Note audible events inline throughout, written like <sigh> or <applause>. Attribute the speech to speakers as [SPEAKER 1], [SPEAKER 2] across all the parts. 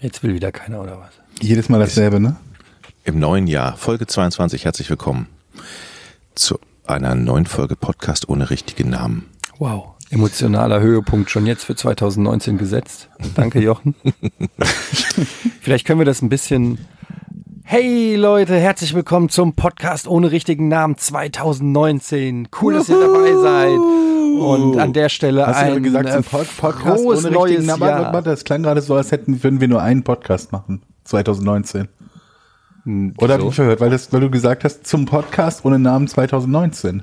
[SPEAKER 1] Jetzt will wieder keiner, oder was?
[SPEAKER 2] Jedes Mal dasselbe, ne?
[SPEAKER 3] Im neuen Jahr, Folge 22, herzlich willkommen zu einer neuen Folge Podcast ohne richtigen Namen.
[SPEAKER 1] Wow. Emotionaler Höhepunkt schon jetzt für 2019 gesetzt. Danke, Jochen. <laughs> Vielleicht können wir das ein bisschen. Hey Leute, herzlich willkommen zum Podcast ohne richtigen Namen 2019. Cool, dass ihr dabei seid. Und an der Stelle
[SPEAKER 2] Hast
[SPEAKER 1] ein
[SPEAKER 2] du gesagt,
[SPEAKER 1] äh,
[SPEAKER 2] zum Pod Podcast
[SPEAKER 1] frohes
[SPEAKER 2] ohne
[SPEAKER 1] neues
[SPEAKER 2] richtigen Namen? Warte,
[SPEAKER 1] Jahr.
[SPEAKER 2] warte, Das klang gerade so, als hätten, würden wir nur einen Podcast machen. 2019.
[SPEAKER 1] Hm,
[SPEAKER 2] Oder habe ich mich verhört, weil, das, weil du gesagt hast, zum Podcast ohne Namen 2019.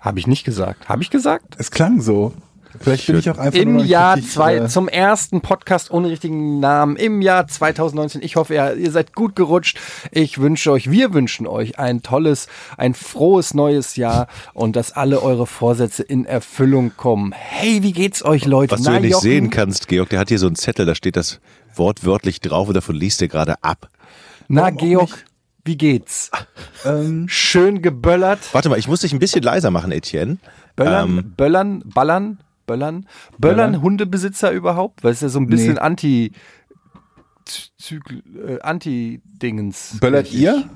[SPEAKER 1] Habe ich nicht gesagt. Habe ich gesagt?
[SPEAKER 2] Es klang so. Vielleicht bin ich auch einfach nur
[SPEAKER 1] Im
[SPEAKER 2] noch nicht
[SPEAKER 1] Jahr
[SPEAKER 2] richtig,
[SPEAKER 1] zwei,
[SPEAKER 2] äh,
[SPEAKER 1] zum ersten Podcast ohne richtigen Namen im Jahr 2019. Ich hoffe, ihr, ihr seid gut gerutscht. Ich wünsche euch, wir wünschen euch ein tolles, ein frohes neues Jahr und dass alle eure Vorsätze in Erfüllung kommen. Hey, wie geht's euch, Leute?
[SPEAKER 3] Was du ja nicht sehen kannst, Georg, der hat hier so einen Zettel, da steht das wortwörtlich drauf und davon liest er gerade ab.
[SPEAKER 1] Na,
[SPEAKER 2] Warum auch
[SPEAKER 1] Georg, wie geht's?
[SPEAKER 2] ähm,
[SPEAKER 1] Schön geböllert,
[SPEAKER 3] Warte mal, ich muss dich ein bisschen leiser machen, Etienne.
[SPEAKER 1] böllern, böllern, ballern, böllern. Böllern Hundebesitzer überhaupt? Weil es ist ja so ein bisschen
[SPEAKER 2] Nee.
[SPEAKER 1] anti... Zykl, äh, Anti-Dingens.
[SPEAKER 2] böllert ihr?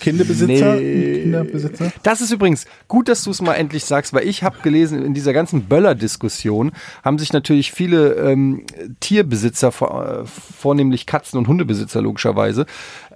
[SPEAKER 2] Kinderbesitzer?
[SPEAKER 1] Nee.
[SPEAKER 2] Kinderbesitzer?
[SPEAKER 1] Das ist übrigens gut, dass du es mal endlich sagst, weil ich habe gelesen, in dieser ganzen Böller-Diskussion haben sich natürlich viele ähm, Tierbesitzer, vor, äh, vornehmlich Katzen- und Hundebesitzer logischerweise,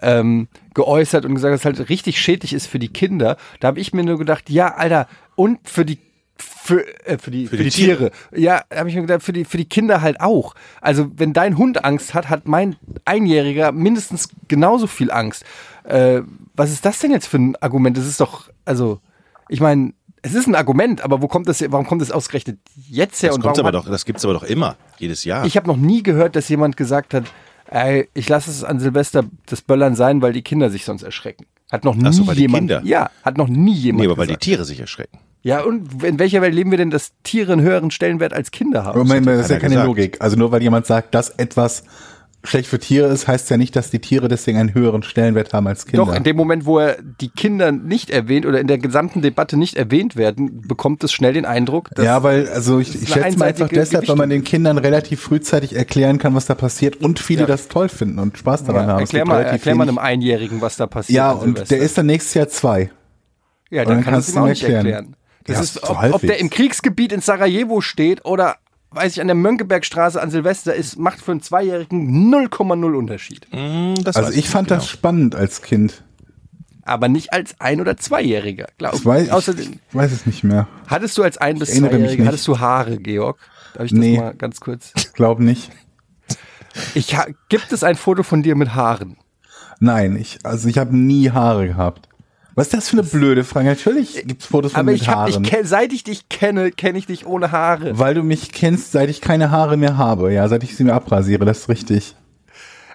[SPEAKER 1] ähm, geäußert und gesagt, dass es halt richtig schädlich ist für die Kinder. Da habe ich mir nur gedacht, ja, Alter, und für die für, äh, für die, für
[SPEAKER 3] die
[SPEAKER 1] die, Tiere. Ja, habe ich mir gedacht, für die, für die Kinder halt auch. Also, wenn dein Hund Angst hat, hat mein Einjähriger mindestens genauso viel Angst. Äh, was ist das denn jetzt für ein Argument? Das ist doch, also, ich meine, es ist ein Argument, aber wo kommt das, her- warum kommt das ausgerechnet jetzt her?
[SPEAKER 3] Das,
[SPEAKER 1] und
[SPEAKER 3] kommt's
[SPEAKER 1] warum
[SPEAKER 3] aber
[SPEAKER 1] hat-
[SPEAKER 3] doch, das gibt's aber doch immer, jedes Jahr.
[SPEAKER 1] ich habe noch nie gehört, dass jemand gesagt hat, ey, ich lasse es an Silvester das Böllern sein, weil die Kinder sich sonst erschrecken. Hat noch nie
[SPEAKER 3] Ach so, weil die
[SPEAKER 1] jemand.
[SPEAKER 3] Kinder.
[SPEAKER 1] Ja, hat noch nie jemand.
[SPEAKER 3] nee, aber weil die
[SPEAKER 1] gesagt.
[SPEAKER 3] Tiere sich erschrecken.
[SPEAKER 1] ja, und in welcher Welt leben wir denn, dass Tiere einen höheren Stellenwert als Kinder haben?
[SPEAKER 2] Aber Moment, das ist ja
[SPEAKER 3] keiner
[SPEAKER 2] keine
[SPEAKER 3] gesagt.
[SPEAKER 2] Logik. Also nur weil jemand sagt, dass etwas schlecht für Tiere ist, heißt ja nicht, dass die Tiere deswegen einen höheren Stellenwert haben als Kinder.
[SPEAKER 1] Doch, in dem Moment, wo er die Kinder nicht erwähnt oder in der gesamten Debatte nicht erwähnt werden, bekommt es schnell den Eindruck, dass
[SPEAKER 2] ja, weil, also ich,
[SPEAKER 1] ist
[SPEAKER 2] ich
[SPEAKER 1] eine
[SPEAKER 2] schätze mal einfach
[SPEAKER 1] einseitige
[SPEAKER 2] deshalb, weil man den Kindern relativ frühzeitig erklären kann, was da passiert und viele
[SPEAKER 1] Ja.
[SPEAKER 2] das toll finden und Spaß daran haben. Es
[SPEAKER 1] erklär
[SPEAKER 2] gibt
[SPEAKER 1] mal,
[SPEAKER 2] relativ
[SPEAKER 1] erklär mal einem
[SPEAKER 2] wenig-
[SPEAKER 1] Einjährigen, was da passiert.
[SPEAKER 2] Ja,
[SPEAKER 1] an
[SPEAKER 2] und
[SPEAKER 1] Silvester.
[SPEAKER 2] der ist dann nächstes Jahr zwei.
[SPEAKER 1] Ja,
[SPEAKER 2] Und
[SPEAKER 1] dann
[SPEAKER 2] dann
[SPEAKER 1] kannst du ihm auch nicht
[SPEAKER 2] kannst du ihm
[SPEAKER 1] erklären.
[SPEAKER 2] erklären.
[SPEAKER 1] Das
[SPEAKER 2] Ja,
[SPEAKER 1] ist,
[SPEAKER 2] so
[SPEAKER 1] ob, ob
[SPEAKER 2] halbwegs.
[SPEAKER 1] der im Kriegsgebiet in Sarajevo steht oder, weiß ich, an der Mönckebergstraße an Silvester ist, macht für einen Zweijährigen 0,0 Unterschied.
[SPEAKER 3] Hm, das
[SPEAKER 2] Also
[SPEAKER 3] weiß
[SPEAKER 2] ich fand
[SPEAKER 1] genau.
[SPEAKER 2] das spannend als Kind.
[SPEAKER 1] Aber nicht als Ein- oder Zweijähriger, glaube
[SPEAKER 2] Ich weiß,
[SPEAKER 1] ich.
[SPEAKER 2] ich, ich
[SPEAKER 1] Oh, Außerdem,
[SPEAKER 2] weiß es nicht mehr.
[SPEAKER 1] hattest du als Ein- bis
[SPEAKER 2] Ich erinnere mich
[SPEAKER 1] Zweijähriger,
[SPEAKER 2] nicht.
[SPEAKER 1] hattest du Haare, Georg? Darf ich das
[SPEAKER 2] Nee.
[SPEAKER 1] mal ganz kurz?
[SPEAKER 2] Ich glaube nicht.
[SPEAKER 1] Ich, ha- gibt es ein Foto von dir mit Haaren?
[SPEAKER 2] Nein, ich, also ich habe nie Haare gehabt. Was ist das für eine blöde Frage? Natürlich gibt's Fotos von
[SPEAKER 1] Äh, Aber
[SPEAKER 2] mit
[SPEAKER 1] ich hab,
[SPEAKER 2] Haaren.
[SPEAKER 1] ich kenn, seit ich dich kenne, kenne ich dich ohne Haare.
[SPEAKER 2] Weil du mich kennst, seit ich keine Haare mehr habe. Ja, seit ich sie mir abrasiere, das ist richtig.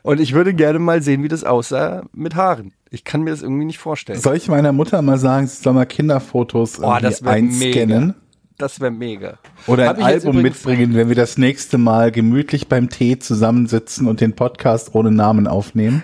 [SPEAKER 1] Und ich würde gerne mal sehen, wie das aussah mit Haaren. Ich kann mir das irgendwie nicht vorstellen.
[SPEAKER 2] Soll ich meiner Mutter mal sagen, sie soll mal Kinderfotos
[SPEAKER 1] Oh,
[SPEAKER 2] irgendwie
[SPEAKER 1] das wäre mega.
[SPEAKER 2] einscannen?
[SPEAKER 1] Das wäre mega.
[SPEAKER 2] Oder
[SPEAKER 1] Hab
[SPEAKER 2] ein
[SPEAKER 1] ich jetzt
[SPEAKER 2] Album
[SPEAKER 1] übrigens-
[SPEAKER 2] mitbringen, wenn wir das nächste Mal gemütlich beim Tee zusammensitzen und den Podcast ohne Namen aufnehmen?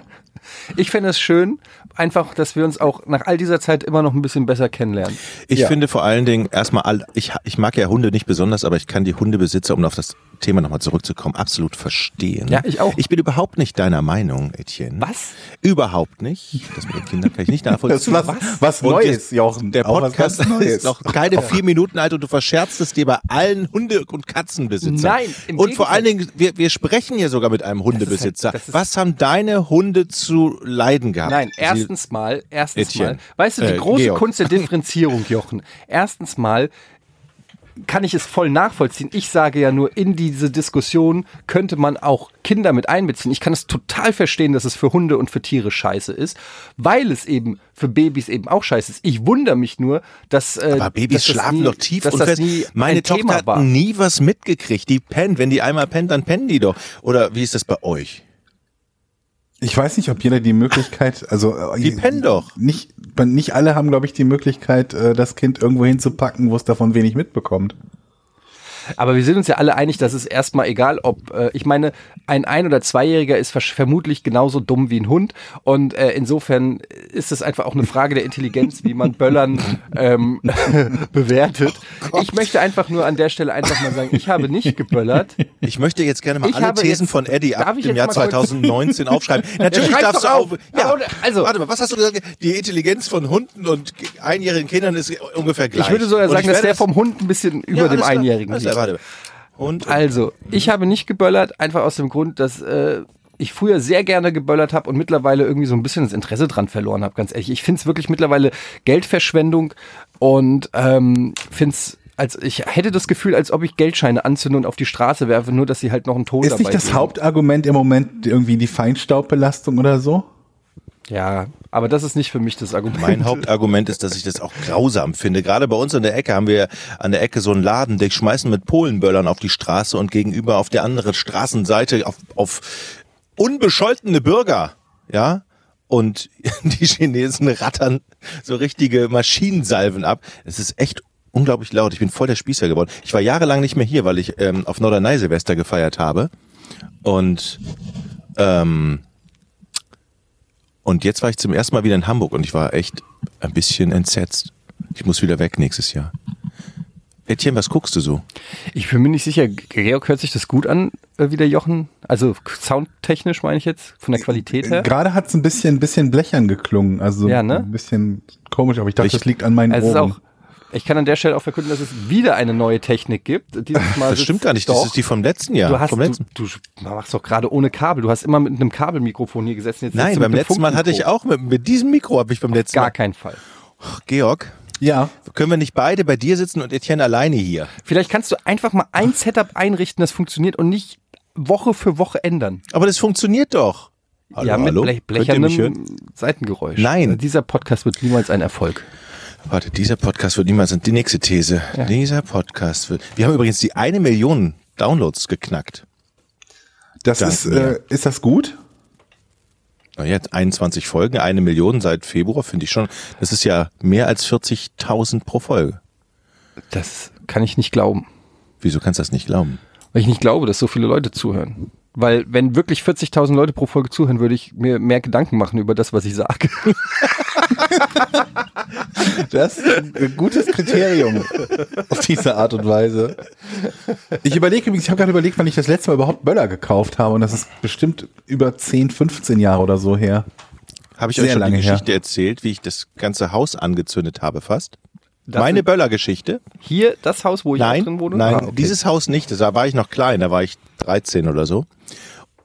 [SPEAKER 1] Ich fände es schön, einfach, dass wir uns auch nach all dieser Zeit immer noch ein bisschen besser kennenlernen.
[SPEAKER 3] Ich
[SPEAKER 2] Ja.
[SPEAKER 3] finde vor allen Dingen erstmal, all, ich, ich mag ja Hunde nicht besonders, aber ich kann die Hundebesitzer, um auf das Thema nochmal zurückzukommen, absolut verstehen.
[SPEAKER 1] Ja, ich auch.
[SPEAKER 3] Ich bin überhaupt nicht deiner Meinung, Etienne.
[SPEAKER 1] Was?
[SPEAKER 3] Überhaupt nicht. Das mit den Kindern kann
[SPEAKER 2] <laughs>
[SPEAKER 3] ich nicht nachvollziehen.
[SPEAKER 2] Das ist was, was,
[SPEAKER 3] Und
[SPEAKER 2] Neues,
[SPEAKER 3] jetzt-
[SPEAKER 2] Jochen.
[SPEAKER 3] Der
[SPEAKER 2] Auch was ganz
[SPEAKER 3] Podcast ist noch keine vier Minuten alt und du verscherzt es dir bei allen Hunde- und Katzenbesitzern.
[SPEAKER 1] Nein, im
[SPEAKER 3] Und
[SPEAKER 1] Gegenteil.
[SPEAKER 3] vor allen Dingen, wir, wir sprechen hier sogar mit einem Hundebesitzer.
[SPEAKER 1] das ist-
[SPEAKER 3] was haben deine Hunde zu leiden gehabt?
[SPEAKER 1] Nein,
[SPEAKER 3] Sie-
[SPEAKER 1] erstens mal, erstens
[SPEAKER 3] Etienne.
[SPEAKER 1] mal. Weißt du, die
[SPEAKER 3] Äh,
[SPEAKER 1] große
[SPEAKER 3] Georg.
[SPEAKER 1] Kunst der
[SPEAKER 3] <laughs>
[SPEAKER 1] Differenzierung, Jochen. Erstens mal kann ich es voll nachvollziehen. Ich sage ja nur, in diese Diskussion könnte man auch Kinder mit einbeziehen. Ich kann es total verstehen, dass es für Hunde und für Tiere scheiße ist, weil es eben für Babys eben auch scheiße ist. Ich wundere mich nur, dass äh,
[SPEAKER 3] Aber Babys
[SPEAKER 1] dass das
[SPEAKER 3] schlafen
[SPEAKER 1] nie-
[SPEAKER 3] doch tief
[SPEAKER 1] dass
[SPEAKER 3] und
[SPEAKER 1] das
[SPEAKER 3] fest.
[SPEAKER 1] nie
[SPEAKER 3] Meine
[SPEAKER 1] ein
[SPEAKER 3] Tochter
[SPEAKER 1] Thema
[SPEAKER 3] hat
[SPEAKER 1] war.
[SPEAKER 3] nie was mitgekriegt. Die pennt. Wenn die einmal pennt, dann pennen die doch. Oder wie ist das bei euch?
[SPEAKER 2] Ich weiß nicht, ob jeder die Möglichkeit, also äh,
[SPEAKER 3] Die pennen doch.
[SPEAKER 2] Nicht, nicht alle haben, glaube ich, die Möglichkeit, äh, das Kind irgendwo hinzupacken, wo es davon wenig mitbekommt.
[SPEAKER 1] Aber wir sind uns ja alle einig, dass es erstmal egal, ob, äh, ich meine, ein Ein- oder Zweijähriger ist versch- vermutlich genauso dumm wie ein Hund. Und äh, insofern ist es einfach auch eine Frage der Intelligenz, wie man Böllern ähm, <laughs> bewertet.
[SPEAKER 3] Oh
[SPEAKER 1] ich möchte einfach nur an der Stelle einfach mal sagen, ich habe nicht geböllert.
[SPEAKER 3] Ich möchte jetzt gerne mal
[SPEAKER 1] Ich
[SPEAKER 3] alle
[SPEAKER 1] habe
[SPEAKER 3] Thesen
[SPEAKER 1] jetzt-
[SPEAKER 3] von Eddie
[SPEAKER 1] Darf
[SPEAKER 3] ab
[SPEAKER 1] ich
[SPEAKER 3] dem
[SPEAKER 1] jetzt
[SPEAKER 3] Jahr
[SPEAKER 1] mal kurz-
[SPEAKER 3] 2019
[SPEAKER 1] <laughs>
[SPEAKER 3] aufschreiben. Natürlich
[SPEAKER 1] schreib's
[SPEAKER 3] darfst du
[SPEAKER 1] doch
[SPEAKER 3] auf.
[SPEAKER 1] auf. Ja, oder- also-
[SPEAKER 3] warte mal, was hast du gesagt? Die Intelligenz von Hunden und einjährigen Kindern ist ungefähr <laughs> gleich.
[SPEAKER 1] Ich würde sogar
[SPEAKER 3] Und
[SPEAKER 1] sagen,
[SPEAKER 3] ich
[SPEAKER 1] dass
[SPEAKER 3] werde
[SPEAKER 1] der
[SPEAKER 3] das-
[SPEAKER 1] vom Hund ein bisschen über
[SPEAKER 3] Ja,
[SPEAKER 1] dem
[SPEAKER 3] alles klar,
[SPEAKER 1] Einjährigen
[SPEAKER 3] alles klar,
[SPEAKER 1] liegt.
[SPEAKER 3] warte. Und,
[SPEAKER 1] Also, ich habe nicht geböllert, einfach aus dem Grund, dass äh, ich früher sehr gerne geböllert habe und mittlerweile irgendwie so ein bisschen das Interesse dran verloren habe, ganz ehrlich. Ich finde es wirklich mittlerweile Geldverschwendung und ähm, finde es, als ich hätte das Gefühl, als ob ich Geldscheine anzünde und auf die Straße werfe, nur dass sie halt noch einen Ton
[SPEAKER 2] Ist
[SPEAKER 1] dabei
[SPEAKER 2] nicht das
[SPEAKER 1] geben.
[SPEAKER 2] Hauptargument im Moment irgendwie die Feinstaubbelastung oder so?
[SPEAKER 1] Ja, aber das ist nicht für mich das Argument.
[SPEAKER 3] Mein Hauptargument ist, dass ich das auch grausam finde. Gerade bei uns an der Ecke haben wir an der Ecke so einen Laden, die schmeißen mit Polenböllern auf die Straße und gegenüber auf der anderen Straßenseite auf, auf unbescholtene Bürger, ja. Und <laughs> die Chinesen rattern so richtige Maschinensalven ab. Es ist echt unglaublich laut. Ich bin voll der Spießer geworden. Ich war jahrelang nicht mehr hier, weil ich ähm, auf Norderney Silvester gefeiert habe. Und ähm, und jetzt war ich zum ersten Mal wieder in Hamburg und ich war echt ein bisschen entsetzt. Ich muss wieder weg nächstes Jahr. Etienne, was guckst du so?
[SPEAKER 1] Ich bin mir nicht sicher, Georg hört sich das gut an, äh, wie der Jochen? Also soundtechnisch meine ich jetzt, von
[SPEAKER 2] Äh,
[SPEAKER 1] der Qualität her.
[SPEAKER 2] Gerade hat es ein bisschen, ein bisschen blechern geklungen. Also
[SPEAKER 1] Ja, ne?
[SPEAKER 2] ein bisschen komisch, aber ich dachte,
[SPEAKER 3] Ich-
[SPEAKER 2] das liegt an meinen
[SPEAKER 1] Also es ist
[SPEAKER 2] Ohren.
[SPEAKER 1] auch, ich kann an der Stelle auch verkünden, dass es wieder eine neue Technik gibt.
[SPEAKER 3] <laughs>
[SPEAKER 1] Dieses Mal
[SPEAKER 3] Das
[SPEAKER 1] sitzt-
[SPEAKER 3] stimmt gar nicht,
[SPEAKER 1] Also Doch,
[SPEAKER 3] das ist die vom letzten Jahr.
[SPEAKER 1] du hast,
[SPEAKER 3] vom letzten.
[SPEAKER 1] Du, du machst doch gerade ohne Kabel. Du hast immer mit einem Kabelmikrofon hier gesessen. Jetzt sitzt
[SPEAKER 3] Nein,
[SPEAKER 1] du
[SPEAKER 3] beim
[SPEAKER 1] mit einem
[SPEAKER 3] letzten Mal hatte ich
[SPEAKER 1] Funkmikro.
[SPEAKER 3] auch, mit, mit diesem Mikro habe ich beim letzten
[SPEAKER 1] Gar
[SPEAKER 3] Mal.
[SPEAKER 1] keinen Fall.
[SPEAKER 3] Ach, Georg,
[SPEAKER 2] ja,
[SPEAKER 3] können wir nicht beide bei dir sitzen und Etienne alleine hier?
[SPEAKER 1] Vielleicht kannst du einfach mal ein Setup einrichten, das funktioniert und nicht Woche für Woche ändern.
[SPEAKER 3] Aber das funktioniert doch. Hallo,
[SPEAKER 1] ja, mit
[SPEAKER 3] hallo?
[SPEAKER 1] Blech,
[SPEAKER 3] Könnt ihr mich hören?
[SPEAKER 1] blechernem Seitengeräusch.
[SPEAKER 3] Nein.
[SPEAKER 1] Also dieser Podcast wird niemals ein Erfolg.
[SPEAKER 3] Warte, dieser Podcast wird niemals. Die nächste These. Dieser Podcast wird. Wir haben übrigens die eine Million Downloads geknackt.
[SPEAKER 2] das
[SPEAKER 3] Danke,
[SPEAKER 2] ist, äh, ist das gut?
[SPEAKER 3] Na jetzt 21 Folgen, eine Million seit Februar, finde ich schon. Das ist ja mehr als 40.000 pro Folge.
[SPEAKER 1] Das kann ich nicht glauben.
[SPEAKER 3] Wieso kannst du das nicht glauben?
[SPEAKER 1] Weil ich nicht glaube, dass so viele Leute zuhören. Weil wenn wirklich 40.000 Leute pro Folge zuhören, würde ich mir mehr Gedanken machen über das, was ich sage. <laughs>
[SPEAKER 2] Das ist ein gutes <laughs> Kriterium auf diese Art und Weise. Ich überlege übrigens, ich habe gerade überlegt, wann ich das letzte Mal überhaupt Böller gekauft habe und das ist bestimmt über 10, 15 Jahre oder so her.
[SPEAKER 3] Habe ich
[SPEAKER 2] Sehr
[SPEAKER 3] euch schon die
[SPEAKER 2] lange her.
[SPEAKER 3] Geschichte erzählt, wie ich das ganze Haus angezündet habe fast?
[SPEAKER 1] Das
[SPEAKER 3] Meine
[SPEAKER 1] sind-
[SPEAKER 3] Böller-Geschichte?
[SPEAKER 1] Hier, das Haus, wo ich auch
[SPEAKER 3] Nein,
[SPEAKER 1] drin wohne?
[SPEAKER 3] nein,
[SPEAKER 1] Ah, okay.
[SPEAKER 3] dieses Haus nicht. Da war ich noch klein, da war ich 13 oder so.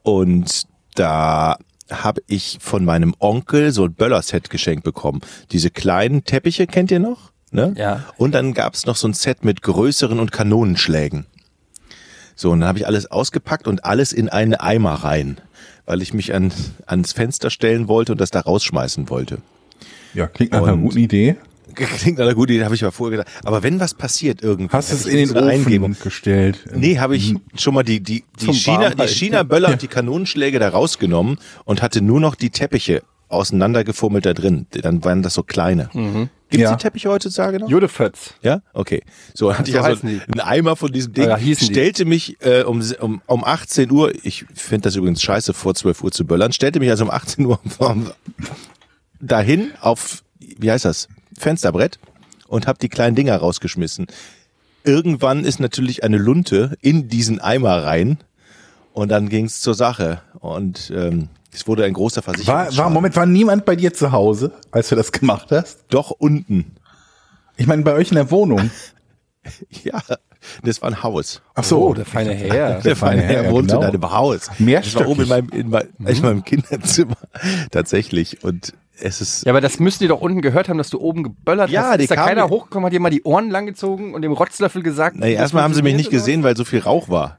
[SPEAKER 3] Und da habe ich von meinem Onkel so ein Böller-Set geschenkt bekommen. Diese kleinen Teppiche kennt ihr noch? Ne?
[SPEAKER 1] Ja.
[SPEAKER 3] Und dann gab es noch so ein Set mit größeren und Kanonenschlägen. So, und dann habe ich alles ausgepackt und alles in einen Eimer rein, weil ich mich an, ans Fenster stellen wollte und das da rausschmeißen wollte. <laughs>
[SPEAKER 2] Ja, klingt nach einer
[SPEAKER 3] Und-
[SPEAKER 2] guten Idee.
[SPEAKER 3] Klingt alle gut, den habe ich mal vorher gedacht. Aber wenn was passiert irgendwie.
[SPEAKER 2] Hast du es
[SPEAKER 3] hätte
[SPEAKER 2] in
[SPEAKER 3] ich
[SPEAKER 2] den
[SPEAKER 3] so eine
[SPEAKER 2] Ofen
[SPEAKER 3] Eingebung.
[SPEAKER 2] gestellt?
[SPEAKER 3] Nee, habe ich schon mal die, die, die
[SPEAKER 2] Ähm, mhm. Zum
[SPEAKER 3] China, die
[SPEAKER 2] Warmhalten.
[SPEAKER 3] China-Böller und die Kanonenschläge da rausgenommen und hatte nur noch die Teppiche auseinandergefummelt da drin. Dann waren das so kleine. Gibt's
[SPEAKER 2] Mhm. Ja.
[SPEAKER 3] die Teppiche heutzutage noch?
[SPEAKER 1] Jodefötz.
[SPEAKER 3] Ja, okay. So hatte ich also
[SPEAKER 1] heißen die. Ah,
[SPEAKER 3] einen Eimer von diesem Ding.
[SPEAKER 1] Ja, hießen die.
[SPEAKER 3] stellte mich äh, um, se- um, um 18 Uhr, ich finde das übrigens scheiße, vor 12 Uhr zu böllern, stellte mich also um 18 Uhr <laughs> vom- dahin auf, wie heißt das, Fensterbrett und habe die kleinen Dinger rausgeschmissen. Irgendwann ist natürlich eine Lunte in diesen Eimer rein und dann ging's zur Sache. Und ähm, es wurde ein großer
[SPEAKER 2] War,
[SPEAKER 3] Versicherungsschaden.
[SPEAKER 2] war, Moment, war niemand bei dir zu Hause, als du das gemacht hast?
[SPEAKER 3] Doch unten. <laughs>
[SPEAKER 2] Ich meine, bei euch in der Wohnung.
[SPEAKER 3] Ja, das war ein Haus.
[SPEAKER 2] Ach so.
[SPEAKER 1] Oh, der feine
[SPEAKER 3] <laughs>
[SPEAKER 1] Herr.
[SPEAKER 3] Der feine Herr wohnt
[SPEAKER 2] genau.
[SPEAKER 3] in einem Haus. Ich war
[SPEAKER 2] Mehrstöckig.
[SPEAKER 3] oben in meinem, in, mein, <laughs> in meinem Kinderzimmer. <laughs> Tatsächlich. Und es ist.
[SPEAKER 1] Ja, aber das müssen die doch unten gehört haben, dass du oben geböllert
[SPEAKER 3] Ja,
[SPEAKER 1] hast.
[SPEAKER 3] die
[SPEAKER 1] Ist da
[SPEAKER 3] kamen-
[SPEAKER 1] keiner hochgekommen, hat dir mal die Ohren langgezogen und dem Rotzlöffel gesagt.
[SPEAKER 3] Naja,
[SPEAKER 1] das
[SPEAKER 3] erstmal haben sie mich nicht
[SPEAKER 1] funktioniert
[SPEAKER 3] gesehen, weil so viel Rauch war.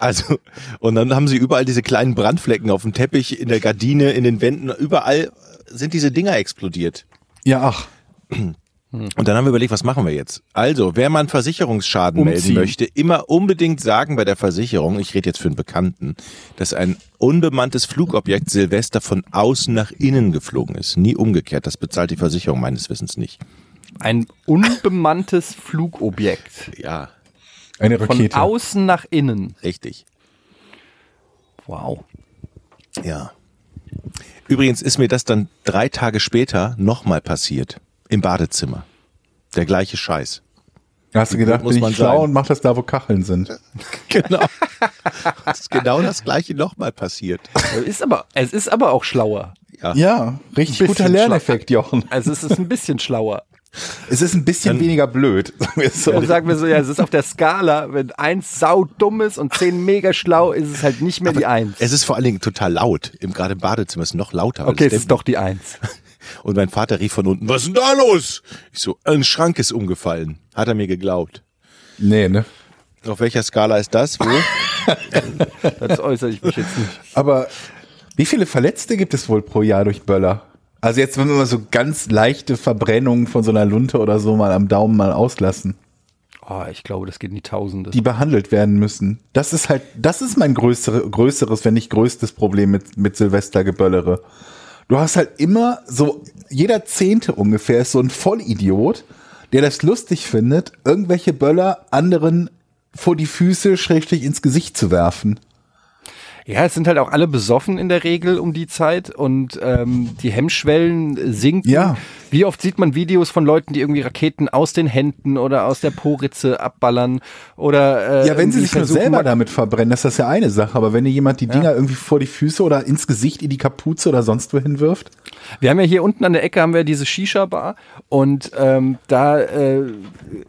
[SPEAKER 3] Also, und dann haben sie überall diese kleinen Brandflecken auf dem Teppich, in der Gardine, in den Wänden, überall sind diese Dinger explodiert.
[SPEAKER 2] Ja, ach.
[SPEAKER 3] Und dann haben wir überlegt, was machen wir jetzt? Also, wer mal einen Versicherungsschaden melden
[SPEAKER 1] Umziehen.
[SPEAKER 3] möchte, immer unbedingt sagen bei der Versicherung, ich rede jetzt für einen Bekannten, dass ein unbemanntes Flugobjekt Silvester von außen nach innen geflogen ist. Nie umgekehrt. Das bezahlt die Versicherung meines Wissens nicht.
[SPEAKER 1] oder? Ein unbemanntes Flugobjekt.
[SPEAKER 3] Ja.
[SPEAKER 2] Eine
[SPEAKER 1] Von
[SPEAKER 2] Rakete.
[SPEAKER 1] außen nach innen.
[SPEAKER 3] Richtig.
[SPEAKER 1] Wow.
[SPEAKER 3] Ja. Übrigens ist mir das dann drei Tage später nochmal passiert. Im Badezimmer. Der gleiche Scheiß.
[SPEAKER 2] Hast du gedacht,
[SPEAKER 3] Muss
[SPEAKER 2] bin
[SPEAKER 3] man
[SPEAKER 2] ich schlau
[SPEAKER 3] sein.
[SPEAKER 2] und mach das da, wo Kacheln sind.
[SPEAKER 3] Genau. <laughs> das ist genau das gleiche nochmal passiert.
[SPEAKER 1] Es ist aber, es ist aber auch schlauer.
[SPEAKER 2] Ja, richtig
[SPEAKER 1] Bisschen
[SPEAKER 2] guter Lerneffekt, Jochen.
[SPEAKER 1] Also es ist ein bisschen schlauer.
[SPEAKER 2] Es ist ein bisschen weniger blöd. <laughs> sagen wir es so.
[SPEAKER 1] Und sagen wir so, ja, es ist auf der Skala, wenn eins sau dumm ist und zehn mega schlau, ist es halt nicht mehr die Eins.
[SPEAKER 3] Es ist vor allen Dingen total laut. Im, gerade im Badezimmer ist es noch lauter. weil
[SPEAKER 1] Okay,
[SPEAKER 3] es
[SPEAKER 1] es ist doch die Eins.
[SPEAKER 3] Und mein Vater rief von unten, was ist denn da los? Ich so, ein Schrank ist umgefallen. Hat er mir geglaubt.
[SPEAKER 2] Nee, ne?
[SPEAKER 3] Auf welcher Skala ist das? Wo?
[SPEAKER 1] Das äußere ich mich jetzt nicht.
[SPEAKER 2] Aber wie viele Verletzte gibt es wohl pro Jahr durch Böller? Also jetzt, wenn wir mal so ganz leichte Verbrennungen von so einer Lunte oder so mal am Daumen mal auslassen,
[SPEAKER 1] Oh, ich glaube, das geht in die Tausende.
[SPEAKER 2] die behandelt werden müssen. Das ist halt, das ist mein größere, größeres, wenn nicht größtes Problem mit, mit Silvestergeböllere. Du hast halt immer so, jeder Zehnte ungefähr ist so ein Vollidiot, der das lustig findet, irgendwelche Böller anderen vor die Füße schrägstrich ins Gesicht zu werfen.
[SPEAKER 1] Ja, es sind halt auch alle besoffen in der Regel um die Zeit und ähm, die Hemmschwellen sinken.
[SPEAKER 2] Ja.
[SPEAKER 1] Wie oft sieht man Videos von Leuten, die irgendwie Raketen aus den Händen oder aus der Poritze abballern oder äh,
[SPEAKER 2] Ja, wenn sie
[SPEAKER 1] irgendwie
[SPEAKER 2] sich nur
[SPEAKER 1] versuchen,
[SPEAKER 2] selber
[SPEAKER 1] mal-
[SPEAKER 2] damit verbrennen, das ist ja eine Sache, aber wenn dir jemand die Dinger irgendwie vor die Füße oder ins Gesicht, in die Kapuze oder sonst wohin wirft,
[SPEAKER 1] Wir haben ja hier unten an der Ecke haben wir diese Shisha-Bar und ähm, da äh,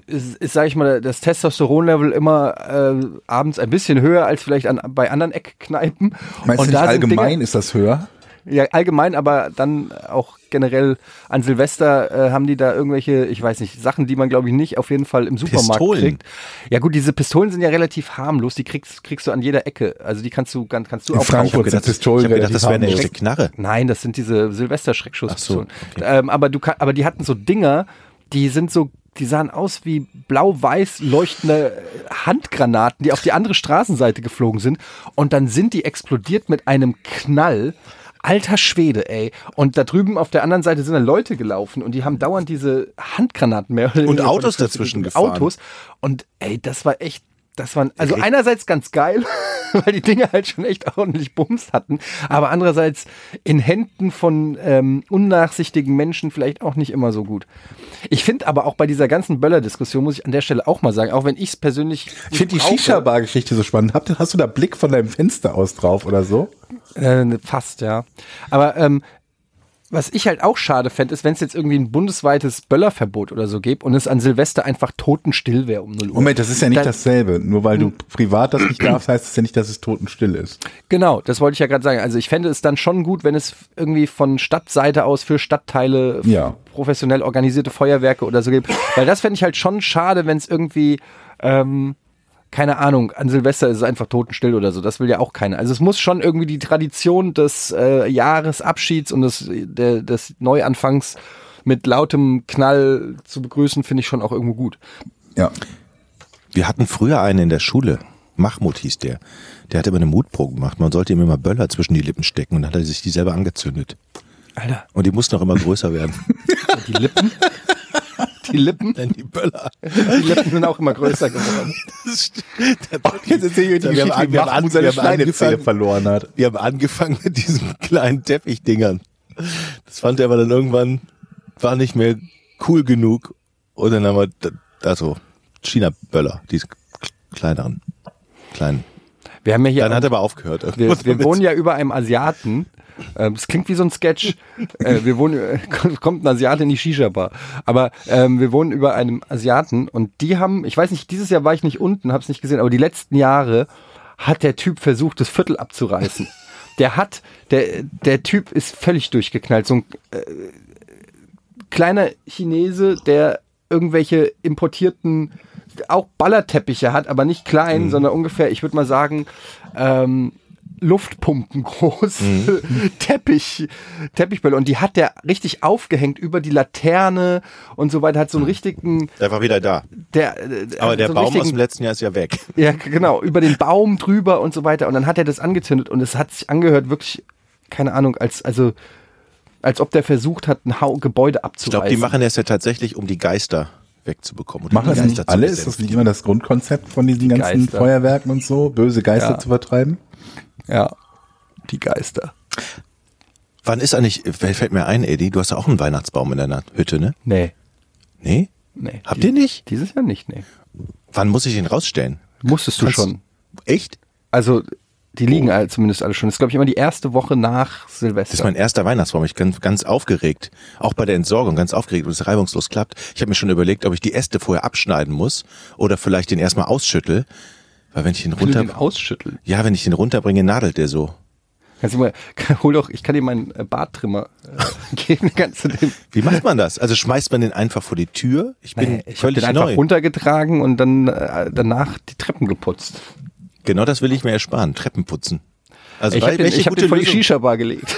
[SPEAKER 1] ist, ist sage ich mal, das Testosteronlevel immer äh, abends ein bisschen höher als vielleicht an, bei anderen Eckkneipen. und
[SPEAKER 2] meinst du nicht
[SPEAKER 1] da sind Dinge-
[SPEAKER 2] allgemein ist das höher?
[SPEAKER 1] Ja, allgemein, aber dann auch generell an Silvester äh, haben die da irgendwelche, ich weiß nicht, Sachen, die man glaube ich nicht auf jeden Fall im Supermarkt
[SPEAKER 3] Pistolen.
[SPEAKER 1] kriegt. Ja gut, diese Pistolen sind ja relativ harmlos, die kriegst, kriegst du an jeder Ecke. Also die kannst du kann- kannst du
[SPEAKER 2] In
[SPEAKER 1] auch
[SPEAKER 2] Frankfurt
[SPEAKER 1] kaufen.
[SPEAKER 2] sind Pistolen
[SPEAKER 3] ich hab gedacht,
[SPEAKER 2] relativ
[SPEAKER 3] das wäre eine
[SPEAKER 2] harmlos.
[SPEAKER 3] echte Knarre.
[SPEAKER 1] Äh, Nein, das sind diese Silvester-Schreckschusspistolen.
[SPEAKER 3] Ach so,
[SPEAKER 1] ähm, aber, du kann, aber die hatten so Dinger, die sind so, die sahen aus wie blau-weiß leuchtende äh, Handgranaten, die auf die andere Straßenseite geflogen sind. Und dann sind die explodiert mit einem Knall. Alter Schwede, ey. Und da drüben auf der anderen Seite sind dann Leute gelaufen und die haben dauernd diese Handgranaten mehr. oder weniger vor die
[SPEAKER 3] Autos
[SPEAKER 1] Füße
[SPEAKER 3] dazwischen
[SPEAKER 1] gekriegt.
[SPEAKER 3] gefahren. ne?
[SPEAKER 1] Autos. Und ey, das war echt, das waren, also einerseits ganz geil, <laughs> weil die Dinge halt schon echt ordentlich Bums hatten, aber andererseits in Händen von ähm, unnachsichtigen Menschen vielleicht auch nicht immer so gut. Ich finde aber auch bei dieser ganzen Böller-Diskussion, muss ich an der Stelle auch mal sagen, auch wenn ich es persönlich.
[SPEAKER 2] Ich finde die
[SPEAKER 1] brauche,
[SPEAKER 2] Shisha-Bar-Geschichte so spannend. Habt, hast du da Blick von deinem Fenster aus drauf oder so?
[SPEAKER 1] Äh, fast, ja. Aber ähm, was ich halt auch schade fände, ist, wenn es jetzt irgendwie ein bundesweites Böllerverbot oder so gäbe und es an Silvester einfach totenstill wäre um 0 Uhr.
[SPEAKER 2] Moment, das ist ja nicht
[SPEAKER 1] Dann-
[SPEAKER 2] dasselbe. Nur weil du privat das nicht darfst, heißt es ja nicht, dass es totenstill ist.
[SPEAKER 1] Genau, das wollte ich ja gerade sagen. Also ich fände es dann schon gut, wenn es irgendwie von Stadtseite aus für Stadtteile f-
[SPEAKER 2] Ja.
[SPEAKER 1] professionell organisierte Feuerwerke oder so gibt. Weil das fände ich halt schon schade, wenn es irgendwie, ähm, keine Ahnung, an Silvester ist es einfach totenstill oder so. Das will ja auch keiner. Also es muss schon irgendwie die Tradition des äh, Jahresabschieds und des, der, des Neuanfangs mit lautem Knall zu begrüßen, finde ich schon auch irgendwo gut.
[SPEAKER 2] Ja.
[SPEAKER 3] Wir hatten früher einen in der Schule. Mahmoud hieß der. Der hat immer eine Mutprobe gemacht. Man sollte ihm immer Böller zwischen die Lippen stecken und dann hat er sich die selber angezündet.
[SPEAKER 1] Alter,
[SPEAKER 3] Und die mussten auch immer größer werden. <laughs>
[SPEAKER 1] die Lippen. <laughs> Die Lippen,
[SPEAKER 3] Denn die Böller. <laughs>
[SPEAKER 1] die Lippen sind auch immer größer geworden.
[SPEAKER 2] Jetzt erzähl ich
[SPEAKER 3] Ja, wir haben an- wir haben an- wir haben angefangen.
[SPEAKER 2] verloren hat.
[SPEAKER 3] Wir haben angefangen mit diesen <laughs> kleinen Teppichdingern. Das fand er aber dann irgendwann, war nicht mehr cool genug. Und dann haben wir, d- also China-Böller, diese k- kleineren, kleinen.
[SPEAKER 1] Wir haben ja hier
[SPEAKER 3] Dann
[SPEAKER 1] am-
[SPEAKER 3] hat er aber aufgehört.
[SPEAKER 1] Wir, wir wohnen ja über einem Asiaten. Ähm, Das klingt wie so ein Sketch. Äh, Wir wohnen, äh, kommt ein Asiate in die Shisha-Bar. Aber ähm, wir wohnen über einem Asiaten und die haben, ich weiß nicht, dieses Jahr war ich nicht unten, hab's nicht gesehen, aber die letzten Jahre hat der Typ versucht, das Viertel abzureißen. Der hat, der, der Typ ist völlig durchgeknallt. So ein kleiner Chinese, der irgendwelche importierten, auch Ballerteppiche hat, aber nicht klein,
[SPEAKER 3] Mhm.
[SPEAKER 1] sondern ungefähr, ich würde mal sagen, ähm, Luftpumpen groß,
[SPEAKER 3] Mhm.
[SPEAKER 1] <laughs> Teppich, Teppichbälle. Und die hat der richtig aufgehängt über die Laterne und so weiter, hat so einen richtigen,
[SPEAKER 3] Der war wieder da.
[SPEAKER 1] der,
[SPEAKER 3] Mhm.
[SPEAKER 1] äh,
[SPEAKER 3] Aber der
[SPEAKER 1] so einen
[SPEAKER 3] Baum aus
[SPEAKER 1] richtigen-
[SPEAKER 3] dem letzten Jahr ist ja weg.
[SPEAKER 1] ja, g- genau, über den Baum drüber und so weiter. Und dann hat er das angezündet und es hat sich angehört, wirklich, keine Ahnung, als, also, als ob der versucht hat, ein Hau Gebäude
[SPEAKER 3] Ich
[SPEAKER 1] abzureißen.
[SPEAKER 3] glaube, die machen das ja tatsächlich, um die Geister wegzubekommen. Und die
[SPEAKER 2] Machen das
[SPEAKER 3] Geister
[SPEAKER 2] nicht alle?
[SPEAKER 3] zu
[SPEAKER 2] Ist das
[SPEAKER 3] besänftigen.
[SPEAKER 2] nicht immer das Grundkonzept von diesen ganzen
[SPEAKER 1] Geister.
[SPEAKER 2] Feuerwerken und so? Böse Geister
[SPEAKER 1] Ja.
[SPEAKER 2] zu vertreiben?
[SPEAKER 1] Ja, die Geister.
[SPEAKER 3] Wann ist eigentlich, fällt fällt mir ein, Eddie, du hast ja auch einen Weihnachtsbaum in deiner Hütte, ne?
[SPEAKER 1] Nee,
[SPEAKER 3] Nee?
[SPEAKER 1] nee.
[SPEAKER 3] Habt ihr nicht?
[SPEAKER 1] Dieses Jahr nicht, nee.
[SPEAKER 3] Wann muss ich ihn rausstellen?
[SPEAKER 1] Musstest du
[SPEAKER 3] Kannst-
[SPEAKER 1] schon.
[SPEAKER 3] Echt?
[SPEAKER 1] Also, die liegen all- zumindest alle schon. Das ist, glaube ich, immer die erste Woche nach Silvester.
[SPEAKER 3] Das ist mein erster Weihnachtsbaum. Ich bin ganz aufgeregt. Auch bei der Entsorgung ganz aufgeregt, ob es reibungslos klappt. Ich habe mir schon überlegt, ob ich die Äste vorher abschneiden muss oder vielleicht den erstmal ausschüttel. Weil wenn ich den
[SPEAKER 1] Wenn du
[SPEAKER 3] runter,
[SPEAKER 1] den ausschütteln.
[SPEAKER 3] ja, wenn ich den runterbringe, nadelt der so.
[SPEAKER 1] Kannst du mal, <laughs> hol doch, ich kann dir meinen äh, Barttrimmer äh, <laughs> geben. Kannst du den,
[SPEAKER 3] Wie macht man das? Also schmeißt man den einfach vor die Tür? Ich bin
[SPEAKER 1] Nee, ich habe
[SPEAKER 3] völlig
[SPEAKER 1] den einfach
[SPEAKER 3] neu.
[SPEAKER 1] runtergetragen und dann äh, danach die Treppen geputzt.
[SPEAKER 3] Genau das will ich mir ersparen. Treppen putzen. Also
[SPEAKER 1] ich
[SPEAKER 3] wel-
[SPEAKER 1] habe den, ich hab den vor die
[SPEAKER 3] Lösung,
[SPEAKER 1] Shisha-Bar gelegt.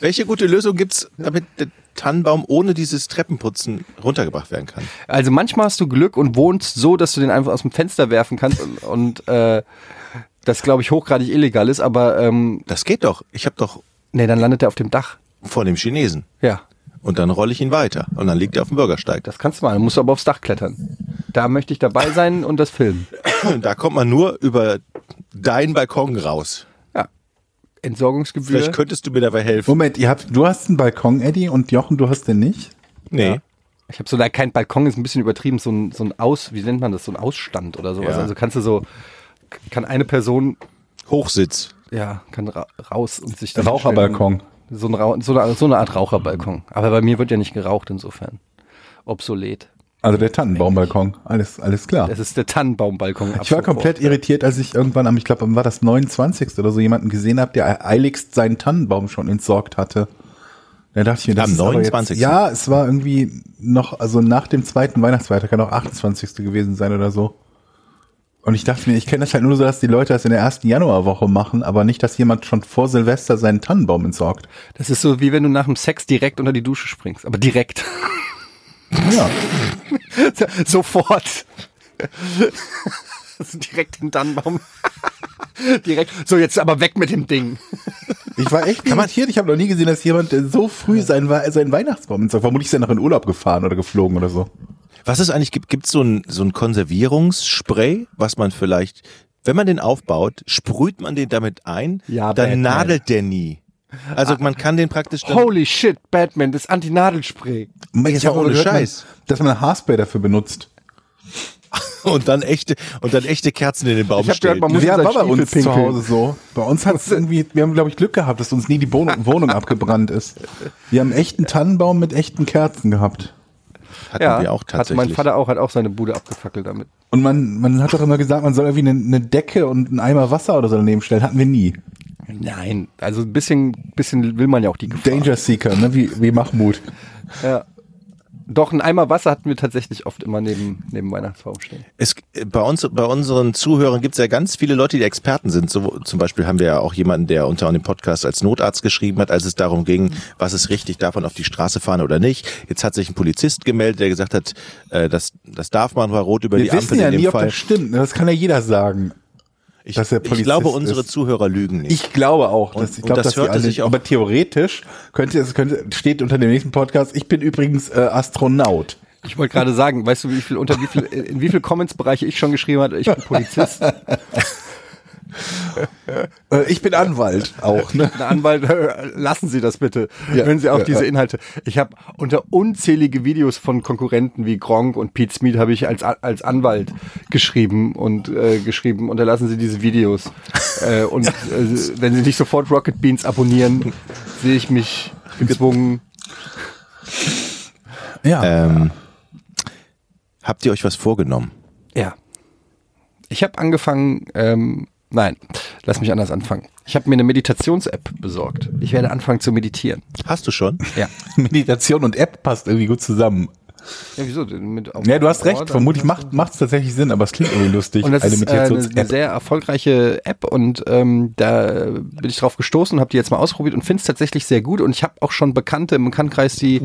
[SPEAKER 3] welche gute Lösung gibt's, damit der Tannenbaum ohne dieses Treppenputzen runtergebracht werden kann?
[SPEAKER 1] Also manchmal hast du Glück und wohnst so, dass du den einfach aus dem Fenster werfen kannst und, und äh, das, glaube ich, hochgradig illegal ist, aber ähm,
[SPEAKER 3] Das geht doch. Ich habe doch
[SPEAKER 1] nee, dann landet er auf dem Dach.
[SPEAKER 3] vor dem Chinesen.
[SPEAKER 1] Ja,
[SPEAKER 3] Und dann rolle ich ihn weiter. Und dann liegt er auf dem Bürgersteig.
[SPEAKER 1] das kannst du mal. Dann musst du aber aufs Dach klettern. Da möchte ich dabei sein und das filmen.
[SPEAKER 3] Da <clears throat> kommt man nur über deinen Balkon raus.
[SPEAKER 1] Ja. Entsorgungsgebühr.
[SPEAKER 3] Vielleicht könntest du mir dabei helfen.
[SPEAKER 2] Moment, ihr habt, du hast einen Balkon, Eddie, und Jochen, du hast den nicht?
[SPEAKER 3] Nee.
[SPEAKER 1] Ich habe so da kein Balkon, ist ein bisschen übertrieben, so ein, so ein Aus, wie nennt man das, so ein Ausstand oder sowas.
[SPEAKER 3] Ja.
[SPEAKER 1] Also kannst du so, kann eine Person,
[SPEAKER 3] Hochsitz.
[SPEAKER 1] ja, kann ra raus und sich dann
[SPEAKER 2] Raucherbalkon.
[SPEAKER 1] hinstellen. So, ein Rau so, eine, so eine Art Raucherbalkon. Aber bei mir wird ja nicht geraucht insofern. Obsolet.
[SPEAKER 2] Also der Tannenbaumbalkon. Alles, alles klar.
[SPEAKER 1] Das ist der Tannenbaumbalkon. ab
[SPEAKER 2] Ich war
[SPEAKER 1] sofort.
[SPEAKER 2] komplett irritiert, als ich irgendwann am, ich glaube, war das 29. oder so, jemanden gesehen habe, der eiligst seinen Tannenbaum schon entsorgt hatte. Da dachte ich mir, das
[SPEAKER 3] Am
[SPEAKER 2] ist aber
[SPEAKER 3] 29..
[SPEAKER 2] Jetzt, ja, es war irgendwie noch, also nach dem zweiten Weihnachtsfeiertag kann auch 28. gewesen sein oder so. Und ich dachte mir, ich kenne das halt nur so, dass die Leute das in der ersten Januarwoche machen, aber nicht, dass jemand schon vor Silvester seinen Tannenbaum entsorgt.
[SPEAKER 1] Das ist so, wie wenn du nach dem Sex direkt unter die Dusche springst. Aber direkt.
[SPEAKER 2] Ja,
[SPEAKER 1] <laughs> Sofort. Also direkt den Tannenbaum. <laughs> direkt. So, jetzt aber weg mit dem Ding.
[SPEAKER 2] ich war echt irritiert. Ich habe noch nie gesehen, dass jemand äh, so früh seinen, Wa- seinen Weihnachtsbaum entsorgt. Vermutlich ist er noch in Urlaub gefahren oder geflogen oder so.
[SPEAKER 3] Was es eigentlich gibt, gibt so ein, so ein Konservierungsspray, was man vielleicht, wenn man den aufbaut, sprüht man den damit ein,
[SPEAKER 1] Ja,
[SPEAKER 3] dann
[SPEAKER 1] Batman.
[SPEAKER 3] nadelt der nie. Also man kann den praktisch dann,
[SPEAKER 1] Holy shit, Batman, das Antinadelspray.
[SPEAKER 2] Man,
[SPEAKER 3] Jetzt mal
[SPEAKER 2] hab aber
[SPEAKER 3] ohne
[SPEAKER 2] gehört,
[SPEAKER 3] Scheiß.
[SPEAKER 2] Man, dass man ein Haarspray dafür benutzt.
[SPEAKER 3] und dann echte und dann echte Kerzen in den Baum
[SPEAKER 1] Ich hab gehört,
[SPEAKER 3] stellen.
[SPEAKER 1] man muss-
[SPEAKER 2] Wir
[SPEAKER 1] in
[SPEAKER 2] haben
[SPEAKER 1] seinen
[SPEAKER 2] bei uns
[SPEAKER 1] Stiefel
[SPEAKER 2] zu
[SPEAKER 1] pinkeln.
[SPEAKER 2] Hause so. Bei uns hat
[SPEAKER 3] <laughs>
[SPEAKER 2] es irgendwie, wir haben glaube ich Glück gehabt, dass uns nie die Wohnung, Wohnung abgebrannt ist. Wir haben echten Tannenbaum mit echten Kerzen gehabt.
[SPEAKER 3] Hatten wir auch
[SPEAKER 1] hat
[SPEAKER 3] tatsächlich.
[SPEAKER 1] mein Vater auch, hat auch seine Bude abgefackelt damit.
[SPEAKER 2] Und man, man hat doch immer gesagt, man soll irgendwie eine, eine Decke und einen Eimer Wasser oder so daneben stellen. Hatten wir nie.
[SPEAKER 1] Nein, also ein bisschen, bisschen will man ja auch die Gefahr.
[SPEAKER 2] Danger Seeker, ne? wie, wie Mahmoud.
[SPEAKER 1] Ja. Doch, ein Eimer Wasser hatten wir tatsächlich oft immer neben, neben Weihnachtsbaum stehen.
[SPEAKER 3] Es, äh, bei, uns, bei unseren Zuhörern gibt es ja ganz viele Leute, die Experten sind. So, zum Beispiel haben wir ja auch jemanden, der unter dem Podcast als Notarzt geschrieben hat, als es darum ging, was ist richtig, darf man auf die Straße fahren oder nicht. Jetzt hat sich ein Polizist gemeldet, der gesagt hat, äh, das, das darf man, war rot über
[SPEAKER 2] Wir
[SPEAKER 3] die
[SPEAKER 2] wissen
[SPEAKER 3] Ampel
[SPEAKER 2] ja
[SPEAKER 3] in dem
[SPEAKER 2] nie, ob
[SPEAKER 3] Fall.
[SPEAKER 2] das stimmt. ne? Das kann ja jeder sagen.
[SPEAKER 3] ich,
[SPEAKER 2] dass der
[SPEAKER 3] ich
[SPEAKER 2] Polizist
[SPEAKER 3] glaube, unsere
[SPEAKER 2] ist.
[SPEAKER 3] Zuhörer lügen nicht.
[SPEAKER 2] Ich glaube auch, dass ich
[SPEAKER 3] und
[SPEAKER 2] glaube,
[SPEAKER 3] das
[SPEAKER 2] dass die
[SPEAKER 3] hörte
[SPEAKER 2] alle,
[SPEAKER 3] sich auch-
[SPEAKER 2] aber theoretisch könnte es könnte steht unter dem nächsten Podcast. Ich bin übrigens äh, Astronaut.
[SPEAKER 1] Ich wollte gerade sagen, weißt du, wie viel, unter wie viel, in wie viel Comments-Bereiche ich schon geschrieben habe, ich bin Polizist,
[SPEAKER 2] Äh, ich bin Anwalt auch. Ne?
[SPEAKER 1] ein Anwalt, äh, lassen Sie das bitte,
[SPEAKER 2] Ja,
[SPEAKER 1] hören Sie auf
[SPEAKER 2] ja,
[SPEAKER 1] diese
[SPEAKER 2] ja.
[SPEAKER 1] Inhalte. Ich habe unter unzählige Videos von Konkurrenten wie Gronk und Pete Smith habe ich als, A- als Anwalt geschrieben und äh, geschrieben, unterlassen Sie diese Videos. äh, und äh, wenn Sie nicht sofort Rocket Beans abonnieren, sehe ich mich gezwungen.
[SPEAKER 2] Ja.
[SPEAKER 3] ähm, habt ihr euch was vorgenommen?
[SPEAKER 1] Ja. Ich habe angefangen, ähm, nein, lass mich anders anfangen. Ich habe mir eine Meditations-App besorgt. Ich werde anfangen zu meditieren.
[SPEAKER 3] Hast du
[SPEAKER 2] <laughs>
[SPEAKER 3] schon?
[SPEAKER 1] Ja.
[SPEAKER 2] <laughs> Meditation und App passt irgendwie gut zusammen.
[SPEAKER 1] Ja, wieso? denn? Mit auf-
[SPEAKER 2] Ja, du hast
[SPEAKER 1] auf-
[SPEAKER 2] recht. Vermutlich macht es tatsächlich Sinn, aber es klingt irgendwie lustig.
[SPEAKER 1] Und das
[SPEAKER 2] eine
[SPEAKER 1] ist äh, eine, eine
[SPEAKER 2] Meditations-App.
[SPEAKER 1] sehr erfolgreiche App und ähm, da bin ich drauf gestoßen, habe die jetzt mal ausprobiert und finde es tatsächlich sehr gut. Und ich habe auch schon Bekannte im Bekanntenkreis, die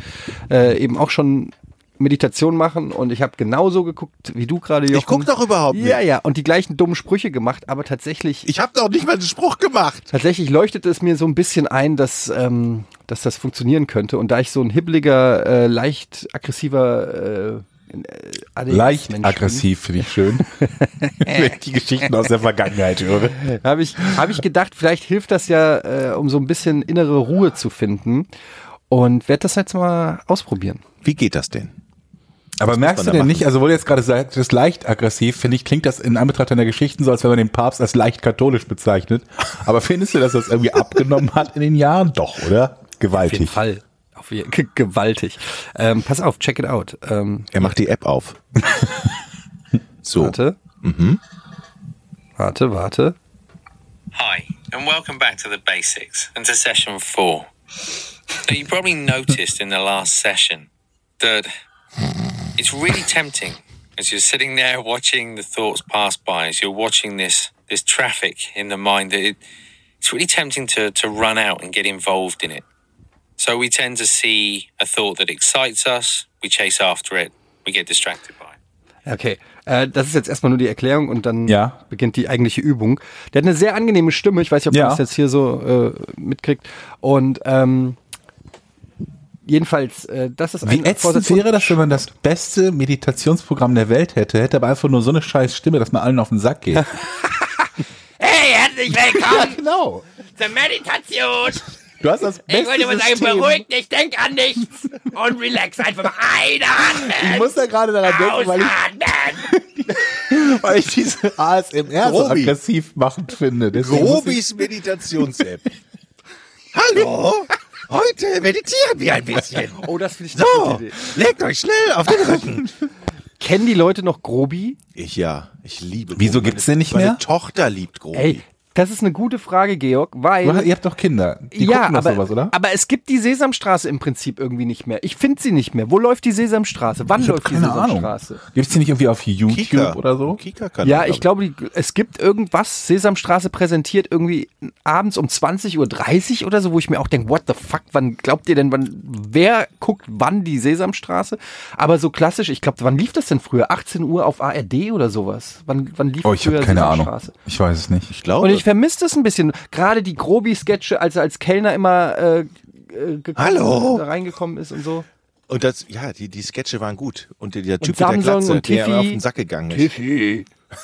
[SPEAKER 1] äh, eben auch schon Meditation machen und ich habe genauso geguckt wie du gerade. Jochen.
[SPEAKER 3] guck doch überhaupt nicht.
[SPEAKER 1] Ja, ja. Und die gleichen dummen Sprüche gemacht, aber tatsächlich
[SPEAKER 3] Ich habe doch nicht mal einen Spruch gemacht.
[SPEAKER 1] Tatsächlich leuchtete es mir so ein bisschen ein, dass, ähm, dass das funktionieren könnte. Und da ich so ein hibbeliger, äh, leicht aggressiver äh, ADS
[SPEAKER 2] Leicht
[SPEAKER 1] Menschen.
[SPEAKER 2] aggressiv finde
[SPEAKER 1] <laughs>
[SPEAKER 2] ich schön. Wenn ich die Geschichten aus der Vergangenheit höre.
[SPEAKER 1] Habe ich, hab ich gedacht, vielleicht hilft das ja, äh, um so ein bisschen innere Ruhe zu finden. Und werde das jetzt mal ausprobieren.
[SPEAKER 3] Wie geht das denn?
[SPEAKER 2] Aber merkst du
[SPEAKER 3] man da
[SPEAKER 2] denn
[SPEAKER 3] machen?
[SPEAKER 2] nicht, also wo du jetzt gerade sagst, das ist leicht aggressiv, finde ich, klingt das in Anbetracht deiner Geschichten so, als wenn man den Papst als leicht katholisch bezeichnet. Aber findest du, dass das irgendwie abgenommen hat in den Jahren? Doch, oder?
[SPEAKER 1] Auf jeden
[SPEAKER 2] Gewaltig.
[SPEAKER 1] Fall. Auf jeden, ge- <laughs> gewaltig. Ähm, pass auf, check it out. Ähm,
[SPEAKER 3] Er macht die
[SPEAKER 2] <laughs>
[SPEAKER 3] App auf. so.
[SPEAKER 1] warte.
[SPEAKER 2] Mhm.
[SPEAKER 1] Warte, warte.
[SPEAKER 4] Hi, and welcome back to the basics and to session four. Now, you probably noticed in the last session that it's really tempting as you're sitting there watching the thoughts pass by, as you're watching this this traffic in the mind, that it, it's really tempting to, to run out and get involved in it. So we tend to see a thought that excites us, we chase after it, we get distracted by it.
[SPEAKER 1] Okay, äh, das ist jetzt erstmal nur die Erklärung und dann
[SPEAKER 2] Ja.
[SPEAKER 1] beginnt die eigentliche Übung. Der hat eine sehr angenehme Stimme, ich weiß nicht, ob
[SPEAKER 2] Ja.
[SPEAKER 1] man das jetzt hier so äh, mitkriegt. Und ähm, jedenfalls, äh, das ist
[SPEAKER 2] Wie ätzend wäre das, wenn man das beste Meditationsprogramm der Welt hätte, hätte aber einfach nur so eine scheiß Stimme, dass man allen auf den Sack geht.
[SPEAKER 5] Hey, herzlich
[SPEAKER 2] <laughs>
[SPEAKER 5] willkommen
[SPEAKER 2] genau.
[SPEAKER 5] zur Meditation.
[SPEAKER 2] Du hast das beste
[SPEAKER 5] <laughs> Ich wollte mal sagen,
[SPEAKER 2] System.
[SPEAKER 5] beruhig dich, denk an nichts und relax. Einfach mal einatmen,
[SPEAKER 2] Ich muss da gerade daran denken, weil ich,
[SPEAKER 5] ausatmen.
[SPEAKER 2] weil ich diese ASMR so
[SPEAKER 3] Grobi.
[SPEAKER 2] aggressiv machend finde. Deswegen muss ich-
[SPEAKER 3] Grobis Meditations-App. <laughs> Hallo, heute meditieren wir ein bisschen.
[SPEAKER 1] Oh, das finde ich eine
[SPEAKER 3] So,
[SPEAKER 1] gute Idee.
[SPEAKER 3] legt euch schnell auf den Rücken.
[SPEAKER 1] Kennen die Leute noch Grobi?
[SPEAKER 3] Ich ja, ich liebe
[SPEAKER 2] Wieso
[SPEAKER 3] Grobi.
[SPEAKER 2] gibt's den nicht
[SPEAKER 3] meine
[SPEAKER 2] mehr?
[SPEAKER 3] Meine Tochter liebt Grobi.
[SPEAKER 1] Ey, das ist eine gute Frage, Georg,
[SPEAKER 2] Du-
[SPEAKER 1] weil...
[SPEAKER 2] Ihr habt doch Kinder. Die
[SPEAKER 1] ja,
[SPEAKER 2] gucken doch
[SPEAKER 1] aber,
[SPEAKER 2] sowas, oder?
[SPEAKER 1] aber es gibt die Sesamstraße im Prinzip irgendwie nicht mehr. Ich finde sie nicht mehr. Wo läuft die Sesamstraße? Wann läuft die Sesamstraße?
[SPEAKER 2] Gibt es die nicht irgendwie auf YouTube oder so?
[SPEAKER 3] Kika kann
[SPEAKER 1] Ja, ich glaube, die- es gibt irgendwas, Sesamstraße präsentiert irgendwie abends um 20.30 Uhr oder so, wo ich mir auch denke, what the fuck, wann glaubt ihr denn, wann, wer guckt wann die Sesamstraße? Aber so klassisch, ich glaube, wann lief das denn früher? 18 Uhr auf ARD oder sowas? Wann, wann lief
[SPEAKER 2] Oh, ich habe
[SPEAKER 1] früher
[SPEAKER 2] keine Ahnung. Ich weiß es nicht.
[SPEAKER 3] Ich glaube.
[SPEAKER 1] Und ich vermisse das ein bisschen. Gerade die Grobi-Sketche, als er als Kellner immer äh, äh, gekommen,
[SPEAKER 3] Hallo.
[SPEAKER 1] da reingekommen ist und so.
[SPEAKER 3] und das, ja, die, die Sketche waren gut. Und der, der Typ
[SPEAKER 1] Samson
[SPEAKER 3] mit der Glatze,
[SPEAKER 1] und
[SPEAKER 3] der
[SPEAKER 1] Tiffy.
[SPEAKER 3] immer auf den Sack gegangen ist. Tiffy. <laughs>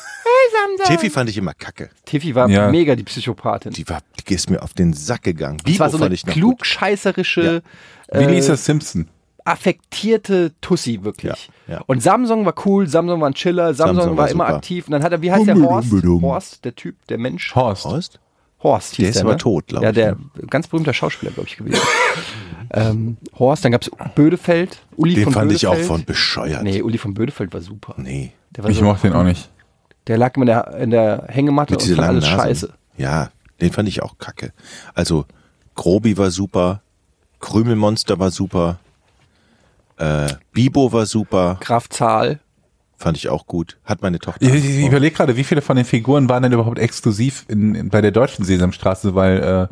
[SPEAKER 3] Tiffy fand ich immer kacke.
[SPEAKER 1] Tiffy war
[SPEAKER 2] Ja.
[SPEAKER 1] mega die Psychopathin.
[SPEAKER 3] Die war, die ist mir auf den Sack gegangen.
[SPEAKER 1] das
[SPEAKER 3] Bibo
[SPEAKER 1] war so eine
[SPEAKER 3] fand ich noch gut.
[SPEAKER 1] klugscheißerische, äh,
[SPEAKER 2] Wie Lisa Simpson.
[SPEAKER 1] affektierte Tussi wirklich.
[SPEAKER 3] Ja, ja.
[SPEAKER 1] Und Samsung war cool, Samsung war ein Chiller, Samsung,
[SPEAKER 3] Samsung
[SPEAKER 1] war,
[SPEAKER 3] war
[SPEAKER 1] immer
[SPEAKER 3] super.
[SPEAKER 1] aktiv. Und dann hat er, wie heißt der
[SPEAKER 3] Dumbledum,
[SPEAKER 1] Horst?
[SPEAKER 3] Dumbledum.
[SPEAKER 1] Horst, der Typ, der Mensch.
[SPEAKER 2] Horst.
[SPEAKER 3] Horst?
[SPEAKER 1] Horst hieß
[SPEAKER 3] Der ist aber tot, glaub
[SPEAKER 1] Ja,
[SPEAKER 3] ich,
[SPEAKER 1] der ganz berühmter Schauspieler, glaube ich, gewesen. <laughs> ähm, Horst, dann gab's Bödefeld, Uli
[SPEAKER 3] Den
[SPEAKER 1] von
[SPEAKER 3] fand ich auch
[SPEAKER 1] Bödefeld.
[SPEAKER 3] von bescheuert.
[SPEAKER 1] Nee, Uli von Bödefeld war super.
[SPEAKER 3] Nee.
[SPEAKER 1] Der, war
[SPEAKER 2] Ich
[SPEAKER 1] so,
[SPEAKER 2] mochte den auch nicht.
[SPEAKER 1] der lag immer in der, in der Hängematte
[SPEAKER 3] Mit
[SPEAKER 1] und
[SPEAKER 3] diese
[SPEAKER 1] fand
[SPEAKER 3] langen
[SPEAKER 1] alles
[SPEAKER 3] Nasen.
[SPEAKER 1] scheiße.
[SPEAKER 3] Ja, den fand ich auch kacke. Also, Grobi war super. Krümelmonster war super. Äh, Bibo war super.
[SPEAKER 1] Graf Zahl.
[SPEAKER 3] Fand ich auch gut. Hat meine Tochter.
[SPEAKER 2] Ich, ich, ich
[SPEAKER 3] angesprochen.
[SPEAKER 2] überlege gerade, wie viele von den Figuren waren denn überhaupt exklusiv in, in, bei der deutschen Sesamstraße, weil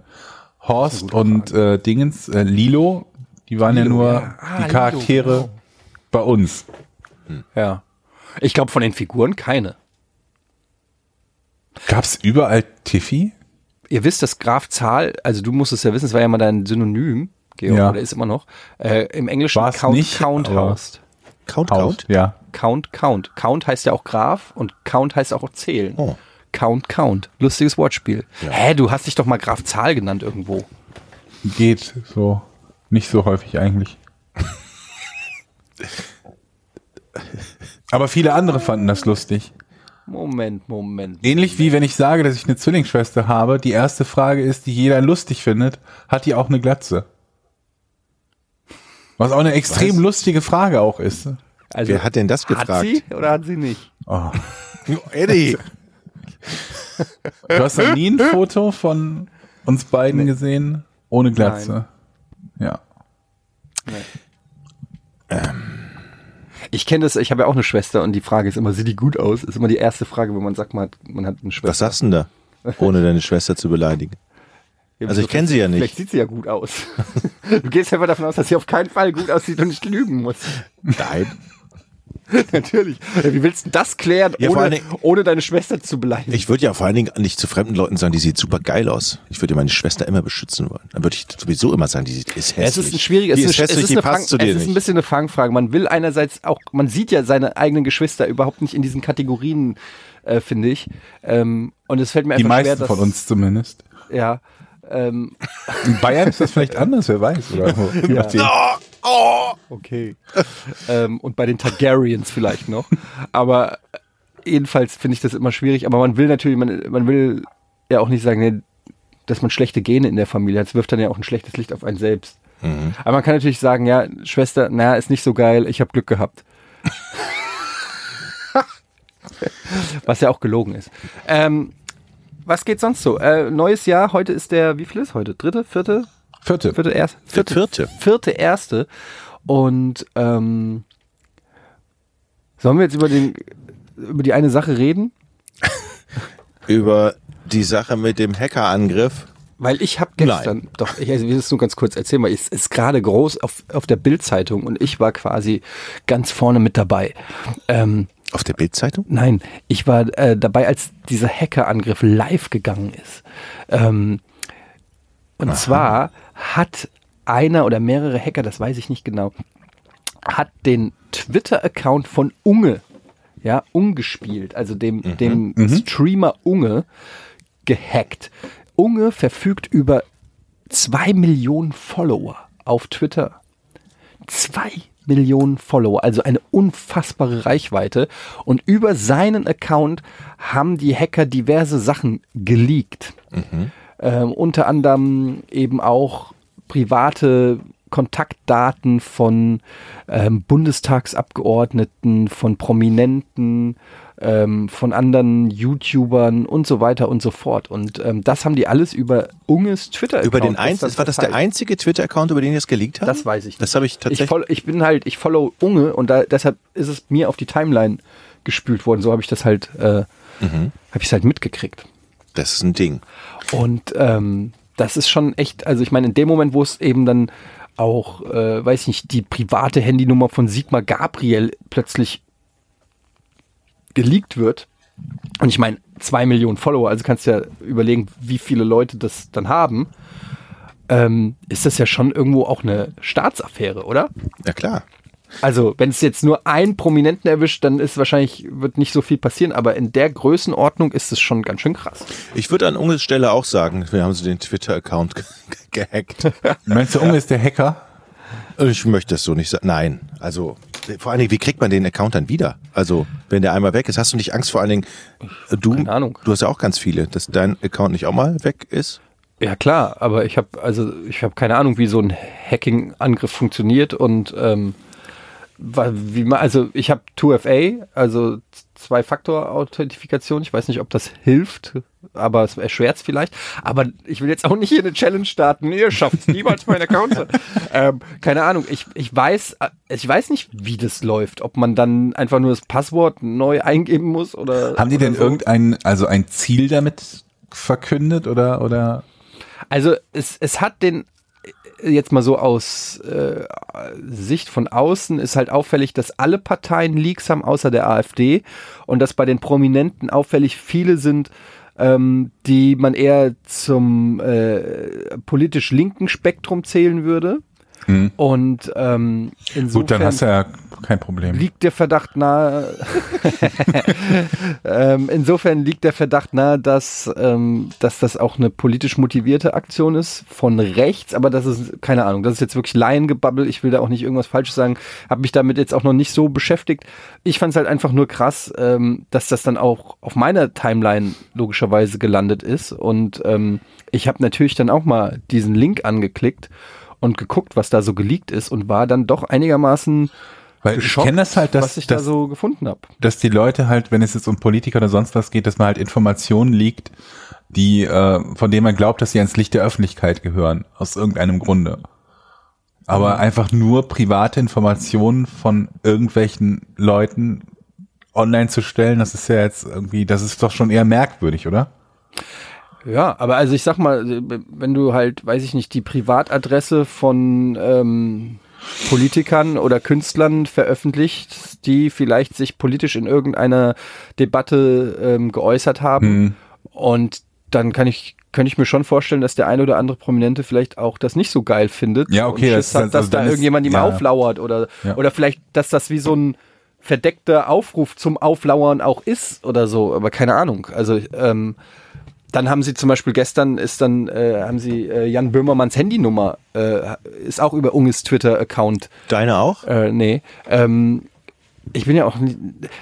[SPEAKER 2] äh, Horst und äh, Dingens, äh, Lilo, die waren ja nur
[SPEAKER 1] Ah, Lilo,
[SPEAKER 2] die Charaktere bei uns.
[SPEAKER 1] Ja. Ich glaube, von den Figuren keine.
[SPEAKER 2] Gab's überall Tiffy?
[SPEAKER 1] ihr wisst, dass Graf Zahl, also du musst es ja wissen, es war ja mal dein Synonym, Georg,
[SPEAKER 2] Ja.
[SPEAKER 1] oder ist immer noch, äh, im Englischen
[SPEAKER 2] War's
[SPEAKER 1] Count
[SPEAKER 2] nicht,
[SPEAKER 1] Count
[SPEAKER 2] aber-
[SPEAKER 1] heißt.
[SPEAKER 3] Count,
[SPEAKER 2] Haus,
[SPEAKER 3] Count?
[SPEAKER 2] Ja.
[SPEAKER 1] Count Count. Count heißt ja auch Graf und Count heißt auch Zählen.
[SPEAKER 3] Oh.
[SPEAKER 1] Count Count. Lustiges Wortspiel. Hä, du hast dich doch mal Graf Zahl genannt irgendwo.
[SPEAKER 2] Geht so. Nicht so häufig eigentlich. Aber viele andere fanden das lustig.
[SPEAKER 1] Moment, Moment.
[SPEAKER 2] Ähnlich wie wenn ich sage, dass ich eine Zwillingsschwester habe, die erste Frage ist, die jeder lustig findet, hat die auch eine Glatze? Was auch eine extrem
[SPEAKER 3] Was?
[SPEAKER 2] lustige Frage auch ist.
[SPEAKER 1] Also,
[SPEAKER 3] Wer hat denn das
[SPEAKER 1] hat
[SPEAKER 3] gefragt?
[SPEAKER 1] sie oder hat sie nicht?
[SPEAKER 2] Oh.
[SPEAKER 1] <laughs>
[SPEAKER 3] Eddie.
[SPEAKER 2] Du hast noch nie ein Foto von uns beiden gesehen ohne Glatze. Ja.
[SPEAKER 1] Ich kenne das, ich habe ja auch eine Schwester und die Frage ist immer, sieht die gut aus? Ist immer die erste Frage, wenn man sagt, man hat, man hat eine
[SPEAKER 3] Was
[SPEAKER 1] Schwester.
[SPEAKER 3] sagst du denn da? Ohne deine Schwester zu beleidigen. also ich kenn sie ja nicht.
[SPEAKER 1] Vielleicht sieht sie ja gut aus. <laughs> Du gehst einfach davon aus, dass sie auf keinen Fall gut aussieht und nicht lügen muss.
[SPEAKER 3] Nein.
[SPEAKER 1] <laughs> Natürlich. Ja, Wie willst du das klären,
[SPEAKER 3] Ja, vor allen
[SPEAKER 1] ohne,
[SPEAKER 3] Dingen-
[SPEAKER 1] ohne deine Schwester zu beleidigen?
[SPEAKER 3] Ich würde ja vor allen Dingen nicht zu fremden Leuten sagen, die sieht super geil aus. Ich würde meine Schwester immer beschützen wollen. Dann würde ich sowieso immer sagen, die sieht, ist hässlich.
[SPEAKER 1] Es ist ein schwieriges,
[SPEAKER 3] die
[SPEAKER 1] es
[SPEAKER 3] ist
[SPEAKER 1] ist, es
[SPEAKER 3] hässlich,
[SPEAKER 1] ist,
[SPEAKER 3] die
[SPEAKER 1] eine
[SPEAKER 3] passt zu
[SPEAKER 1] Fang,
[SPEAKER 3] dir
[SPEAKER 1] es ist ein
[SPEAKER 3] nicht.
[SPEAKER 1] bisschen eine Fangfrage. Man will einerseits auch, man sieht ja seine eigenen Geschwister überhaupt nicht in diesen Kategorien, äh, finde ich. Ähm, und es fällt mir
[SPEAKER 2] Die
[SPEAKER 1] einfach schwer,
[SPEAKER 2] meisten
[SPEAKER 1] dass,
[SPEAKER 2] von uns zumindest.
[SPEAKER 1] ja, ähm,
[SPEAKER 2] In Bayern ist das vielleicht anders, wer weiß. Oder wo, je nachdem.
[SPEAKER 3] Oh, oh.
[SPEAKER 1] okay, ähm, und bei den Targaryens vielleicht noch. Aber jedenfalls finde ich das immer schwierig. Aber man will natürlich, man, man will ja auch nicht sagen, nee, dass man schlechte Gene in der Familie hat. Das wirft dann ja auch ein schlechtes Licht auf einen selbst. Aber man kann natürlich sagen, ja, Schwester, na, ist nicht so geil, ich habe Glück gehabt. was ja auch gelogen ist. Ähm, was geht sonst so? Äh, neues Jahr, heute ist der, wie viel ist heute? Dritte, vierte?
[SPEAKER 2] Vierte.
[SPEAKER 1] Vierte, erste? Vierte,
[SPEAKER 3] vierte.
[SPEAKER 1] Vierte, erste. Und ähm, sollen wir jetzt über, den, über die eine Sache reden?
[SPEAKER 3] Über die Sache mit dem Hackerangriff.
[SPEAKER 1] Weil ich habe gestern, doch, ich also, ich will es nur ganz kurz erzählen, weil es ist gerade groß auf, auf der Bildzeitung und ich war quasi ganz vorne mit dabei. Ähm,
[SPEAKER 3] Auf der Bildzeitung?
[SPEAKER 1] nein, ich war äh, dabei, als dieser Hackerangriff live gegangen ist. Ähm, und zwar hat einer oder mehrere Hacker, das weiß ich nicht genau, hat den Twitter-Account von Unge, ja, umgespielt, also dem, dem Streamer Unge, gehackt. Unge verfügt über zwei Millionen Follower auf Twitter. Zwei Millionen Follower, also eine unfassbare Reichweite. Und über seinen Account haben die Hacker diverse Sachen geleakt.
[SPEAKER 3] Mhm.
[SPEAKER 1] Ähm, unter anderem eben auch private Kontaktdaten von ähm, Bundestagsabgeordneten, von Prominenten, ähm, von anderen YouTubern und so weiter und so fort. Und ähm, das haben die alles über Unges Twitter-Account.
[SPEAKER 3] Über den
[SPEAKER 1] gestern
[SPEAKER 3] einzigen, war das der
[SPEAKER 1] verteilt.
[SPEAKER 3] einzige Twitter-Account, über den ihr es geleakt habt?
[SPEAKER 1] Das weiß ich.
[SPEAKER 3] Das habe ich
[SPEAKER 1] Ich,
[SPEAKER 3] tatsächlich.
[SPEAKER 1] follow, ich bin halt, ich follow Unge und da, deshalb ist es mir auf die Timeline gespült worden. So habe ich das halt, äh,
[SPEAKER 3] Mhm.
[SPEAKER 1] habe ich es halt mitgekriegt.
[SPEAKER 3] das ist ein Ding.
[SPEAKER 1] Und ähm, das ist schon echt, also ich meine, in dem Moment, wo es eben dann auch, äh, weiß ich nicht, die private Handynummer von Sigmar Gabriel plötzlich geleakt wird. Und ich meine, zwei Millionen Follower, also kannst ja überlegen, wie viele Leute das dann haben. Ähm, ist das ja schon irgendwo auch eine Staatsaffäre, oder?
[SPEAKER 3] Ja klar.
[SPEAKER 1] Also, wenn es jetzt nur einen Prominenten erwischt, dann ist wahrscheinlich, wird nicht so viel passieren, aber in der Größenordnung ist es schon ganz schön krass.
[SPEAKER 3] Ich würde an Unges Stelle auch sagen, wir haben so den Twitter-Account ge- ge- gehackt.
[SPEAKER 1] <laughs>
[SPEAKER 2] Meinst du, Unge ist der Hacker?
[SPEAKER 3] Ich möchte das so nicht sagen. Nein, also vor allen Dingen, wie kriegt man den Account dann wieder? Also wenn der einmal weg ist, hast du nicht Angst vor allen Dingen, äh, du,
[SPEAKER 1] Keine Ahnung.
[SPEAKER 3] du hast ja auch ganz viele, dass dein Account nicht auch mal weg ist?
[SPEAKER 1] Ja klar, aber ich habe also ich habe keine Ahnung, wie so ein Hacking-Angriff funktioniert und ähm, wa- wie man, also ich habe 2FA, also Zwei-Faktor-Authentifikation. Ich weiß nicht, ob das hilft, aber es erschwert es vielleicht. Aber ich will jetzt auch nicht hier eine Challenge starten. Ihr schafft niemals meinen Account. <laughs> ähm, keine Ahnung. Ich, ich weiß äh, ich weiß nicht, wie das läuft. Ob man dann einfach nur das Passwort neu eingeben muss oder
[SPEAKER 2] Haben die
[SPEAKER 1] oder
[SPEAKER 2] denn irgendein, also ein Ziel damit verkündet oder, oder?
[SPEAKER 1] Also es, es hat den, jetzt mal so aus äh, Sicht von außen, ist halt auffällig, dass alle Parteien Leaks haben, außer der AfD. Und dass bei den Prominenten auffällig viele sind, ähm, die man eher zum äh, politisch linken Spektrum zählen würde. Und ähm, insofern
[SPEAKER 2] Mhm. Gut, dann hast du ja kein Problem.
[SPEAKER 1] liegt der Verdacht nahe. ähm, insofern liegt der Verdacht nahe, dass, ähm, dass das auch eine politisch motivierte Aktion ist von rechts, aber das ist, keine Ahnung, das ist jetzt wirklich Laiengebabbel, ich will da auch nicht irgendwas Falsches sagen, habe mich damit jetzt auch noch nicht so beschäftigt. Ich fand es halt einfach nur krass, ähm, dass das dann auch auf meiner Timeline logischerweise gelandet ist und ähm, ich habe natürlich dann auch mal diesen Link angeklickt und geguckt, was da so geleakt ist und war dann doch einigermaßen
[SPEAKER 2] Weil ich
[SPEAKER 1] geschockt,
[SPEAKER 2] kenne das halt, dass,
[SPEAKER 1] was ich da
[SPEAKER 2] dass,
[SPEAKER 1] so gefunden habe.
[SPEAKER 2] dass die Leute halt, wenn es jetzt um Politiker oder sonst was geht, dass man halt Informationen liegt, die, äh, von denen man glaubt, dass sie ans Licht der Öffentlichkeit gehören, aus irgendeinem Grunde.
[SPEAKER 1] Mhm.
[SPEAKER 2] Aber einfach nur private Informationen von irgendwelchen Leuten online zu stellen, das ist ja jetzt irgendwie, das ist doch schon eher merkwürdig, oder?
[SPEAKER 1] Ja, aber äh, also ich sag mal, wenn du halt, weiß ich nicht, die Privatadresse von ähm, Politikern oder Künstlern veröffentlicht, die vielleicht sich politisch in irgendeiner Debatte ähm, geäußert haben.
[SPEAKER 2] Mhm.
[SPEAKER 1] Und dann kann ich, könnte ich mir schon vorstellen, dass der eine oder andere Prominente vielleicht auch das nicht so geil findet.
[SPEAKER 2] Ja, okay,
[SPEAKER 1] Und
[SPEAKER 2] das
[SPEAKER 1] Schiss
[SPEAKER 2] ist
[SPEAKER 1] hat,
[SPEAKER 2] halt-
[SPEAKER 1] dass
[SPEAKER 2] also
[SPEAKER 1] da
[SPEAKER 2] dann ist-
[SPEAKER 1] irgendjemand ihm
[SPEAKER 2] ja, ja.
[SPEAKER 1] auflauert oder,
[SPEAKER 2] Ja.
[SPEAKER 1] oder vielleicht, dass das wie so ein verdeckter Aufruf zum Auflauern auch ist oder so, aber keine Ahnung. Also, ähm, dann haben sie zum Beispiel gestern ist dann äh, haben sie äh, Jan Böhmermanns Handynummer äh, ist auch über Unges Twitter Account
[SPEAKER 3] Deine auch?
[SPEAKER 1] äh, nee. Ähm, ich bin ja auch. nie-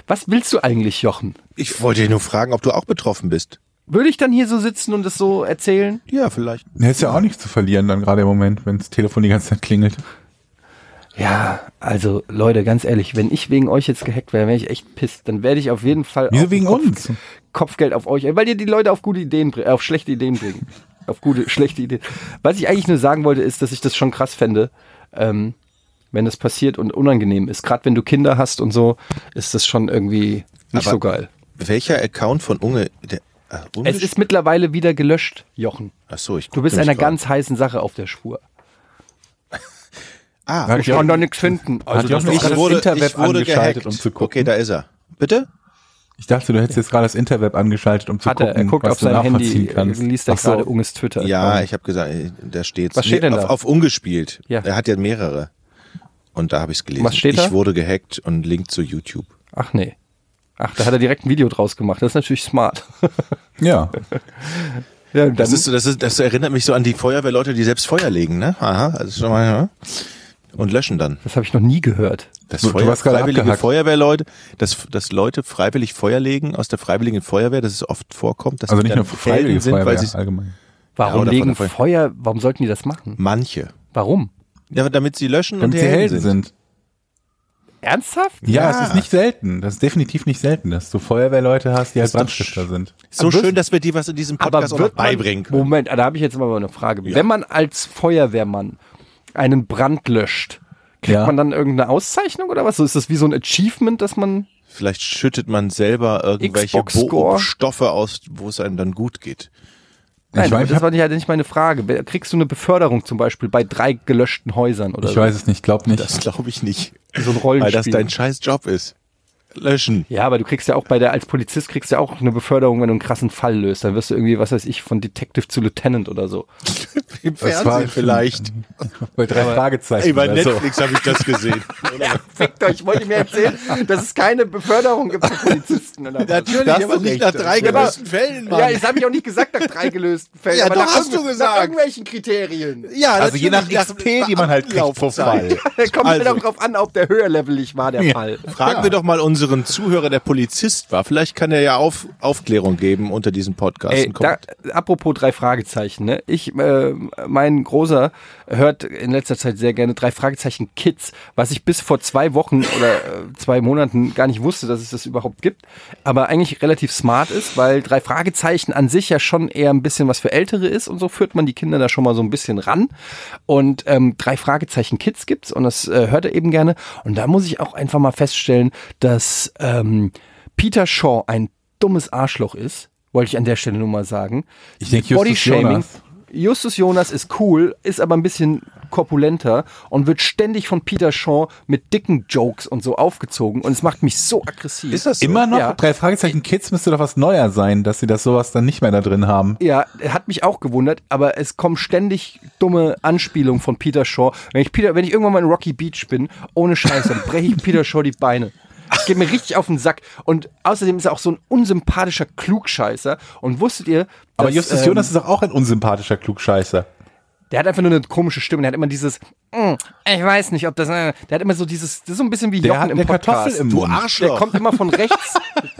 [SPEAKER 1] Was willst du eigentlich, Jochen?
[SPEAKER 3] Ich wollte dich nur fragen, ob du auch betroffen bist.
[SPEAKER 1] Würde ich dann hier so sitzen und es so erzählen?
[SPEAKER 3] Ja, vielleicht.
[SPEAKER 2] Er Ne, ist ja auch nichts zu verlieren dann gerade im Moment, wenn das Telefon die ganze Zeit klingelt.
[SPEAKER 1] Ja, also Leute, ganz ehrlich, wenn ich wegen euch jetzt gehackt wäre, wäre ich echt pisst. Dann werde ich auf jeden Fall.
[SPEAKER 2] Wieso
[SPEAKER 1] auf
[SPEAKER 2] wegen
[SPEAKER 1] Kopf-
[SPEAKER 2] uns?
[SPEAKER 1] Kopfgeld auf euch, weil ihr die Leute auf gute Ideen, bring- auf schlechte Ideen bringen. auf gute, schlechte Ideen. Was ich eigentlich nur sagen wollte, ist, dass ich das schon krass fände, ähm, wenn das passiert und unangenehm ist. Gerade wenn du Kinder hast und so, ist das schon irgendwie nicht
[SPEAKER 3] Aber-
[SPEAKER 1] so geil.
[SPEAKER 3] Welcher Account von Unge? Der, äh, Unge
[SPEAKER 1] Es ist mittlerweile wieder gelöscht, Jochen.
[SPEAKER 3] Ach so, ich
[SPEAKER 1] Du bist
[SPEAKER 3] guckte
[SPEAKER 1] einer
[SPEAKER 3] mich grad.
[SPEAKER 1] ganz heißen Sache auf der Spur.
[SPEAKER 3] Ah,
[SPEAKER 1] Ich kann doch nichts finden. Also
[SPEAKER 2] Hat Jochen
[SPEAKER 1] das
[SPEAKER 2] auch
[SPEAKER 1] ist
[SPEAKER 2] gerade
[SPEAKER 1] doch
[SPEAKER 2] das Interweb angeschaltet, um zu gucken.
[SPEAKER 3] Okay, da ist er. Bitte?
[SPEAKER 2] Ich dachte, du hättest jetzt gerade das Interweb angeschaltet, um zu
[SPEAKER 1] hat
[SPEAKER 2] gucken,
[SPEAKER 1] er, er guckt
[SPEAKER 2] was
[SPEAKER 1] auf
[SPEAKER 2] du
[SPEAKER 1] sein Handy,
[SPEAKER 2] nachvollziehen
[SPEAKER 1] äh,
[SPEAKER 2] kannst.
[SPEAKER 1] liest er
[SPEAKER 2] Ach so.
[SPEAKER 1] gerade Unges Twitter.
[SPEAKER 3] Ja, ich habe gesagt, äh, da steht's.
[SPEAKER 1] Was steht denn
[SPEAKER 3] auf,
[SPEAKER 1] da?
[SPEAKER 3] Auf ungespielt.
[SPEAKER 1] Ja.
[SPEAKER 3] Er hat ja mehrere. Und da habe ich's gelesen.
[SPEAKER 1] Was steht
[SPEAKER 3] ich
[SPEAKER 1] da?
[SPEAKER 3] wurde gehackt und Link zu YouTube.
[SPEAKER 1] Ach nee. Ach, da hat er direkt ein Video draus gemacht. Das ist natürlich smart.
[SPEAKER 2] Ja,
[SPEAKER 1] Ja, <laughs> dann
[SPEAKER 3] Das, ist, so- das, ist, das erinnert mich so an die Feuerwehrleute, die selbst Feuer legen, ne? Aha, also schon mal, ja. Und löschen dann.
[SPEAKER 1] das habe ich noch nie gehört.
[SPEAKER 3] Das
[SPEAKER 2] Du- du warst gerade abgehackt.
[SPEAKER 3] Feuerwehrleute, dass, dass Leute freiwillig Feuer legen aus der freiwilligen Feuerwehr, dass es oft vorkommt, dass
[SPEAKER 2] also
[SPEAKER 3] die
[SPEAKER 2] nicht nur
[SPEAKER 3] dann
[SPEAKER 2] freiwillige
[SPEAKER 3] Helden sind,
[SPEAKER 2] Feuerwehr also
[SPEAKER 3] weil sie
[SPEAKER 2] allgemein.
[SPEAKER 3] Ja,
[SPEAKER 1] Warum
[SPEAKER 3] oder
[SPEAKER 1] legen
[SPEAKER 3] von der
[SPEAKER 1] Feuer, warum sollten die das machen?
[SPEAKER 3] manche.
[SPEAKER 1] Warum?
[SPEAKER 3] Ja, damit sie löschen
[SPEAKER 2] Damit
[SPEAKER 3] und
[SPEAKER 2] sie Helden sind.
[SPEAKER 1] Ernsthaft?
[SPEAKER 2] Ja,
[SPEAKER 3] Ja.
[SPEAKER 2] es ist nicht selten. Das ist definitiv nicht selten, dass du Feuerwehrleute hast, die halt
[SPEAKER 3] ist doch
[SPEAKER 2] Brandstifter sind.
[SPEAKER 3] So
[SPEAKER 1] Aber
[SPEAKER 3] schön, dass wir dir was in diesem
[SPEAKER 1] Aber
[SPEAKER 3] Podcast auch noch
[SPEAKER 1] wird man,
[SPEAKER 3] beibringen können.
[SPEAKER 1] Moment, da habe ich jetzt mal eine Frage. Wenn man als Feuerwehrmann einen Brand löscht, kriegt
[SPEAKER 2] Ja.
[SPEAKER 1] man dann irgendeine Auszeichnung oder was? So ist das wie so ein Achievement, dass man
[SPEAKER 3] Vielleicht schüttet man selber irgendwelche
[SPEAKER 1] Xbox-Score.
[SPEAKER 3] Bo- Stoffe aus, wo es einem dann gut geht.
[SPEAKER 1] Nein,
[SPEAKER 2] ich
[SPEAKER 1] aber
[SPEAKER 2] weiß,
[SPEAKER 1] das war nicht, nicht meine Frage. Wer- Kriegst du eine Beförderung zum Beispiel bei drei gelöschten Häusern oder
[SPEAKER 2] ich weiß es nicht, glaub nicht.
[SPEAKER 3] Das glaube ich nicht.
[SPEAKER 1] so ein
[SPEAKER 3] Weil
[SPEAKER 1] Rollenspiel?
[SPEAKER 3] das dein scheiß Job ist. Löschen.
[SPEAKER 1] ja, aber du kriegst ja auch bei der, als Polizist kriegst du ja auch eine Beförderung, wenn du einen krassen Fall löst. Dann wirst du irgendwie, was weiß ich, von Detective zu Lieutenant oder so.
[SPEAKER 3] Im
[SPEAKER 2] Das
[SPEAKER 3] Fernsehen
[SPEAKER 2] war-
[SPEAKER 3] vielleicht.
[SPEAKER 2] <laughs> Bei drei Fragezeichen.
[SPEAKER 3] Ey, bei
[SPEAKER 2] oder so.
[SPEAKER 3] Netflix habe ich das gesehen.
[SPEAKER 1] Fickt euch, wollt ihr mir erzählen, dass es keine Beförderung gibt für Polizisten oder was?
[SPEAKER 3] Natürlich,
[SPEAKER 2] Da hast
[SPEAKER 3] aber
[SPEAKER 2] du
[SPEAKER 3] nicht
[SPEAKER 2] recht.
[SPEAKER 3] nach drei
[SPEAKER 1] Genau.
[SPEAKER 3] gelösten Fällen, Mann.
[SPEAKER 1] Ja, das habe ich auch nicht gesagt nach drei gelösten Fällen.
[SPEAKER 3] Ja,
[SPEAKER 1] aber
[SPEAKER 3] doch,
[SPEAKER 1] nach
[SPEAKER 3] hast du
[SPEAKER 1] irgendw-
[SPEAKER 3] gesagt.
[SPEAKER 1] Nach irgendwelchen Kriterien.
[SPEAKER 3] Ja,
[SPEAKER 2] Also je nach
[SPEAKER 3] natürlich,
[SPEAKER 2] XP, die man halt kriegt pro Fall.
[SPEAKER 1] Da kommt
[SPEAKER 3] <laughs> Also.
[SPEAKER 1] also. auch drauf an, ob der höherlevelig war, der Fall.
[SPEAKER 3] Fragen wir doch mal unseren Zuhörer, der Polizist war. Vielleicht kann er ja auf, Aufklärung geben unter diesem Podcast.
[SPEAKER 1] Ey,
[SPEAKER 3] Und kommt-
[SPEAKER 1] da, apropos drei Fragezeichen, ne? Ich, äh, mein Großer hört in letzter Zeit sehr gerne drei Fragezeichen Kids, was ich bis vor zwei Wochen oder äh, zwei Monaten gar nicht wusste, dass es das überhaupt gibt, aber eigentlich relativ smart ist, weil drei Fragezeichen an sich ja schon eher ein bisschen was für Ältere ist und so führt man die Kinder da schon mal so ein bisschen ran. Und ähm, drei Fragezeichen Kids gibt's und das äh, hört er eben gerne. Und da muss ich auch einfach mal feststellen, dass ähm, Peter Shaw ein dummes Arschloch ist wollte ich an der Stelle nur mal sagen.
[SPEAKER 2] Ich denk, Justus Jonas.
[SPEAKER 1] Justus Jonas ist cool, ist aber ein bisschen korpulenter und wird ständig von Peter Shaw mit dicken Jokes und so aufgezogen und es macht mich so aggressiv.
[SPEAKER 3] ist das so?
[SPEAKER 2] Immer noch?
[SPEAKER 1] Ja.
[SPEAKER 2] Drei Fragezeichen Kids müsste doch was neuer sein, dass sie das sowas dann nicht mehr da drin haben.
[SPEAKER 1] ja, hat mich auch gewundert, aber es kommen ständig dumme Anspielungen von Peter Shaw. Wenn ich, Peter, wenn ich irgendwann mal in Rocky Beach bin, ohne Scheiß, dann breche ich Peter Shaw die Beine. Ich gebe mir richtig auf den Sack. Und außerdem ist er auch so ein unsympathischer Klugscheißer. Und wusstet ihr,
[SPEAKER 2] Aber
[SPEAKER 1] dass,
[SPEAKER 2] Justus
[SPEAKER 1] ähm,
[SPEAKER 2] Jonas ist doch auch ein unsympathischer Klugscheißer.
[SPEAKER 1] Der hat einfach nur eine komische Stimme. Der hat immer dieses, "Mm, ich weiß nicht, ob das. äh." Der hat immer so dieses, das ist so ein bisschen wie
[SPEAKER 2] Der
[SPEAKER 1] Jochen
[SPEAKER 2] hat
[SPEAKER 1] im
[SPEAKER 2] eine
[SPEAKER 1] Podcast.
[SPEAKER 2] Kartoffel im
[SPEAKER 3] du
[SPEAKER 2] Mund.
[SPEAKER 1] der
[SPEAKER 3] Arschloch.
[SPEAKER 1] kommt immer von
[SPEAKER 2] <laughs>
[SPEAKER 1] rechts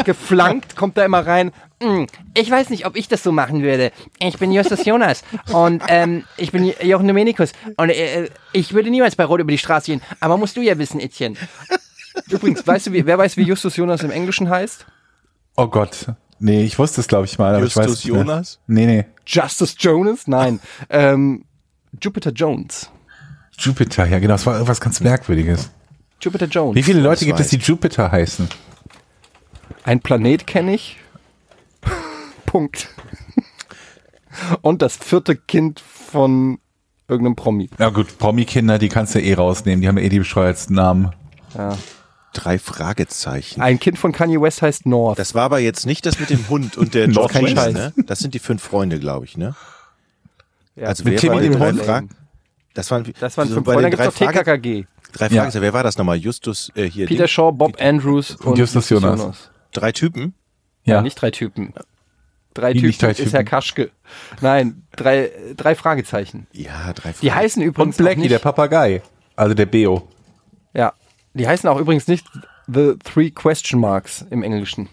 [SPEAKER 1] geflankt, kommt da immer rein. "Mm, Ich weiß nicht, ob ich das so machen würde. Ich bin Justus Jonas und ähm, ich bin Jochen Dominikus und äh, ich würde niemals bei Rot über die Straße gehen. Aber musst du ja wissen, Etienne. Übrigens, weißt du, wie, wer weiß, wie Justus Jonas im Englischen heißt?
[SPEAKER 2] Oh Gott. Nee, ich wusste es, glaube ich, mal. Aber ich weiß
[SPEAKER 3] Justus
[SPEAKER 2] es nicht mehr.
[SPEAKER 3] Jonas?
[SPEAKER 2] Nee, nee.
[SPEAKER 1] Justus Jonas? Nein. Ähm, Jupiter Jones.
[SPEAKER 2] Jupiter, ja genau. Es war irgendwas ganz Merkwürdiges.
[SPEAKER 1] Jupiter Jones.
[SPEAKER 2] Wie viele Leute
[SPEAKER 3] Das
[SPEAKER 2] gibt
[SPEAKER 3] weiß
[SPEAKER 2] es, die Jupiter heißen?
[SPEAKER 1] Ein Planet kenne ich. <laughs> Punkt. Und das vierte Kind von irgendeinem Promi.
[SPEAKER 2] Ja gut, Promi-Kinder, die kannst du eh rausnehmen. Die haben ja eh die bescheuertsten Namen.
[SPEAKER 3] Drei Fragezeichen.
[SPEAKER 1] Ein Kind von Kanye West heißt North.
[SPEAKER 3] Das war aber jetzt nicht das mit dem Hund und
[SPEAKER 1] <laughs>
[SPEAKER 3] der George
[SPEAKER 1] kein
[SPEAKER 3] West,
[SPEAKER 1] Scheiß.
[SPEAKER 3] ne? Das sind die fünf Freunde, glaube ich, ne?
[SPEAKER 1] Ja.
[SPEAKER 3] Also
[SPEAKER 2] Mit
[SPEAKER 3] wer
[SPEAKER 2] Tim
[SPEAKER 3] war
[SPEAKER 2] und
[SPEAKER 3] die
[SPEAKER 2] dem
[SPEAKER 3] drei
[SPEAKER 2] Hund.
[SPEAKER 3] Fragen? Das waren,
[SPEAKER 1] das waren
[SPEAKER 3] so
[SPEAKER 1] fünf
[SPEAKER 3] bei
[SPEAKER 1] Freunde.
[SPEAKER 3] den
[SPEAKER 1] Da
[SPEAKER 3] drei,
[SPEAKER 1] gibt's auch
[SPEAKER 3] Frage,
[SPEAKER 1] TKKG.
[SPEAKER 3] drei
[SPEAKER 2] Ja.
[SPEAKER 3] Fragezeichen. Wer war das nochmal? Justus, äh, hier,
[SPEAKER 1] Peter
[SPEAKER 3] Ding,
[SPEAKER 1] Shaw, Bob Andrews und
[SPEAKER 2] Justus Jonas.
[SPEAKER 3] drei Typen.
[SPEAKER 1] Ja. Nicht drei Typen. Drei
[SPEAKER 2] Wie
[SPEAKER 1] Typen,
[SPEAKER 2] nicht drei
[SPEAKER 1] ist Herr
[SPEAKER 2] Typen?
[SPEAKER 1] Kaschke. Nein, drei, drei Fragezeichen.
[SPEAKER 3] Ja, drei Fragezeichen.
[SPEAKER 1] Die heißen
[SPEAKER 2] Und
[SPEAKER 1] übrigens auch
[SPEAKER 2] Blackie,
[SPEAKER 1] nicht,
[SPEAKER 2] der Papagei. Also der Beo.
[SPEAKER 1] ja, die heißen auch übrigens nicht The Three Question Marks im Englischen.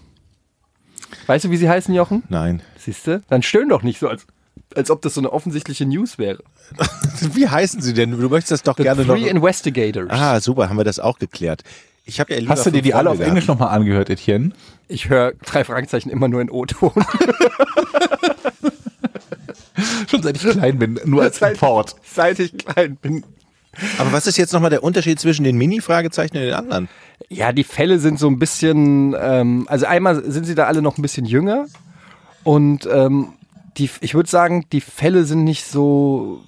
[SPEAKER 1] Weißt du, wie sie heißen, Jochen?
[SPEAKER 3] Nein. <laughs>
[SPEAKER 1] Siehste? Dann stöhn doch nicht so, als, als ob das so eine offensichtliche News wäre.
[SPEAKER 3] Wie heißen sie denn? Du möchtest das doch
[SPEAKER 1] The
[SPEAKER 3] gerne noch.
[SPEAKER 1] Three Investigators.
[SPEAKER 3] Ah, super, haben wir das auch geklärt. Ich habe ja lieber
[SPEAKER 2] Hast du dir
[SPEAKER 3] fünf
[SPEAKER 2] die alle auf
[SPEAKER 3] Freunde
[SPEAKER 2] Englisch nochmal angehört, Etienne?
[SPEAKER 1] Ich höre drei Fragezeichen immer nur in O-Ton. <laughs>
[SPEAKER 2] Schon seit ich klein bin, nur <laughs> als Import.
[SPEAKER 1] Seit ich klein bin.
[SPEAKER 3] gehabt. Aber was ist jetzt nochmal der Unterschied zwischen den Mini-Fragezeichen und den anderen?
[SPEAKER 1] Ja, die Fälle sind so ein bisschen, ähm, also einmal sind sie da alle noch ein bisschen jünger und ähm, die, ich würde sagen, die Fälle sind nicht so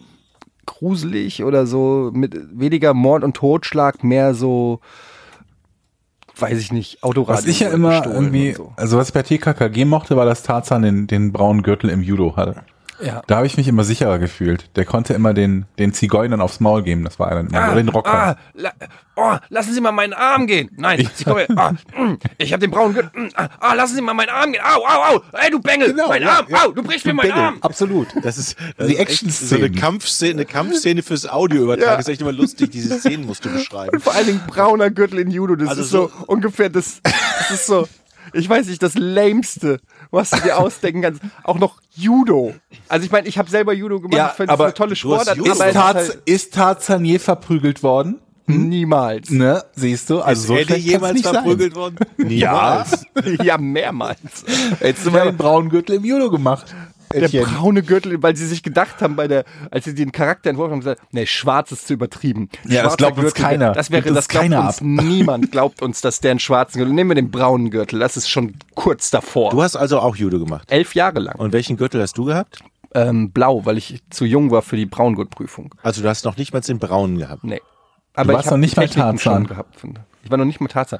[SPEAKER 1] gruselig oder so mit weniger Mord und Totschlag, mehr so, weiß ich nicht, Autoradio.
[SPEAKER 2] Was ich ja
[SPEAKER 1] wurde
[SPEAKER 2] immer
[SPEAKER 1] gestohlen
[SPEAKER 2] irgendwie,
[SPEAKER 1] und so.
[SPEAKER 2] also was ich bei TKKG mochte, war, dass Tarzan den, den braunen Gürtel im Judo hatte.
[SPEAKER 1] Ja.
[SPEAKER 2] Da habe ich mich immer sicherer gefühlt. Der konnte immer den, den Zigeunern aufs Maul geben. Das war einer, oder den Rocker.
[SPEAKER 1] Ah, la, oh, lassen Sie mal meinen Arm gehen. Nein, Sie kommen. Ah, mm, ich habe den braunen. Gürtel. Mm, ah, ah, lassen Sie mal meinen Arm gehen. Au, au, au. Ey, du Bengel.
[SPEAKER 2] Genau,
[SPEAKER 1] mein
[SPEAKER 2] ja,
[SPEAKER 1] Arm. Au, du brichst mir meinen Arm.
[SPEAKER 2] <laughs> Absolut.
[SPEAKER 3] Das ist
[SPEAKER 2] Die
[SPEAKER 3] die Action
[SPEAKER 2] Action-Szenen.
[SPEAKER 3] so eine Kampfszene, eine Kampfszene fürs Audio übertragen. Ist echt immer lustig. Diese Szenen musst du
[SPEAKER 2] <laughs>
[SPEAKER 3] beschreiben.
[SPEAKER 1] Vor allen Dingen brauner Gürtel in Judo. Das
[SPEAKER 3] Also
[SPEAKER 1] ist so,
[SPEAKER 3] so-
[SPEAKER 1] ungefähr das. Das ist so. Ich weiß nicht, das Lämste, was du dir ausdenken kannst. Auch noch Judo. Also ich meine, ich habe selber Judo gemacht.
[SPEAKER 2] Ja,
[SPEAKER 1] ich finde es
[SPEAKER 2] aber
[SPEAKER 1] eine tolle
[SPEAKER 3] du hast
[SPEAKER 1] Sportart.
[SPEAKER 3] Judo
[SPEAKER 1] aber
[SPEAKER 2] Ist,
[SPEAKER 1] es ist
[SPEAKER 2] Tarz,
[SPEAKER 1] halt
[SPEAKER 2] ist Tarzan je verprügelt worden?
[SPEAKER 1] niemals.
[SPEAKER 2] Ne, siehst du? Also so
[SPEAKER 3] Ist Eddie
[SPEAKER 2] schlecht kann's
[SPEAKER 3] jemals
[SPEAKER 2] nicht sein.
[SPEAKER 3] verprügelt worden? <laughs> Niemals.
[SPEAKER 1] <laughs> Ja, mehrmals.
[SPEAKER 2] Hättest du mal den braunen Gürtel im Judo gemacht.
[SPEAKER 1] Der
[SPEAKER 2] Etienne.
[SPEAKER 1] braune Gürtel, weil sie sich gedacht haben, bei der, als sie den Charakter entworfen haben, gesagt, nee, schwarz ist zu übertrieben.
[SPEAKER 2] Ja, das
[SPEAKER 1] Schwarzer
[SPEAKER 2] glaubt uns
[SPEAKER 1] Gürtel,
[SPEAKER 2] keiner.
[SPEAKER 1] Das wäre,
[SPEAKER 2] Gibt uns
[SPEAKER 1] das glaubt
[SPEAKER 2] keiner
[SPEAKER 1] uns
[SPEAKER 2] ab. <laughs>
[SPEAKER 1] niemand glaubt uns, dass der einen schwarzen Gürtel, nehmen wir den braunen Gürtel, das ist schon kurz davor.
[SPEAKER 3] Du hast also auch Judo gemacht.
[SPEAKER 1] Elf Jahre lang.
[SPEAKER 3] Und welchen Gürtel hast du gehabt?
[SPEAKER 1] Ähm, blau, weil ich zu jung war für die Braungurtprüfung.
[SPEAKER 3] Also du hast noch nicht mal den braunen gehabt.
[SPEAKER 1] Nee. Aber
[SPEAKER 2] warst
[SPEAKER 1] ich hab
[SPEAKER 2] noch nicht
[SPEAKER 1] die
[SPEAKER 2] mal
[SPEAKER 1] Techniken
[SPEAKER 2] Tarzan.
[SPEAKER 1] schon gehabt, finde. Ich war noch nicht mal Tarzan.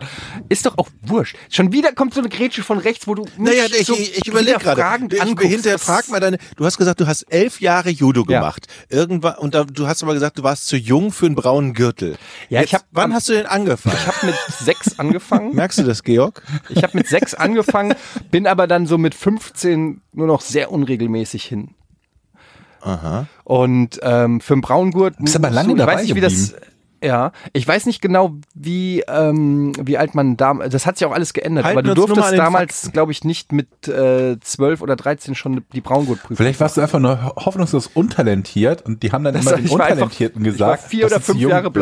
[SPEAKER 1] Ist doch auch wurscht. Schon wieder kommt so eine Grätsche von rechts, wo du mich
[SPEAKER 3] Naja, ich,
[SPEAKER 1] so
[SPEAKER 3] ich, ich überlege gerade.
[SPEAKER 1] hinterfragend
[SPEAKER 3] Ich
[SPEAKER 1] anguckst.
[SPEAKER 3] hinterfrag mal deine. Du hast gesagt, du hast elf Jahre Judo
[SPEAKER 1] Ja.
[SPEAKER 3] gemacht. Irgendwann und da, du hast aber gesagt, du warst zu jung für einen braunen Gürtel.
[SPEAKER 1] Ja, ich hab-
[SPEAKER 3] wann hast du denn angefangen?
[SPEAKER 1] Ich habe mit sechs angefangen.
[SPEAKER 3] Merkst du das, Georg?
[SPEAKER 1] Ich habe mit sechs angefangen, bin aber dann so mit 15 nur noch sehr unregelmäßig hin. Aha. Und ähm, für den Braungurt.
[SPEAKER 2] Bist aber lange
[SPEAKER 1] ich
[SPEAKER 2] dabei
[SPEAKER 1] weiß nicht, wie das. Ja, ich weiß nicht genau, wie, ähm, wie alt man damals. Das hat sich auch alles geändert,
[SPEAKER 3] Halten
[SPEAKER 1] aber du
[SPEAKER 3] wir uns nur mal an
[SPEAKER 1] durftest
[SPEAKER 3] den
[SPEAKER 1] damals, glaube ich, nicht mit äh, 12 oder 13 schon die Braungurtprüfung.
[SPEAKER 2] Vielleicht warst du einfach nur ho- hoffnungslos untalentiert und die haben dann immer den
[SPEAKER 1] ich war
[SPEAKER 2] Untalentierten
[SPEAKER 1] einfach,
[SPEAKER 2] gesagt.
[SPEAKER 1] Ich war vier
[SPEAKER 2] dass
[SPEAKER 1] oder
[SPEAKER 2] du zu
[SPEAKER 1] fünf
[SPEAKER 2] jung
[SPEAKER 1] Jahre
[SPEAKER 2] bist.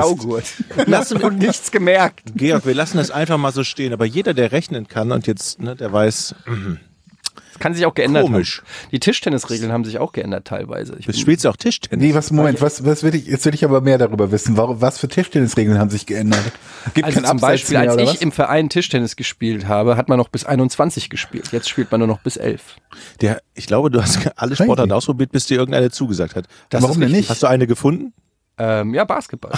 [SPEAKER 1] Blaugurt. <laughs> und nichts gemerkt.
[SPEAKER 3] Georg, wir lassen das einfach mal so stehen. Aber jeder, der rechnen kann und jetzt, ne, der weiß,
[SPEAKER 1] Das kann sich auch geändert
[SPEAKER 3] Komisch.
[SPEAKER 1] haben. Die Tischtennisregeln haben sich auch geändert teilweise. Ich
[SPEAKER 3] du spielst ja auch Tischtennis.
[SPEAKER 2] Nee, was, Moment, was, was will ich, jetzt will ich aber mehr darüber wissen. Warum, was für Tischtennisregeln haben sich geändert? Gibt
[SPEAKER 1] Also
[SPEAKER 2] kein
[SPEAKER 1] zum
[SPEAKER 2] Abseits
[SPEAKER 1] Beispiel,
[SPEAKER 2] mehr,
[SPEAKER 1] als
[SPEAKER 2] oder
[SPEAKER 1] ich
[SPEAKER 2] was?
[SPEAKER 1] im Verein Tischtennis gespielt habe, hat man noch bis 21 gespielt. Jetzt spielt man nur noch bis 11.
[SPEAKER 3] Der, ich glaube, du hast alle Sportarten ausprobiert, bis dir irgendeine zugesagt hat.
[SPEAKER 2] Das Warum ist denn richtig. nicht?
[SPEAKER 3] Hast du eine gefunden?
[SPEAKER 1] Ähm, ja, <laughs> Basketball.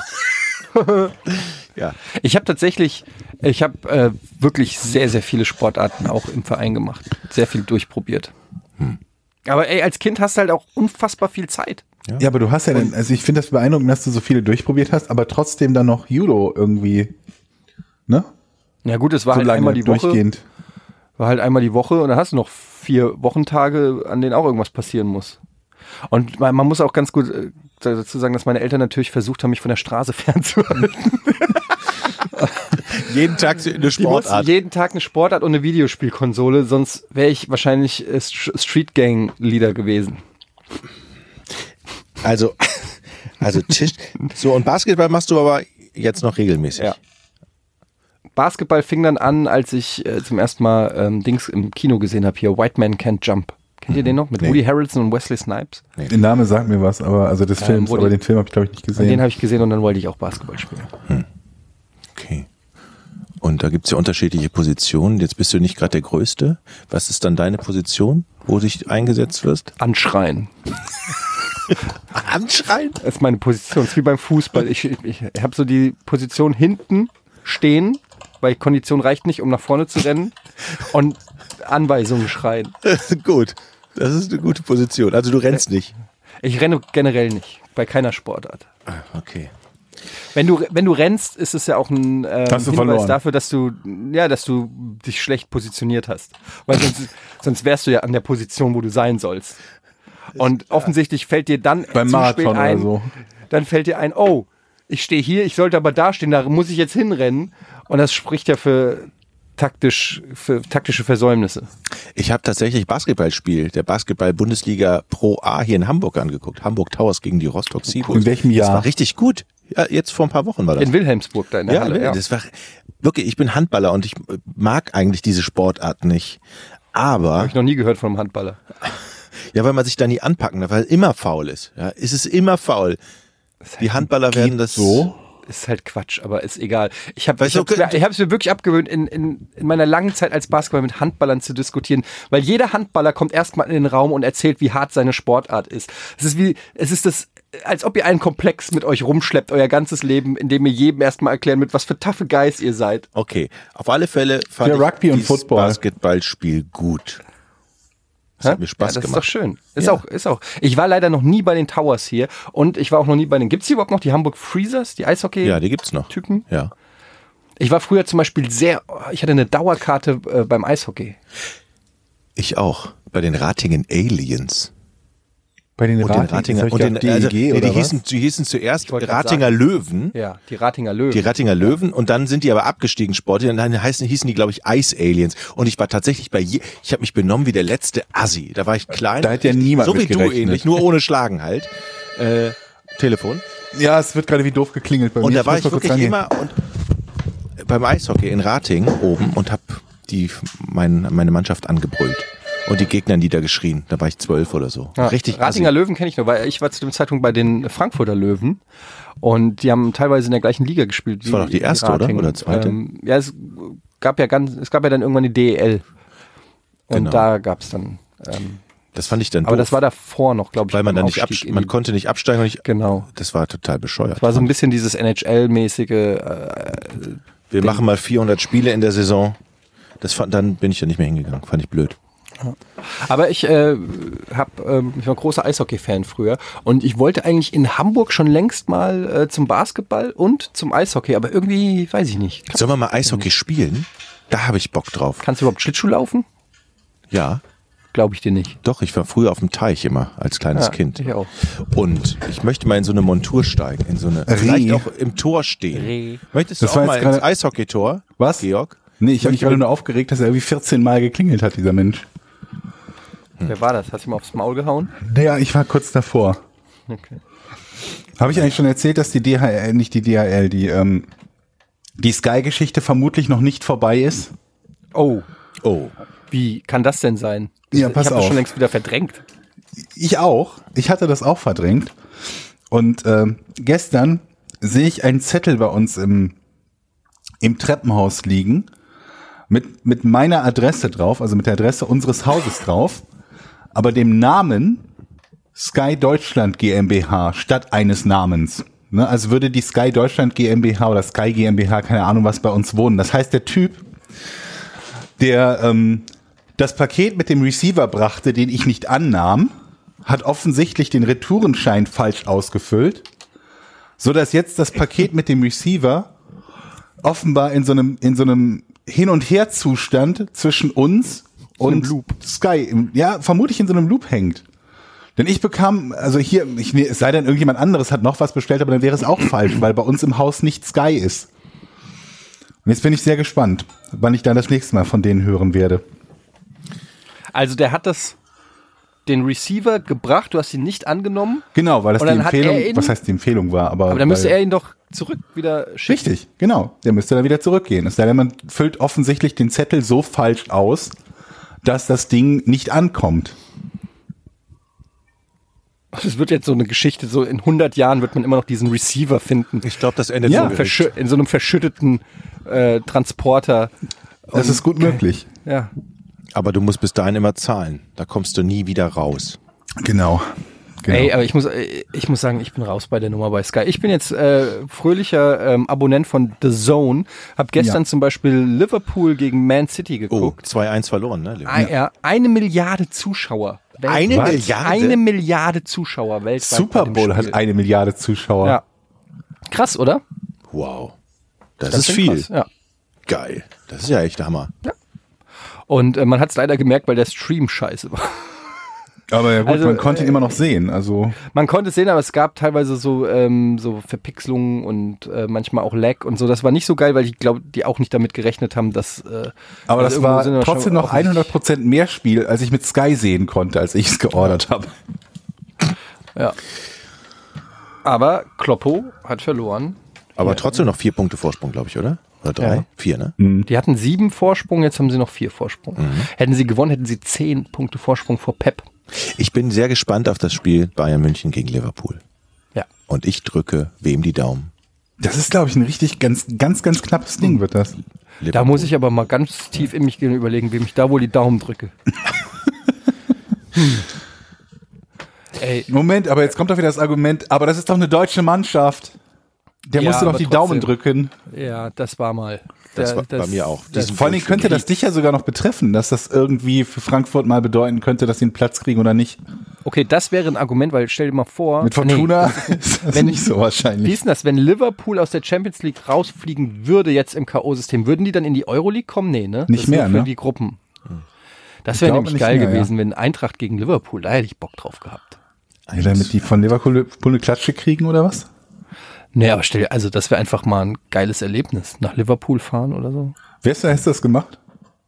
[SPEAKER 3] Ja.
[SPEAKER 1] Ich habe tatsächlich, ich habe äh, wirklich sehr, sehr viele Sportarten auch im Verein gemacht. Sehr viel durchprobiert. Hm. Aber ey, als Kind hast du halt auch unfassbar viel Zeit.
[SPEAKER 2] Ja, aber du hast ja, den, also ich finde das beeindruckend, dass du so viele durchprobiert hast, aber trotzdem dann noch Judo irgendwie, ne?
[SPEAKER 1] Na gut, es war
[SPEAKER 2] So
[SPEAKER 1] halt einmal
[SPEAKER 2] lange
[SPEAKER 1] die Woche.
[SPEAKER 2] durchgehend.
[SPEAKER 1] War halt einmal die Woche und dann hast du noch vier Wochentage, an denen auch irgendwas passieren muss. Und man, man muss auch ganz gut äh, dazu sagen, dass meine Eltern natürlich versucht haben, mich von der Straße <laughs> fernzuhalten.
[SPEAKER 3] Jeden Tag eine
[SPEAKER 1] Die mussten
[SPEAKER 3] Sportart.
[SPEAKER 1] jeden Tag eine Sportart und eine Videospielkonsole, sonst wäre ich wahrscheinlich äh, St- Street Gang Leader gewesen.
[SPEAKER 3] Also, also Tisch. So, und Basketball machst du aber jetzt noch regelmäßig.
[SPEAKER 1] Ja. Basketball fing dann an, als ich äh, zum ersten Mal ähm, Dings im Kino gesehen habe, hier White Man Can't Jump. Kennt ihr den noch? Mit
[SPEAKER 3] Mhm. Nee.
[SPEAKER 1] Woody Harrelson und Wesley Snipes.
[SPEAKER 2] Der Name sagt mir was, aber also des Films,
[SPEAKER 1] wo
[SPEAKER 2] aber
[SPEAKER 1] die-
[SPEAKER 2] den Film habe ich glaube ich nicht
[SPEAKER 1] Und Den
[SPEAKER 2] gesehen.
[SPEAKER 1] habe ich gesehen und dann wollte ich auch Basketball spielen.
[SPEAKER 3] Okay. Und da gibt's ja unterschiedliche Positionen. Jetzt bist du nicht gerade der Größte. Was ist dann deine Position, wo du dich eingesetzt wirst?
[SPEAKER 1] Anschreien.
[SPEAKER 3] anschreien?
[SPEAKER 1] Das ist meine Position. Das ist wie beim Fußball. Ich, ich, ich habe so die Position hinten stehen, weil Kondition reicht nicht, um nach vorne zu rennen und Anweisungen schreien.
[SPEAKER 3] <laughs> Gut. Das ist eine gute Position. Also du rennst nicht.
[SPEAKER 1] Ich renne generell nicht, bei keiner Sportart.
[SPEAKER 3] Okay.
[SPEAKER 1] Wenn du, wenn du rennst, ist es ja auch ein ähm,
[SPEAKER 2] Hast du
[SPEAKER 1] Hinweis
[SPEAKER 2] verloren.
[SPEAKER 1] dafür, dass du, ja, dass du dich schlecht positioniert hast. Weil sonst, <laughs> sonst wärst du ja an der Position, wo du sein sollst. Und offensichtlich fällt dir dann zu
[SPEAKER 2] Beim
[SPEAKER 1] spät
[SPEAKER 2] Marathon oder
[SPEAKER 1] ein,
[SPEAKER 2] so.
[SPEAKER 1] dann fällt dir ein, oh, ich stehe hier, ich sollte aber da stehen, da muss ich jetzt hinrennen. Und das spricht ja für taktisch, für taktische Versäumnisse.
[SPEAKER 3] Ich habe tatsächlich Basketballspiel der Basketball-Bundesliga Pro A hier in Hamburg angeguckt. Hamburg Towers gegen die Rostock Seabulls.
[SPEAKER 2] In welchem Jahr?
[SPEAKER 3] Das war richtig gut. Ja, jetzt vor ein paar Wochen war das.
[SPEAKER 1] In Wilhelmsburg da in der
[SPEAKER 3] ja,
[SPEAKER 1] Halle.
[SPEAKER 3] das war wirklich. Ich bin Handballer und ich mag eigentlich diese Sportart nicht. Aber
[SPEAKER 1] Hab ich noch nie gehört von einem Handballer.
[SPEAKER 3] ja, weil man sich da nie anpacken darf, weil es immer faul ist. Ja, es ist immer faul. Die Handballer werden das
[SPEAKER 2] so?
[SPEAKER 1] Ist halt Quatsch, aber ist egal. Ich habe
[SPEAKER 3] Weißt
[SPEAKER 1] ich
[SPEAKER 3] du,
[SPEAKER 1] hab's
[SPEAKER 3] okay.
[SPEAKER 1] mir, ich hab's mir wirklich abgewöhnt, in, in, in meiner langen Zeit als Basketballer mit Handballern zu diskutieren, weil jeder Handballer kommt erstmal in den Raum und erzählt, wie hart seine Sportart ist. Es ist wie, es ist das, als ob ihr einen Komplex mit euch rumschleppt, euer ganzes Leben, indem ihr jedem erstmal erklären mit was für taffe Guys ihr seid.
[SPEAKER 3] Okay, auf alle Fälle fand
[SPEAKER 2] Ja,
[SPEAKER 3] ich
[SPEAKER 2] Rugby und
[SPEAKER 3] dieses
[SPEAKER 2] Football.
[SPEAKER 3] Basketballspiel gut. Das hat
[SPEAKER 1] Hä?
[SPEAKER 3] mir Spaß
[SPEAKER 1] ja, das
[SPEAKER 3] gemacht.
[SPEAKER 1] ist doch schön. Ist
[SPEAKER 3] Ja.
[SPEAKER 1] auch, ist auch. Ich war leider noch nie bei den Towers hier und ich war auch noch nie bei den. Gibt's die überhaupt noch die Hamburg Freezers, die Eishockey?
[SPEAKER 3] Ja, die gibt's noch.
[SPEAKER 1] Typen?
[SPEAKER 3] Ja.
[SPEAKER 1] Ich war früher zum Beispiel sehr, oh, ich hatte eine Dauerkarte äh, beim Eishockey.
[SPEAKER 3] Ich auch. Bei den Ratingen Aliens.
[SPEAKER 2] Bei den
[SPEAKER 3] Und den Ratinger, und
[SPEAKER 2] E
[SPEAKER 3] den, also, nee, die, hießen, die hießen zuerst
[SPEAKER 1] wollte grad
[SPEAKER 3] Ratinger Löwen.
[SPEAKER 1] Ja, die Ratinger Löwen.
[SPEAKER 3] Die Rattinger Löwen und dann sind die aber abgestiegen sportlich und dann heißen, hießen die, glaube ich, Ice Aliens. Und ich war tatsächlich bei je, ich habe mich benommen wie der letzte Assi. Da war ich klein.
[SPEAKER 2] Da hätte ja niemand
[SPEAKER 3] So wie
[SPEAKER 2] mit
[SPEAKER 3] du
[SPEAKER 2] gerechnet.
[SPEAKER 3] ähnlich, nur ohne Schlagen halt. Äh, Telefon.
[SPEAKER 2] Ja, es wird gerade wie doof geklingelt bei
[SPEAKER 3] Und
[SPEAKER 2] mir.
[SPEAKER 3] da war
[SPEAKER 2] muss
[SPEAKER 3] ich
[SPEAKER 2] mal kurz
[SPEAKER 3] wirklich
[SPEAKER 2] rangehen.
[SPEAKER 3] immer und beim Eishockey in Rating oben und hab die mein, meine Mannschaft angebrüllt und die Gegner niedergeschrien. Da war ich zwölf oder so.
[SPEAKER 1] Ja,
[SPEAKER 3] Richtig. also
[SPEAKER 1] Ratinger
[SPEAKER 3] assi.
[SPEAKER 1] Löwen kenne ich nur, weil ich war zu dem Zeitpunkt bei den Frankfurter Löwen und die haben teilweise in der gleichen Liga gespielt. Das
[SPEAKER 3] war doch die erste, oder? Oder zweite?
[SPEAKER 1] Ähm, ja, es gab ja ganz, es gab ja dann irgendwann die DEL und
[SPEAKER 3] Genau.
[SPEAKER 1] da gab es dann. Ähm,
[SPEAKER 3] Das fand ich dann
[SPEAKER 1] aber
[SPEAKER 3] doof,
[SPEAKER 1] das war davor noch, glaube ich.
[SPEAKER 3] weil man
[SPEAKER 1] beim
[SPEAKER 3] dann nicht
[SPEAKER 1] Aufstieg
[SPEAKER 3] abst-
[SPEAKER 1] in
[SPEAKER 3] man
[SPEAKER 1] die-
[SPEAKER 3] konnte nicht absteigen und ich,
[SPEAKER 1] Genau.
[SPEAKER 3] das war total bescheuert.
[SPEAKER 1] Das war so ein bisschen dieses NHL-mäßige. Äh,
[SPEAKER 3] Wir machen mal 400 Spiele in der Saison. Das fand, dann bin ich ja nicht mehr hingegangen. Fand ich blöd.
[SPEAKER 1] aber ich äh, hab, ähm, ich war ein großer Eishockey-Fan früher und ich wollte eigentlich in Hamburg schon längst mal äh, zum Basketball und zum Eishockey, aber irgendwie weiß ich nicht.
[SPEAKER 3] Sollen wir mal Eishockey spielen? Da habe ich Bock drauf.
[SPEAKER 1] Kannst du überhaupt Schlittschuh laufen?
[SPEAKER 3] Ja,
[SPEAKER 1] Glaube ich dir nicht.
[SPEAKER 3] doch. Ich war früher auf dem Teich immer als kleines
[SPEAKER 1] Ja,
[SPEAKER 3] Kind.
[SPEAKER 1] ich auch.
[SPEAKER 3] Und ich möchte mal in so eine Montur steigen, in so eine.
[SPEAKER 2] Reh.
[SPEAKER 3] Vielleicht auch im Tor stehen. Möchtest du
[SPEAKER 2] Das
[SPEAKER 3] auch
[SPEAKER 2] war
[SPEAKER 3] mal
[SPEAKER 2] jetzt
[SPEAKER 3] ins
[SPEAKER 2] gerade-
[SPEAKER 3] Eishockey-Tor?
[SPEAKER 2] Was?
[SPEAKER 3] Georg?
[SPEAKER 2] Nee, ich habe mich gerade nur aufgeregt, dass er irgendwie 14 Mal geklingelt hat, dieser Mensch. Hm.
[SPEAKER 1] Wer war das? Hast du ihm aufs Maul gehauen?
[SPEAKER 2] Naja, ich war kurz davor.
[SPEAKER 1] Okay.
[SPEAKER 2] Habe ich eigentlich schon erzählt, dass die DHL, nicht die DHL, die, ähm, die Sky-Geschichte vermutlich noch nicht vorbei ist?
[SPEAKER 1] Oh,
[SPEAKER 3] Oh.
[SPEAKER 1] wie kann das denn sein?
[SPEAKER 2] Ja,
[SPEAKER 1] ich
[SPEAKER 2] pass
[SPEAKER 1] hab das
[SPEAKER 2] auf.
[SPEAKER 1] schon längst wieder verdrängt.
[SPEAKER 2] Ich auch. Ich hatte das auch verdrängt. Und ähm, gestern sehe ich einen Zettel bei uns im, im Treppenhaus liegen mit, mit meiner Adresse drauf, also mit der Adresse unseres Hauses drauf, aber dem Namen Sky Deutschland GmbH statt eines Namens. Ne, also würde die Sky Deutschland GmbH oder Sky GmbH, keine Ahnung was, bei uns wohnen. Das heißt, der Typ, der ähm, das Paket mit dem Receiver brachte, den ich nicht annahm, hat offensichtlich den Retourenschein falsch ausgefüllt, so dass jetzt das Paket mit dem Receiver offenbar in so einem in so einem hin und her Zustand zwischen uns und Sky, im- ja, vermutlich in so einem Loop hängt. Denn ich bekam, also hier, ich, nee, es sei denn, irgendjemand anderes hat noch was bestellt, aber dann wäre
[SPEAKER 1] <coughs>
[SPEAKER 2] es auch falsch, weil bei uns im Haus nicht Sky ist. Und jetzt bin ich sehr gespannt, wann ich dann das nächste Mal von denen hören werde.
[SPEAKER 1] Also der hat das den Receiver gebracht, du hast ihn nicht angenommen,
[SPEAKER 2] Genau, weil das
[SPEAKER 1] Und
[SPEAKER 2] die
[SPEAKER 1] dann hat er
[SPEAKER 2] Empfehlung,
[SPEAKER 1] ihn-
[SPEAKER 2] was heißt die Empfehlung war, aber.
[SPEAKER 1] aber dann müsste
[SPEAKER 2] weil-
[SPEAKER 1] er ihn doch zurück wieder schicken.
[SPEAKER 2] Richtig, genau. Der müsste dann wieder zurückgehen. Es sei denn, man füllt offensichtlich den Zettel so falsch aus, dass das Ding nicht ankommt.
[SPEAKER 1] Das wird jetzt so eine Geschichte, so in 100 Jahren wird man immer noch diesen Receiver finden.
[SPEAKER 3] Ich glaube, das endet
[SPEAKER 2] Ja, versch-
[SPEAKER 3] so.
[SPEAKER 1] Verschü in so einem verschütteten äh, Transporter.
[SPEAKER 2] Das ist gut möglich.
[SPEAKER 1] Ja.
[SPEAKER 3] Aber du musst bis dahin immer zahlen. Da kommst du nie wieder raus.
[SPEAKER 2] Genau. Genau.
[SPEAKER 1] Ey, aber ich muss, äh, ich muss sagen, ich bin raus bei der Nummer bei Sky. Ich bin jetzt äh, fröhlicher ähm, Abonnent von The Zone. Hab gestern
[SPEAKER 2] Ja.
[SPEAKER 1] zum Beispiel Liverpool gegen Man City
[SPEAKER 3] Oh,
[SPEAKER 1] geguckt.
[SPEAKER 3] 2-1 verloren, ne? Leon?
[SPEAKER 1] Ein, ja. Eine Milliarde Zuschauer. weltweit.
[SPEAKER 3] Eine Milliarde?
[SPEAKER 1] Eine Milliarde Zuschauer weltweit.
[SPEAKER 2] Super
[SPEAKER 1] bei dem
[SPEAKER 2] Bowl
[SPEAKER 1] Spiel.
[SPEAKER 2] hat eine Milliarde Zuschauer.
[SPEAKER 1] Ja. Krass, oder?
[SPEAKER 3] Wow. Das, ist
[SPEAKER 1] schon
[SPEAKER 3] viel.
[SPEAKER 1] krass, Ja.
[SPEAKER 3] Geil. Das ist ja echt Hammer.
[SPEAKER 1] Und äh, man hat es leider gemerkt, weil der Stream scheiße war.
[SPEAKER 2] Aber ja gut,
[SPEAKER 1] Also,
[SPEAKER 2] man konnte ihn immer noch sehen. Also
[SPEAKER 1] Man konnte es sehen, aber es gab teilweise so, ähm, so Verpixelungen und äh, manchmal auch Lag und so. Das war nicht so geil, weil ich glaube, die auch nicht damit gerechnet haben, dass. Äh, also
[SPEAKER 2] Aber das
[SPEAKER 1] irgendwo
[SPEAKER 2] war
[SPEAKER 1] sind wir
[SPEAKER 2] trotzdem
[SPEAKER 1] schon
[SPEAKER 2] noch
[SPEAKER 1] auch nicht-
[SPEAKER 2] 100% mehr Spiel, als ich mit Sky sehen konnte, als ich es geordert habe.
[SPEAKER 1] Aber Kloppo hat verloren.
[SPEAKER 3] Aber trotzdem noch vier Punkte Vorsprung, glaube ich, oder? Oder drei?
[SPEAKER 1] Ja.
[SPEAKER 3] Vier, ne?
[SPEAKER 2] Mhm.
[SPEAKER 1] Die hatten sieben Vorsprung, jetzt haben sie noch vier Vorsprung. Hätten sie gewonnen, hätten sie zehn Punkte Vorsprung vor Pep.
[SPEAKER 3] Ich bin sehr gespannt auf das Spiel Bayern München gegen Liverpool.
[SPEAKER 1] Ja.
[SPEAKER 3] Und ich drücke wem die Daumen?
[SPEAKER 2] Das ist, glaube ich, ein richtig ganz, ganz, ganz knappes Ding wird das.
[SPEAKER 1] Da muss ich aber mal ganz tief in mich gehen und überlegen, wem ich da wohl die Daumen
[SPEAKER 2] <laughs>
[SPEAKER 1] drücke. Hm. Ey,
[SPEAKER 2] Moment, aber jetzt kommt doch wieder das Argument, aber das ist doch eine deutsche Mannschaft. Der
[SPEAKER 1] Ja,
[SPEAKER 2] musste doch
[SPEAKER 1] aber
[SPEAKER 2] die
[SPEAKER 1] trotzdem.
[SPEAKER 2] Daumen drücken.
[SPEAKER 1] ja, das war mal.
[SPEAKER 3] Das
[SPEAKER 1] Da-
[SPEAKER 3] war bei mir auch.
[SPEAKER 1] Das,
[SPEAKER 3] Diesen
[SPEAKER 2] Vor allen Dingen könnte das dich ja sogar noch betreffen, dass das irgendwie für Frankfurt mal bedeuten könnte, dass sie einen Platz kriegen oder nicht.
[SPEAKER 1] okay, das wäre ein Argument, weil stell dir mal vor.
[SPEAKER 2] Mit
[SPEAKER 1] Nee,
[SPEAKER 2] Fortuna <laughs> ist das
[SPEAKER 1] wenn-
[SPEAKER 2] nicht so
[SPEAKER 1] Wie
[SPEAKER 2] wahrscheinlich.
[SPEAKER 1] ist denn das, wenn Liverpool aus der Champions League rausfliegen würde jetzt im K.O.-System, würden die dann in die Euroleague kommen? Nee, ne? das
[SPEAKER 2] Nicht
[SPEAKER 1] ist nur
[SPEAKER 2] mehr,
[SPEAKER 1] für
[SPEAKER 2] ne?
[SPEAKER 1] die Gruppen. Das wäre
[SPEAKER 2] glaube
[SPEAKER 1] nämlich
[SPEAKER 2] nicht
[SPEAKER 1] geil
[SPEAKER 2] mehr, ja.
[SPEAKER 1] gewesen, wenn Eintracht gegen Liverpool, da hätte ich Bock drauf gehabt.
[SPEAKER 2] Ja, damit die von Liverpool eine Klatsche kriegen oder was?
[SPEAKER 1] Nee, aber stell dir, also das wäre einfach mal ein geiles Erlebnis. Nach Liverpool fahren oder so.
[SPEAKER 2] Wer ist da, hast du das gemacht?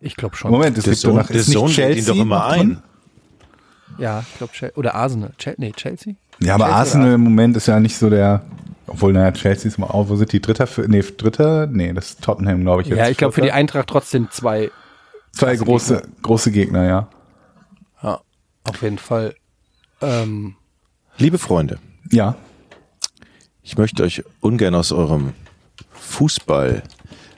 [SPEAKER 1] Ich glaube schon.
[SPEAKER 2] Moment, es
[SPEAKER 3] Der
[SPEAKER 2] gibt
[SPEAKER 3] Sohn,
[SPEAKER 2] danach
[SPEAKER 3] der Sohn lädt ihn doch immer
[SPEAKER 2] noch drin?
[SPEAKER 3] ein.
[SPEAKER 1] Ja, ich glaube Chelsea. Oder Arsenal. Chel nee, Chelsea?
[SPEAKER 2] Ja, aber
[SPEAKER 1] Chelsea
[SPEAKER 2] Arsenal im Moment ist ja nicht so der. Obwohl, naja, Chelsea ist mal auf. Wo sind die? Dritter? für- Nee, Dritter? Nee, das ist Tottenham, glaube ich.
[SPEAKER 1] oder-
[SPEAKER 2] jetzt.
[SPEAKER 1] Ja, ich glaube für die Eintracht trotzdem zwei.
[SPEAKER 2] Zwei große, große Gegner, ja.
[SPEAKER 1] Ja, auf jeden Fall. Ähm,
[SPEAKER 3] Liebe Freunde,
[SPEAKER 2] Ja.
[SPEAKER 3] ich möchte euch ungern aus eurem Fußball,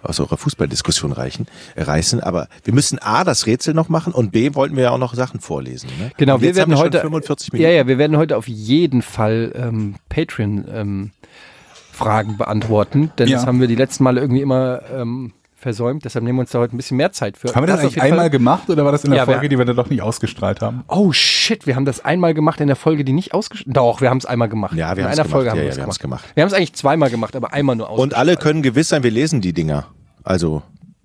[SPEAKER 3] aus eurer Fußballdiskussion reichen, äh, reißen, aber wir müssen A, das Rätsel noch machen und B, wollten wir ja auch noch Sachen vorlesen. Ne?
[SPEAKER 1] Genau,
[SPEAKER 3] Und
[SPEAKER 1] wir
[SPEAKER 3] jetzt haben
[SPEAKER 1] werden heute.
[SPEAKER 3] schon 45
[SPEAKER 1] Ja,
[SPEAKER 3] Minuten.
[SPEAKER 1] ja, wir werden heute auf jeden Fall ähm, Patreon-Fragen beantworten, denn
[SPEAKER 2] Ja.
[SPEAKER 1] das haben wir die letzten Male irgendwie immer ähm, versäumt. Deshalb nehmen wir uns da heute ein bisschen mehr Zeit für.
[SPEAKER 2] Haben wir das,
[SPEAKER 1] auf
[SPEAKER 2] eigentlich
[SPEAKER 1] jeden
[SPEAKER 2] einmal
[SPEAKER 1] Fall-
[SPEAKER 2] gemacht oder war das in der
[SPEAKER 1] Ja, wir-
[SPEAKER 2] Folge, die wir dann doch nicht ausgestrahlt haben?
[SPEAKER 1] Oh shit, wir haben das einmal gemacht in der Folge, die nicht ausgeschnitten. Doch, wir haben es einmal gemacht.
[SPEAKER 3] Ja, wir
[SPEAKER 1] in
[SPEAKER 3] haben's
[SPEAKER 1] einer Folge
[SPEAKER 3] gemacht.
[SPEAKER 1] haben
[SPEAKER 3] Ja,
[SPEAKER 1] wir
[SPEAKER 3] ja,
[SPEAKER 1] es
[SPEAKER 3] wir haben's
[SPEAKER 1] gemacht.
[SPEAKER 3] gemacht.
[SPEAKER 1] Wir haben es eigentlich zweimal gemacht, aber einmal nur aus.
[SPEAKER 3] Und alle können gewiss sein, wir lesen die Dinger. Also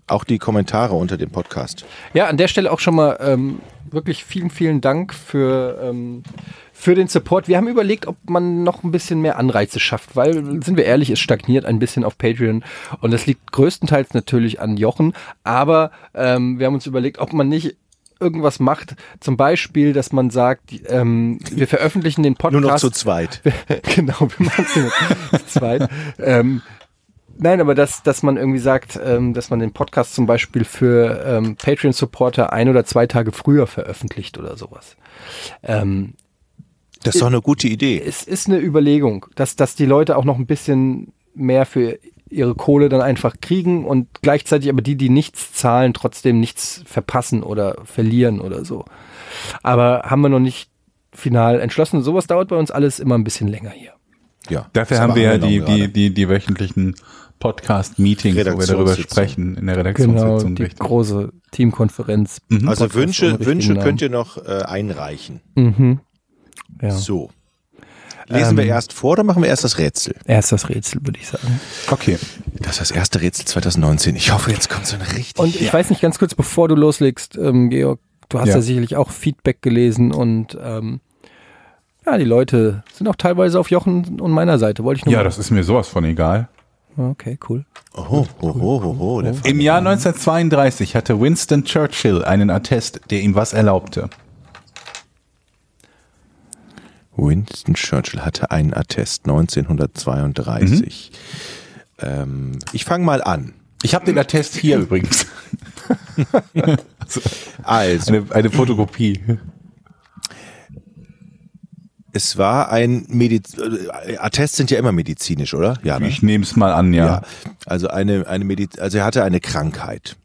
[SPEAKER 3] auch die Kommentare unter dem Podcast.
[SPEAKER 1] Ja, an der Stelle auch schon mal ähm, wirklich vielen, vielen Dank für, ähm, für den Support. Wir haben überlegt, ob man noch ein bisschen mehr Anreize schafft, weil, sind wir ehrlich, es stagniert ein bisschen auf Patreon und das liegt größtenteils natürlich an Jochen, aber ähm, wir haben uns überlegt, ob man nicht irgendwas macht, zum Beispiel, dass man sagt, ähm, wir veröffentlichen den Podcast.
[SPEAKER 3] Nur noch zu zweit.
[SPEAKER 1] <laughs> genau, wir machen es nur zu zweit. Ähm, nein, aber dass, dass man irgendwie sagt, ähm, dass man den Podcast zum Beispiel für ähm, Patreon-Supporter ein oder zwei Tage früher veröffentlicht oder sowas. Ähm,
[SPEAKER 3] Das ist doch eine gute Idee.
[SPEAKER 1] es ist eine Überlegung, dass, dass die Leute auch noch ein bisschen mehr für ihre Kohle dann einfach kriegen und gleichzeitig aber die, die nichts zahlen, trotzdem nichts verpassen oder verlieren oder so. Aber haben wir noch nicht final entschlossen. Sowas dauert bei uns alles immer ein bisschen länger hier.
[SPEAKER 3] Ja,
[SPEAKER 2] Dafür
[SPEAKER 3] das
[SPEAKER 2] haben wir ja die,
[SPEAKER 3] angenommen
[SPEAKER 2] die,
[SPEAKER 3] gerade.
[SPEAKER 2] die, die wöchentlichen Podcast-Meetings, wo wir darüber
[SPEAKER 3] Redaktionssitzung.
[SPEAKER 2] sprechen, in der
[SPEAKER 1] Genau,
[SPEAKER 2] Redaktionssitzung.
[SPEAKER 1] die
[SPEAKER 2] richtig.
[SPEAKER 1] große Teamkonferenz.
[SPEAKER 3] Also
[SPEAKER 1] Hm? ohne
[SPEAKER 3] Wünsche,
[SPEAKER 1] richtigen
[SPEAKER 3] Wünsche
[SPEAKER 1] Namen.
[SPEAKER 3] könnt ihr noch äh, einreichen.
[SPEAKER 1] Ja. Ähm.
[SPEAKER 3] So. Lesen wir erst vor oder machen wir erst das Rätsel?
[SPEAKER 1] Erst das Rätsel, würde ich sagen.
[SPEAKER 2] Okay.
[SPEAKER 3] Das ist das erste Rätsel 2019. Ich hoffe, jetzt kommt so ein richtig.
[SPEAKER 1] Und ich weiß nicht, ganz kurz, bevor du loslegst, ähm, Georg, du hast ja.
[SPEAKER 2] Ja.
[SPEAKER 1] sicherlich auch Feedback gelesen und ähm, ja, die Leute sind auch teilweise auf Jochen und meiner Seite, wollte ich nur Ah,
[SPEAKER 2] Ja, das ist mir sowas von egal.
[SPEAKER 1] Okay, cool.
[SPEAKER 3] Oho, oho, oho, oh, der Fa-
[SPEAKER 2] Im Jahr 1932 hatte Winston Churchill einen Attest, der ihm was erlaubte.
[SPEAKER 1] Oh.
[SPEAKER 3] Winston Churchill hatte einen Attest 1932. Ähm, ich fange mal an.
[SPEAKER 2] Ich habe den Attest
[SPEAKER 1] <laughs>
[SPEAKER 2] hier übrigens.
[SPEAKER 3] Also,
[SPEAKER 2] Eine, eine Fotokopie.
[SPEAKER 3] es war ein Mediz äh, Attest sind ja immer medizinisch, oder? Ja, ne?
[SPEAKER 2] Ich nehme es mal an, ja.
[SPEAKER 3] ja. Also eine eine Mediz also er hatte eine Krankheit.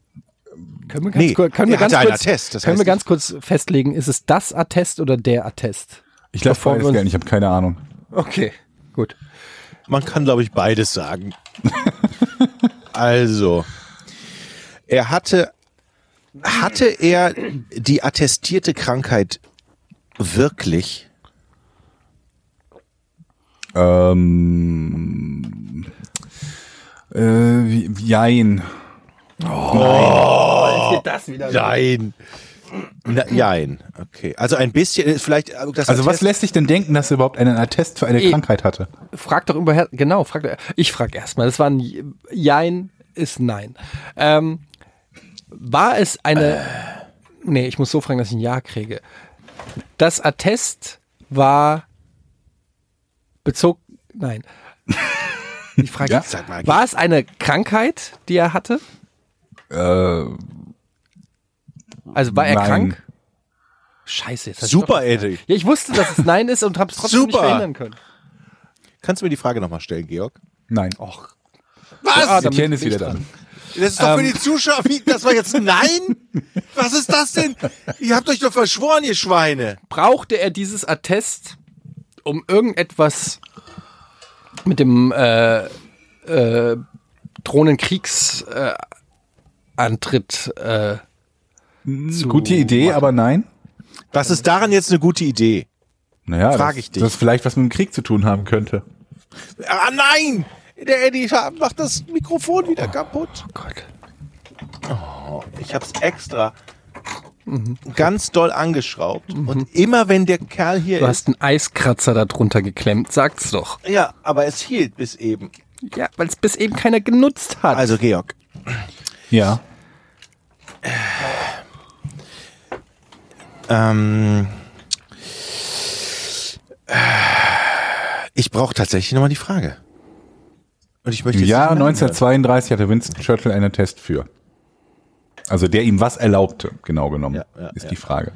[SPEAKER 1] Können wir ganz,
[SPEAKER 3] Nee,
[SPEAKER 1] kur- können wir
[SPEAKER 3] er
[SPEAKER 1] ganz
[SPEAKER 3] hatte einen
[SPEAKER 1] kurz,
[SPEAKER 3] Attest, das
[SPEAKER 1] können wir
[SPEAKER 3] heißt
[SPEAKER 1] ganz kurz festlegen, ist es das Attest oder der Attest?
[SPEAKER 2] Ich lasse
[SPEAKER 1] Bevor wir
[SPEAKER 2] beides
[SPEAKER 1] uns-
[SPEAKER 2] gern, ich habe keine Ahnung.
[SPEAKER 1] Okay, gut.
[SPEAKER 3] Man kann, glaube ich, beides <laughs> sagen. also, er hatte, hatte er die attestierte Krankheit wirklich?
[SPEAKER 2] Ähm, äh, wie- jein.
[SPEAKER 3] Nein. Na, nein. Okay. Also ein bisschen, äh, vielleicht. äh, Das
[SPEAKER 2] Also was
[SPEAKER 3] Attest-
[SPEAKER 2] lässt sich denn denken, dass er überhaupt einen Attest für eine
[SPEAKER 1] Eh.
[SPEAKER 2] Krankheit hatte?
[SPEAKER 1] Frag doch über, genau, frag doch, ich frag erstmal. Das war ein Jein ist Nein. Ähm, war es eine, nee, ich muss so fragen, dass ich ein Ja kriege. Das Attest war bezog, nein. Ich frage,
[SPEAKER 2] Ja,
[SPEAKER 3] sag mal,
[SPEAKER 1] war es eine Krankheit, die er hatte?
[SPEAKER 2] Äh,
[SPEAKER 1] Also war er
[SPEAKER 2] Nein.
[SPEAKER 1] krank? Scheiße, jetzt hab ich
[SPEAKER 3] Super,
[SPEAKER 1] doch-
[SPEAKER 3] Eddie.
[SPEAKER 1] Ja, ich wusste, dass es Nein ist und hab's trotzdem nicht
[SPEAKER 3] Super.
[SPEAKER 1] verhindern können.
[SPEAKER 3] Kannst du mir die Frage nochmal stellen, Georg?
[SPEAKER 2] nein.
[SPEAKER 3] Was?
[SPEAKER 1] Ah, damit
[SPEAKER 2] Etienne ist
[SPEAKER 1] bin ich
[SPEAKER 2] wieder da.
[SPEAKER 1] dran.
[SPEAKER 3] Das ist doch für die Zuschauer. Wie, das war jetzt Nein? Was ist das denn? Ihr habt euch doch verschworen, ihr Schweine.
[SPEAKER 1] brauchte er dieses Attest, um irgendetwas mit dem äh, äh, Drohnenkriegsantritt äh, Antritt, äh, zu
[SPEAKER 2] Gute Idee, aber nein.
[SPEAKER 3] Was ist daran jetzt eine gute Idee?
[SPEAKER 2] Naja,
[SPEAKER 3] Frag
[SPEAKER 2] das,
[SPEAKER 3] ich dich.
[SPEAKER 2] das vielleicht was mit dem Krieg zu tun haben könnte.
[SPEAKER 3] Ah, nein! Der Eddie macht das Mikrofon wieder kaputt.
[SPEAKER 1] Oh Gott.
[SPEAKER 3] Ich hab's extra ganz doll angeschraubt. Und immer wenn der Kerl hier
[SPEAKER 1] Du
[SPEAKER 3] ist.
[SPEAKER 1] hast einen Eiskratzer da drunter geklemmt, sag's doch.
[SPEAKER 3] Ja, aber es hielt bis eben.
[SPEAKER 1] Ja, weil es bis eben keiner genutzt hat.
[SPEAKER 3] Also, Georg,
[SPEAKER 2] Ja.
[SPEAKER 3] ähm, äh, ich brauche tatsächlich nochmal die Frage. Und ich möchte
[SPEAKER 2] Im
[SPEAKER 3] jetzt
[SPEAKER 2] Jahr
[SPEAKER 3] nicht mehr anhören.
[SPEAKER 2] 1932 hatte Winston Churchill einen Attest für. Also der ihm was erlaubte, genau genommen,
[SPEAKER 3] Ja, ja,
[SPEAKER 2] ist
[SPEAKER 3] ja.
[SPEAKER 2] die Frage.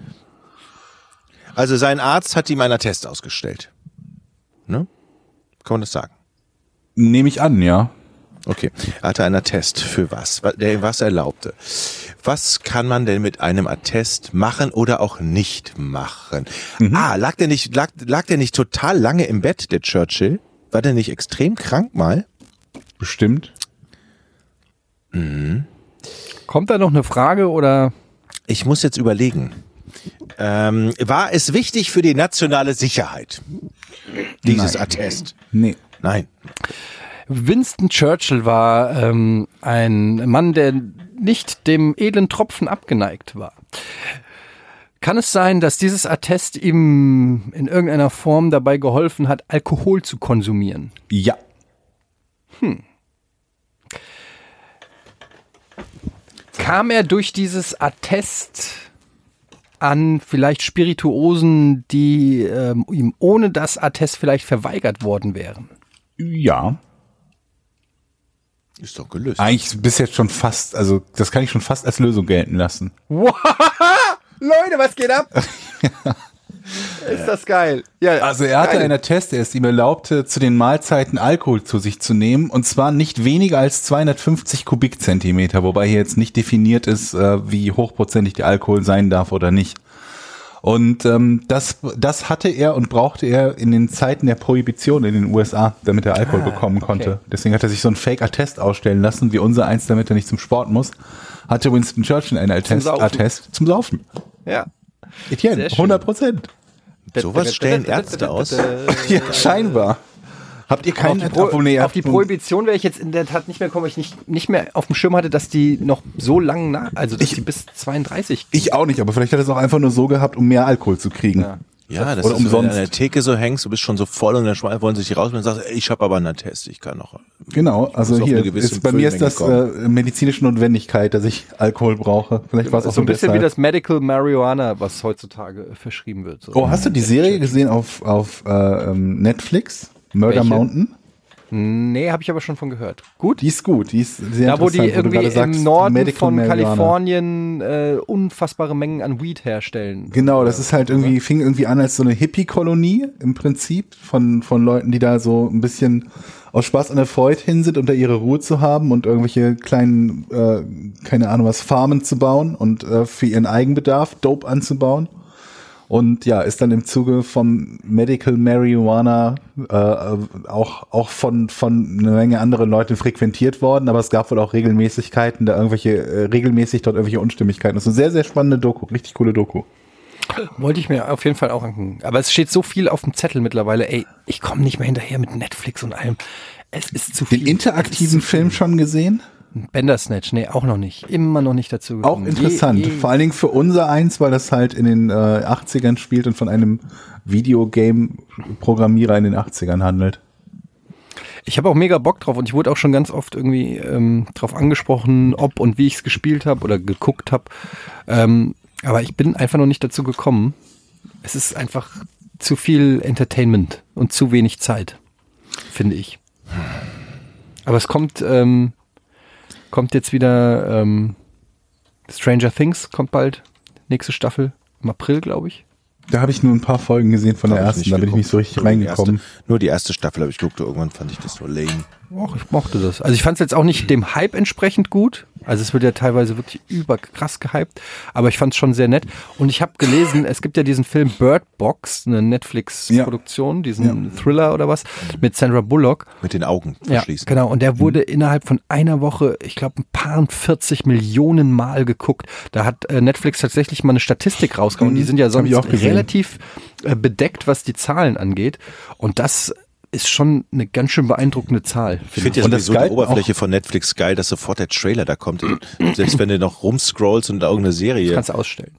[SPEAKER 3] Also sein Arzt hat ihm einen Attest ausgestellt. Ne? Kann man das sagen?
[SPEAKER 2] Nehme ich an, ja.
[SPEAKER 3] Okay. Er hatte einen Attest für was? Wa- Der ihm was erlaubte. Was kann man denn mit einem Attest machen oder auch nicht machen?
[SPEAKER 2] Mhm.
[SPEAKER 3] Ah, lag der nicht, lag, lag der nicht total lange im Bett, der Churchill? War der nicht extrem krank mal?
[SPEAKER 2] Bestimmt.
[SPEAKER 1] Kommt da noch eine Frage oder?
[SPEAKER 3] Ich muss jetzt überlegen. Ähm, war es wichtig für die nationale Sicherheit? Dieses Attest?
[SPEAKER 2] Nee.
[SPEAKER 3] Nein.
[SPEAKER 1] Winston Churchill war ähm, ein Mann, der nicht dem edlen Tropfen abgeneigt war. Kann es sein, dass dieses Attest ihm in irgendeiner Form dabei geholfen hat, Alkohol zu konsumieren?
[SPEAKER 2] Ja.
[SPEAKER 1] Kam er durch dieses Attest an vielleicht Spirituosen, die ähm, ihm ohne das Attest vielleicht verweigert worden wären?
[SPEAKER 2] Ja.
[SPEAKER 3] Ist doch gelöst.
[SPEAKER 2] Eigentlich bis jetzt schon fast, also das kann ich schon fast als Lösung gelten lassen.
[SPEAKER 1] <laughs> Leute, was geht
[SPEAKER 2] <laughs>
[SPEAKER 1] ab? Ist das geil. Ja,
[SPEAKER 2] Also er hatte
[SPEAKER 1] geil.
[SPEAKER 2] einen Attest, der es ihm erlaubte, zu den Mahlzeiten Alkohol zu sich zu nehmen und zwar nicht weniger als 250 Kubikzentimeter, wobei hier jetzt nicht definiert ist, äh, wie hochprozentig der Alkohol sein darf oder nicht. Und ähm, das, das hatte er und brauchte er in den Zeiten der Prohibition in den USA, damit er
[SPEAKER 1] Ah,
[SPEAKER 2] Alkohol bekommen konnte. Deswegen hat er sich so einen Fake-Attest ausstellen lassen, wie unser eins, damit er nicht zum Sport muss. Hatte Winston Churchill einen Attest
[SPEAKER 1] Saufen.
[SPEAKER 2] Attest zum Saufen.
[SPEAKER 1] ja.
[SPEAKER 2] Etienne,
[SPEAKER 1] Sehr schön.
[SPEAKER 2] 100 Prozent.
[SPEAKER 3] Sowas stellen Ärzte aus.
[SPEAKER 2] Ja, scheinbar. Habt ihr
[SPEAKER 1] Äh, Auf
[SPEAKER 2] keinen
[SPEAKER 1] die, Pro
[SPEAKER 2] Obwohl, nee, ihr
[SPEAKER 1] auf die
[SPEAKER 2] habt-
[SPEAKER 1] Prohibition wäre ich jetzt in der Tat nicht mehr gekommen, weil ich nicht, nicht mehr auf dem Schirm hatte, dass die noch so lang nach, also dass die bis 32.
[SPEAKER 2] Ich auch nicht, aber vielleicht hat er es auch einfach nur so gehabt, um mehr Alkohol zu kriegen.
[SPEAKER 3] Ja, das
[SPEAKER 2] Oder
[SPEAKER 3] ist, wenn du
[SPEAKER 2] umsonst.
[SPEAKER 3] an der Theke so hängst, du bist schon so voll und dann schme- wollen sie dich raus und sagst, ey, ich habe aber einen Attest, ich kann noch.
[SPEAKER 2] Genau,
[SPEAKER 3] muss
[SPEAKER 2] also
[SPEAKER 3] auf
[SPEAKER 2] hier
[SPEAKER 3] eine gewisse
[SPEAKER 2] ist, bei mir ist
[SPEAKER 3] Füllmenge
[SPEAKER 2] das äh, medizinische Notwendigkeit, dass ich Alkohol brauche. Vielleicht war es auch
[SPEAKER 1] Genau, so ein bisschen wie
[SPEAKER 2] deshalb.
[SPEAKER 1] das Medical Marijuana, was heutzutage äh, verschrieben wird. So.
[SPEAKER 2] Oh, hast du die Serie gesehen auf, auf äh, ähm, Netflix? Murder
[SPEAKER 1] Welche?
[SPEAKER 2] Mountain?
[SPEAKER 1] Nee, habe ich aber schon von gehört. Gut.
[SPEAKER 2] Die ist gut, die ist sehr
[SPEAKER 1] Da, wo
[SPEAKER 2] interessant.
[SPEAKER 1] die
[SPEAKER 2] du
[SPEAKER 1] irgendwie
[SPEAKER 2] gerade
[SPEAKER 1] im
[SPEAKER 2] sagst,
[SPEAKER 1] Norden
[SPEAKER 2] Medical
[SPEAKER 1] von
[SPEAKER 2] Marijuana.
[SPEAKER 1] Kalifornien äh, unfassbare Mengen an Weed herstellen.
[SPEAKER 2] Genau, das ist halt irgendwie, fing irgendwie an als so eine Hippie-Kolonie im Prinzip von, von Leuten, die da so ein bisschen aus Spaß an der Freude hin sind, um da ihre Ruhe zu haben und irgendwelche kleinen, äh, keine Ahnung was, Farmen zu bauen und äh, für ihren Eigenbedarf Dope anzubauen. Und ja, ist dann im Zuge vom Medical Marijuana äh, auch, auch von, von einer Menge anderen Leuten frequentiert worden, aber es gab wohl auch Regelmäßigkeiten, da irgendwelche, äh, regelmäßig dort irgendwelche Unstimmigkeiten. Das ist eine sehr, sehr spannende Doku, richtig coole Doku.
[SPEAKER 1] Wollte ich mir auf jeden Fall auch angucken. Aber es steht so viel auf dem Zettel mittlerweile. Ey, ich komme nicht mehr hinterher mit Netflix und allem. Es ist zu
[SPEAKER 2] Den
[SPEAKER 1] viel.
[SPEAKER 2] interaktiven Film schon gesehen?
[SPEAKER 1] Bandersnatch, nee, auch noch nicht. Immer noch nicht dazu
[SPEAKER 2] Auch interessant. Vor allen Dingen für unser Eins, weil das halt in den äh, 80ern spielt und von einem Videogame-Programmierer in den 80ern handelt.
[SPEAKER 1] Ich habe auch mega Bock drauf und ich wurde auch schon ganz oft irgendwie ähm, drauf angesprochen, ob und wie ich es gespielt habe oder geguckt habe. Ähm, aber ich bin einfach noch nicht dazu gekommen. Es ist einfach zu viel Entertainment und zu wenig Zeit, finde ich. Aber es kommt, ähm, kommt jetzt wieder ähm, Stranger Things, kommt bald. Nächste Staffel, im April, glaube ich.
[SPEAKER 2] Da habe ich nur ein paar Folgen gesehen von
[SPEAKER 3] Hab
[SPEAKER 2] der
[SPEAKER 3] ich
[SPEAKER 2] ersten,
[SPEAKER 3] nicht
[SPEAKER 2] da bin ich
[SPEAKER 3] geguckt.
[SPEAKER 2] nicht so richtig
[SPEAKER 3] Nur die
[SPEAKER 2] reingekommen.
[SPEAKER 3] erste- Nur die erste Staffel habe ich geguckt. Irgendwann fand ich das so lame.
[SPEAKER 1] Och, ich mochte das. Also ich fand es jetzt auch nicht dem Hype entsprechend gut. Also es wird ja teilweise wirklich überkrass gehypt, aber ich fand es schon sehr nett. Und ich habe gelesen, es gibt ja diesen Film Bird Box, eine Netflix-Produktion, diesen Thriller oder was, mit Sandra Bullock.
[SPEAKER 3] Mit den Augen
[SPEAKER 1] Ja,
[SPEAKER 3] verschließen.
[SPEAKER 1] genau. Und
[SPEAKER 2] Mhm.
[SPEAKER 1] der wurde innerhalb von einer Woche, ich glaube, ein paar 40 Millionen Mal geguckt. Da hat äh, Netflix tatsächlich mal eine Statistik rausgehauen. Die sind ja
[SPEAKER 2] Mhm. Hab ich
[SPEAKER 1] sonst
[SPEAKER 2] auch gesehen.
[SPEAKER 1] relativ äh, bedeckt, was die Zahlen angeht. Und das ist schon eine ganz schön beeindruckende Zahl.
[SPEAKER 3] Ich
[SPEAKER 1] finde
[SPEAKER 3] finde ja
[SPEAKER 2] Und das
[SPEAKER 3] sowieso die
[SPEAKER 2] galt
[SPEAKER 3] Oberfläche von Netflix geil, dass sofort der Trailer da kommt. Selbst wenn du noch rumscrollst und irgendeine Serie.
[SPEAKER 1] Kannst du ausstellen.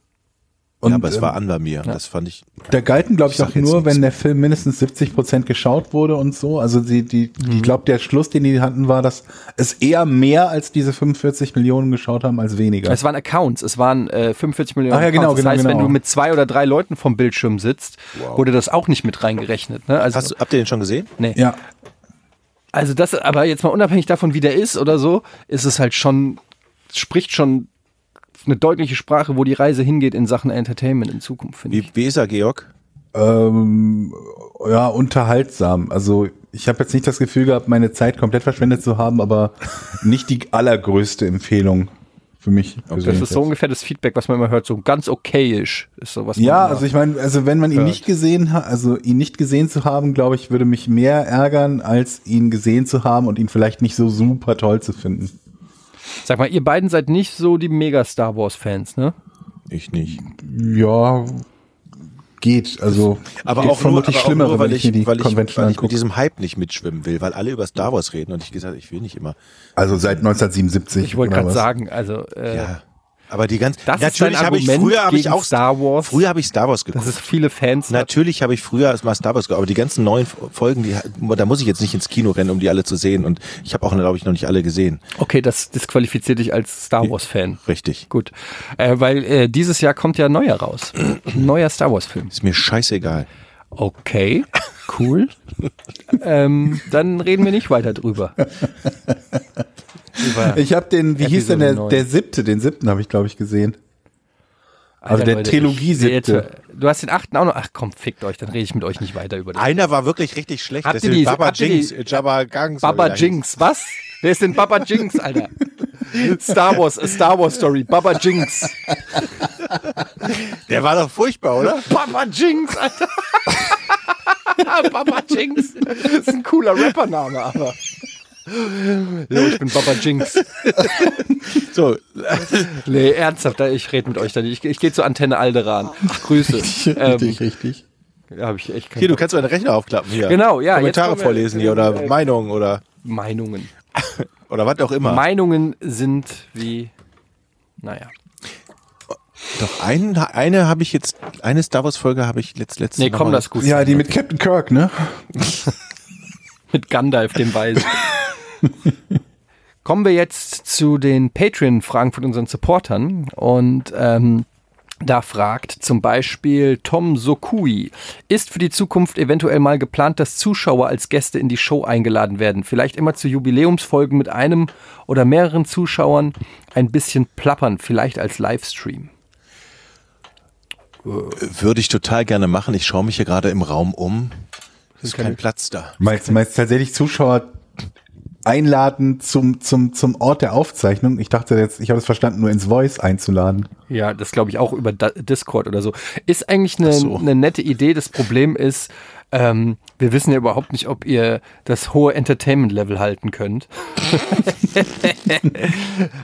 [SPEAKER 2] Und,
[SPEAKER 3] ja, aber es
[SPEAKER 2] ähm,
[SPEAKER 3] war an bei mir. Das fand ich.
[SPEAKER 2] Da galten, glaube ich,
[SPEAKER 3] sag
[SPEAKER 2] auch
[SPEAKER 3] jetzt
[SPEAKER 2] nur,
[SPEAKER 3] nichts.
[SPEAKER 2] wenn der Film mindestens 70 Prozent geschaut wurde und so. Also die, die,
[SPEAKER 3] Mhm.
[SPEAKER 2] ich glaube, der Schluss, den die hatten, war, dass es eher mehr als diese 45 Millionen geschaut haben als weniger.
[SPEAKER 1] Es waren Accounts, es waren äh, 45 Millionen
[SPEAKER 2] Ach ja, genau,
[SPEAKER 1] Accounts. Das
[SPEAKER 2] genau,
[SPEAKER 1] heißt,
[SPEAKER 2] genau.
[SPEAKER 1] wenn du mit zwei oder drei Leuten vom Bildschirm sitzt, wurde das auch nicht mit reingerechnet. Ne? Also,
[SPEAKER 3] Hast, du- habt ihr den schon gesehen?
[SPEAKER 1] nee.
[SPEAKER 2] ja,
[SPEAKER 1] also das, aber jetzt mal unabhängig davon, wie der ist oder so, ist es halt schon, spricht schon eine deutliche Sprache, wo die Reise hingeht in Sachen Entertainment in Zukunft, finde
[SPEAKER 3] Wie,
[SPEAKER 1] ich.
[SPEAKER 3] wie ist er, Georg?
[SPEAKER 2] ähm, ja, unterhaltsam. Also ich habe jetzt nicht das Gefühl gehabt, meine Zeit komplett verschwendet zu haben, <laughs> aber nicht die allergrößte Empfehlung für mich.
[SPEAKER 1] Das ist so
[SPEAKER 2] persönlich.
[SPEAKER 1] ungefähr das Feedback, was man immer hört, so ganz okayisch ist so was. man
[SPEAKER 2] Ja,
[SPEAKER 3] genau.
[SPEAKER 1] immer-
[SPEAKER 2] also ich meine, also wenn man ihn
[SPEAKER 1] Hört.
[SPEAKER 2] nicht gesehen hat, also ihn nicht gesehen zu haben, glaube ich, würde mich mehr ärgern, als ihn gesehen zu haben und ihn vielleicht nicht so super toll zu finden.
[SPEAKER 1] Sag mal, ihr beiden seid nicht so die mega Star Wars Fans, ne?
[SPEAKER 3] Ich nicht.
[SPEAKER 2] Ja, geht. Also
[SPEAKER 3] Aber
[SPEAKER 2] gibt
[SPEAKER 3] auch nur, aber auch nur,
[SPEAKER 2] wenn
[SPEAKER 3] weil ich,
[SPEAKER 2] mir die
[SPEAKER 3] weil ich,
[SPEAKER 2] Convention
[SPEAKER 3] weil ich mit
[SPEAKER 2] angucke.
[SPEAKER 3] diesem Hype nicht mitschwimmen will, weil alle über Star Wars reden und ich gesagt, ich will nicht immer.
[SPEAKER 2] Also seit 1977.
[SPEAKER 1] Ich wollte
[SPEAKER 2] oder
[SPEAKER 1] gerade
[SPEAKER 2] Genau, was?
[SPEAKER 1] sagen, also äh,
[SPEAKER 3] Ja. Aber die ganz
[SPEAKER 1] Das ist
[SPEAKER 3] natürlich
[SPEAKER 1] dein
[SPEAKER 3] habe ich
[SPEAKER 1] Argument
[SPEAKER 3] früher habe ich
[SPEAKER 1] gegen
[SPEAKER 3] auch
[SPEAKER 1] Star Wars?
[SPEAKER 3] Früher habe ich Star Wars geguckt.
[SPEAKER 1] dass es viele Fans hat.
[SPEAKER 3] Natürlich habe ich früher erstmal Star Wars geguckt, aber die ganzen neuen Folgen, die, da muss ich jetzt nicht ins Kino rennen, um die alle zu sehen. Und ich habe auch, glaube ich, noch nicht alle gesehen.
[SPEAKER 1] Okay, das disqualifiziert dich als Star Wars-Fan.
[SPEAKER 3] Richtig.
[SPEAKER 1] Gut. Äh, weil äh, dieses Jahr kommt ja ein neuer raus. Ein neuer Star Wars-Film.
[SPEAKER 3] Ist mir scheißegal.
[SPEAKER 1] Okay, cool. ähm, dann reden wir nicht weiter drüber. Über
[SPEAKER 2] Ich habe den, wie hieß denn
[SPEAKER 1] Episode
[SPEAKER 2] der,
[SPEAKER 1] neun.
[SPEAKER 2] der siebte? Den siebten habe ich, glaube ich, gesehen.
[SPEAKER 1] Alter,
[SPEAKER 2] der
[SPEAKER 1] Leute,
[SPEAKER 2] Trilogie
[SPEAKER 1] ich-
[SPEAKER 2] siebte.
[SPEAKER 1] Jetzt, Du hast den achten auch noch. Ach komm, fickt euch, dann rede ich mit euch nicht weiter über das.
[SPEAKER 3] Einer war wirklich richtig schlecht.
[SPEAKER 1] Habt
[SPEAKER 3] das
[SPEAKER 1] ihr
[SPEAKER 3] ist
[SPEAKER 1] die-
[SPEAKER 3] Baba
[SPEAKER 1] habt ihr die-
[SPEAKER 3] Jinx, äh, Jabba Gangs.
[SPEAKER 1] Baba
[SPEAKER 3] oder wie der
[SPEAKER 1] Jinx, was? Wer ist denn Baba Jinx, Alter? Star Wars, a Star Wars Story, Baba Jinx.
[SPEAKER 3] hieß. Der war doch furchtbar, oder?
[SPEAKER 1] Papa Jinx, Alter. Papa Jinx. ist ein cooler Rappername, aber. Jo, ich bin Papa Jinx.
[SPEAKER 3] So,
[SPEAKER 1] Nee, ernsthaft, ich rede mit euch da nicht. Ich, ich gehe zur Antenne Alderan. Grüße.
[SPEAKER 2] Richtig,
[SPEAKER 1] ähm,
[SPEAKER 2] richtig, richtig.
[SPEAKER 1] da habe ich echt keine
[SPEAKER 3] hier, du kannst meinen Rechner aufklappen hier.
[SPEAKER 1] Genau, ja, jetzt
[SPEAKER 3] Kommentare
[SPEAKER 1] kommen wir- Äh,
[SPEAKER 3] vorlesen hier oder Meinungen oder,
[SPEAKER 1] Meinungen.
[SPEAKER 3] oder was auch immer.
[SPEAKER 1] Meinungen sind wie. Naja.
[SPEAKER 3] doch, einen, eine habe ich jetzt, eine Star Wars Folge habe ich letzt, letzte
[SPEAKER 1] Nee, komm, das ist gut.
[SPEAKER 2] Ja, die mit Captain Kirk, ne?
[SPEAKER 1] Mit Gandalf, dem Weisen. <laughs> Kommen wir jetzt zu den Patreon-Fragen von unseren Supportern. Und ähm, da fragt zum Beispiel Tom Sokui, ist für die Zukunft eventuell mal geplant, dass Zuschauer als Gäste in die Show eingeladen werden? Vielleicht immer zu Jubiläumsfolgen mit einem oder mehreren Zuschauern ein bisschen plappern, vielleicht als Livestream.
[SPEAKER 3] Würde ich total gerne machen. Ich schaue mich hier gerade im Raum um. Es ist kein Platz da.
[SPEAKER 2] Meinst, meinst du tatsächlich Zuschauer einladen zum, zum, zum Ort der Aufzeichnung. Ich dachte jetzt, ich habe das verstanden, nur ins Voice einzuladen.
[SPEAKER 1] Ja, das glaube ich auch über Da- Discord oder so. Ist eigentlich eine,
[SPEAKER 3] Ach so.
[SPEAKER 1] eine nette Idee. Das Problem ist, ähm, wir wissen ja überhaupt nicht, ob ihr das hohe Entertainment-Level halten
[SPEAKER 3] <laughs>
[SPEAKER 1] könnt.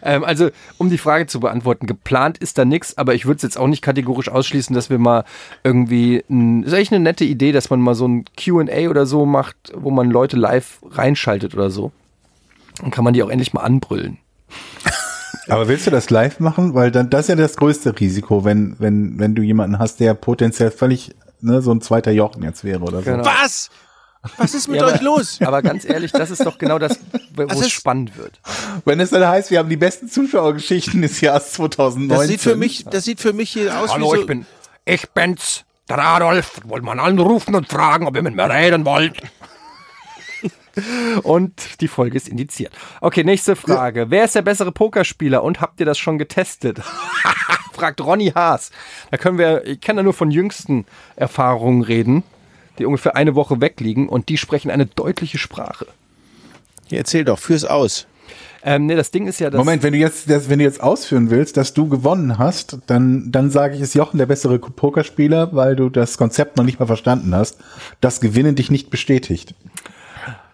[SPEAKER 1] ähm, also, um die Frage zu beantworten, geplant ist da nichts, aber ich würde es jetzt auch nicht kategorisch ausschließen, dass wir mal irgendwie, ein, ist eigentlich eine nette Idee, dass man mal so ein Q&A oder so macht, wo man Leute live reinschaltet oder so. Dann kann man die auch endlich mal anbrüllen.
[SPEAKER 2] Aber willst du das live machen? Weil dann, das ist ja das größte Risiko, wenn, wenn, wenn du jemanden hast, der potenziell völlig, ne, so ein zweiter Jochen jetzt wäre oder so.
[SPEAKER 1] Genau.
[SPEAKER 3] Was? Was ist mit
[SPEAKER 1] Ja,
[SPEAKER 3] euch
[SPEAKER 1] aber-
[SPEAKER 3] los?
[SPEAKER 1] Aber ganz ehrlich, das ist doch genau das, wo
[SPEAKER 3] Das
[SPEAKER 1] es
[SPEAKER 3] Also ist-
[SPEAKER 1] spannend wird.
[SPEAKER 2] Wenn es dann heißt, wir haben die besten Zuschauergeschichten des Jahres 2019.
[SPEAKER 3] <laughs> Das sieht für mich, das sieht für mich hier aus wie so,
[SPEAKER 1] ich bin's, der Adolf. Wollt man anrufen und fragen, ob ihr mit mir reden wollt? <laughs> Und die Folge ist indiziert. Okay, nächste Frage. Wer ist der bessere Pokerspieler und habt ihr das schon getestet? <laughs> Fragt Ronny Haas. Da können wir, ich kann da nur von jüngsten Erfahrungen reden, die ungefähr eine Woche wegliegen und die sprechen eine deutliche Sprache.
[SPEAKER 3] Ja, Erzähl doch, führ's aus.
[SPEAKER 1] Ähm, nee, das Ding ist ja, dass.
[SPEAKER 2] Moment, wenn du jetzt, das, wenn du jetzt ausführen willst, dass du gewonnen hast, dann, dann sage ich, ist Jochen der bessere Pokerspieler, weil du das Konzept noch nicht mal verstanden hast. Das Gewinnen dich nicht bestätigt.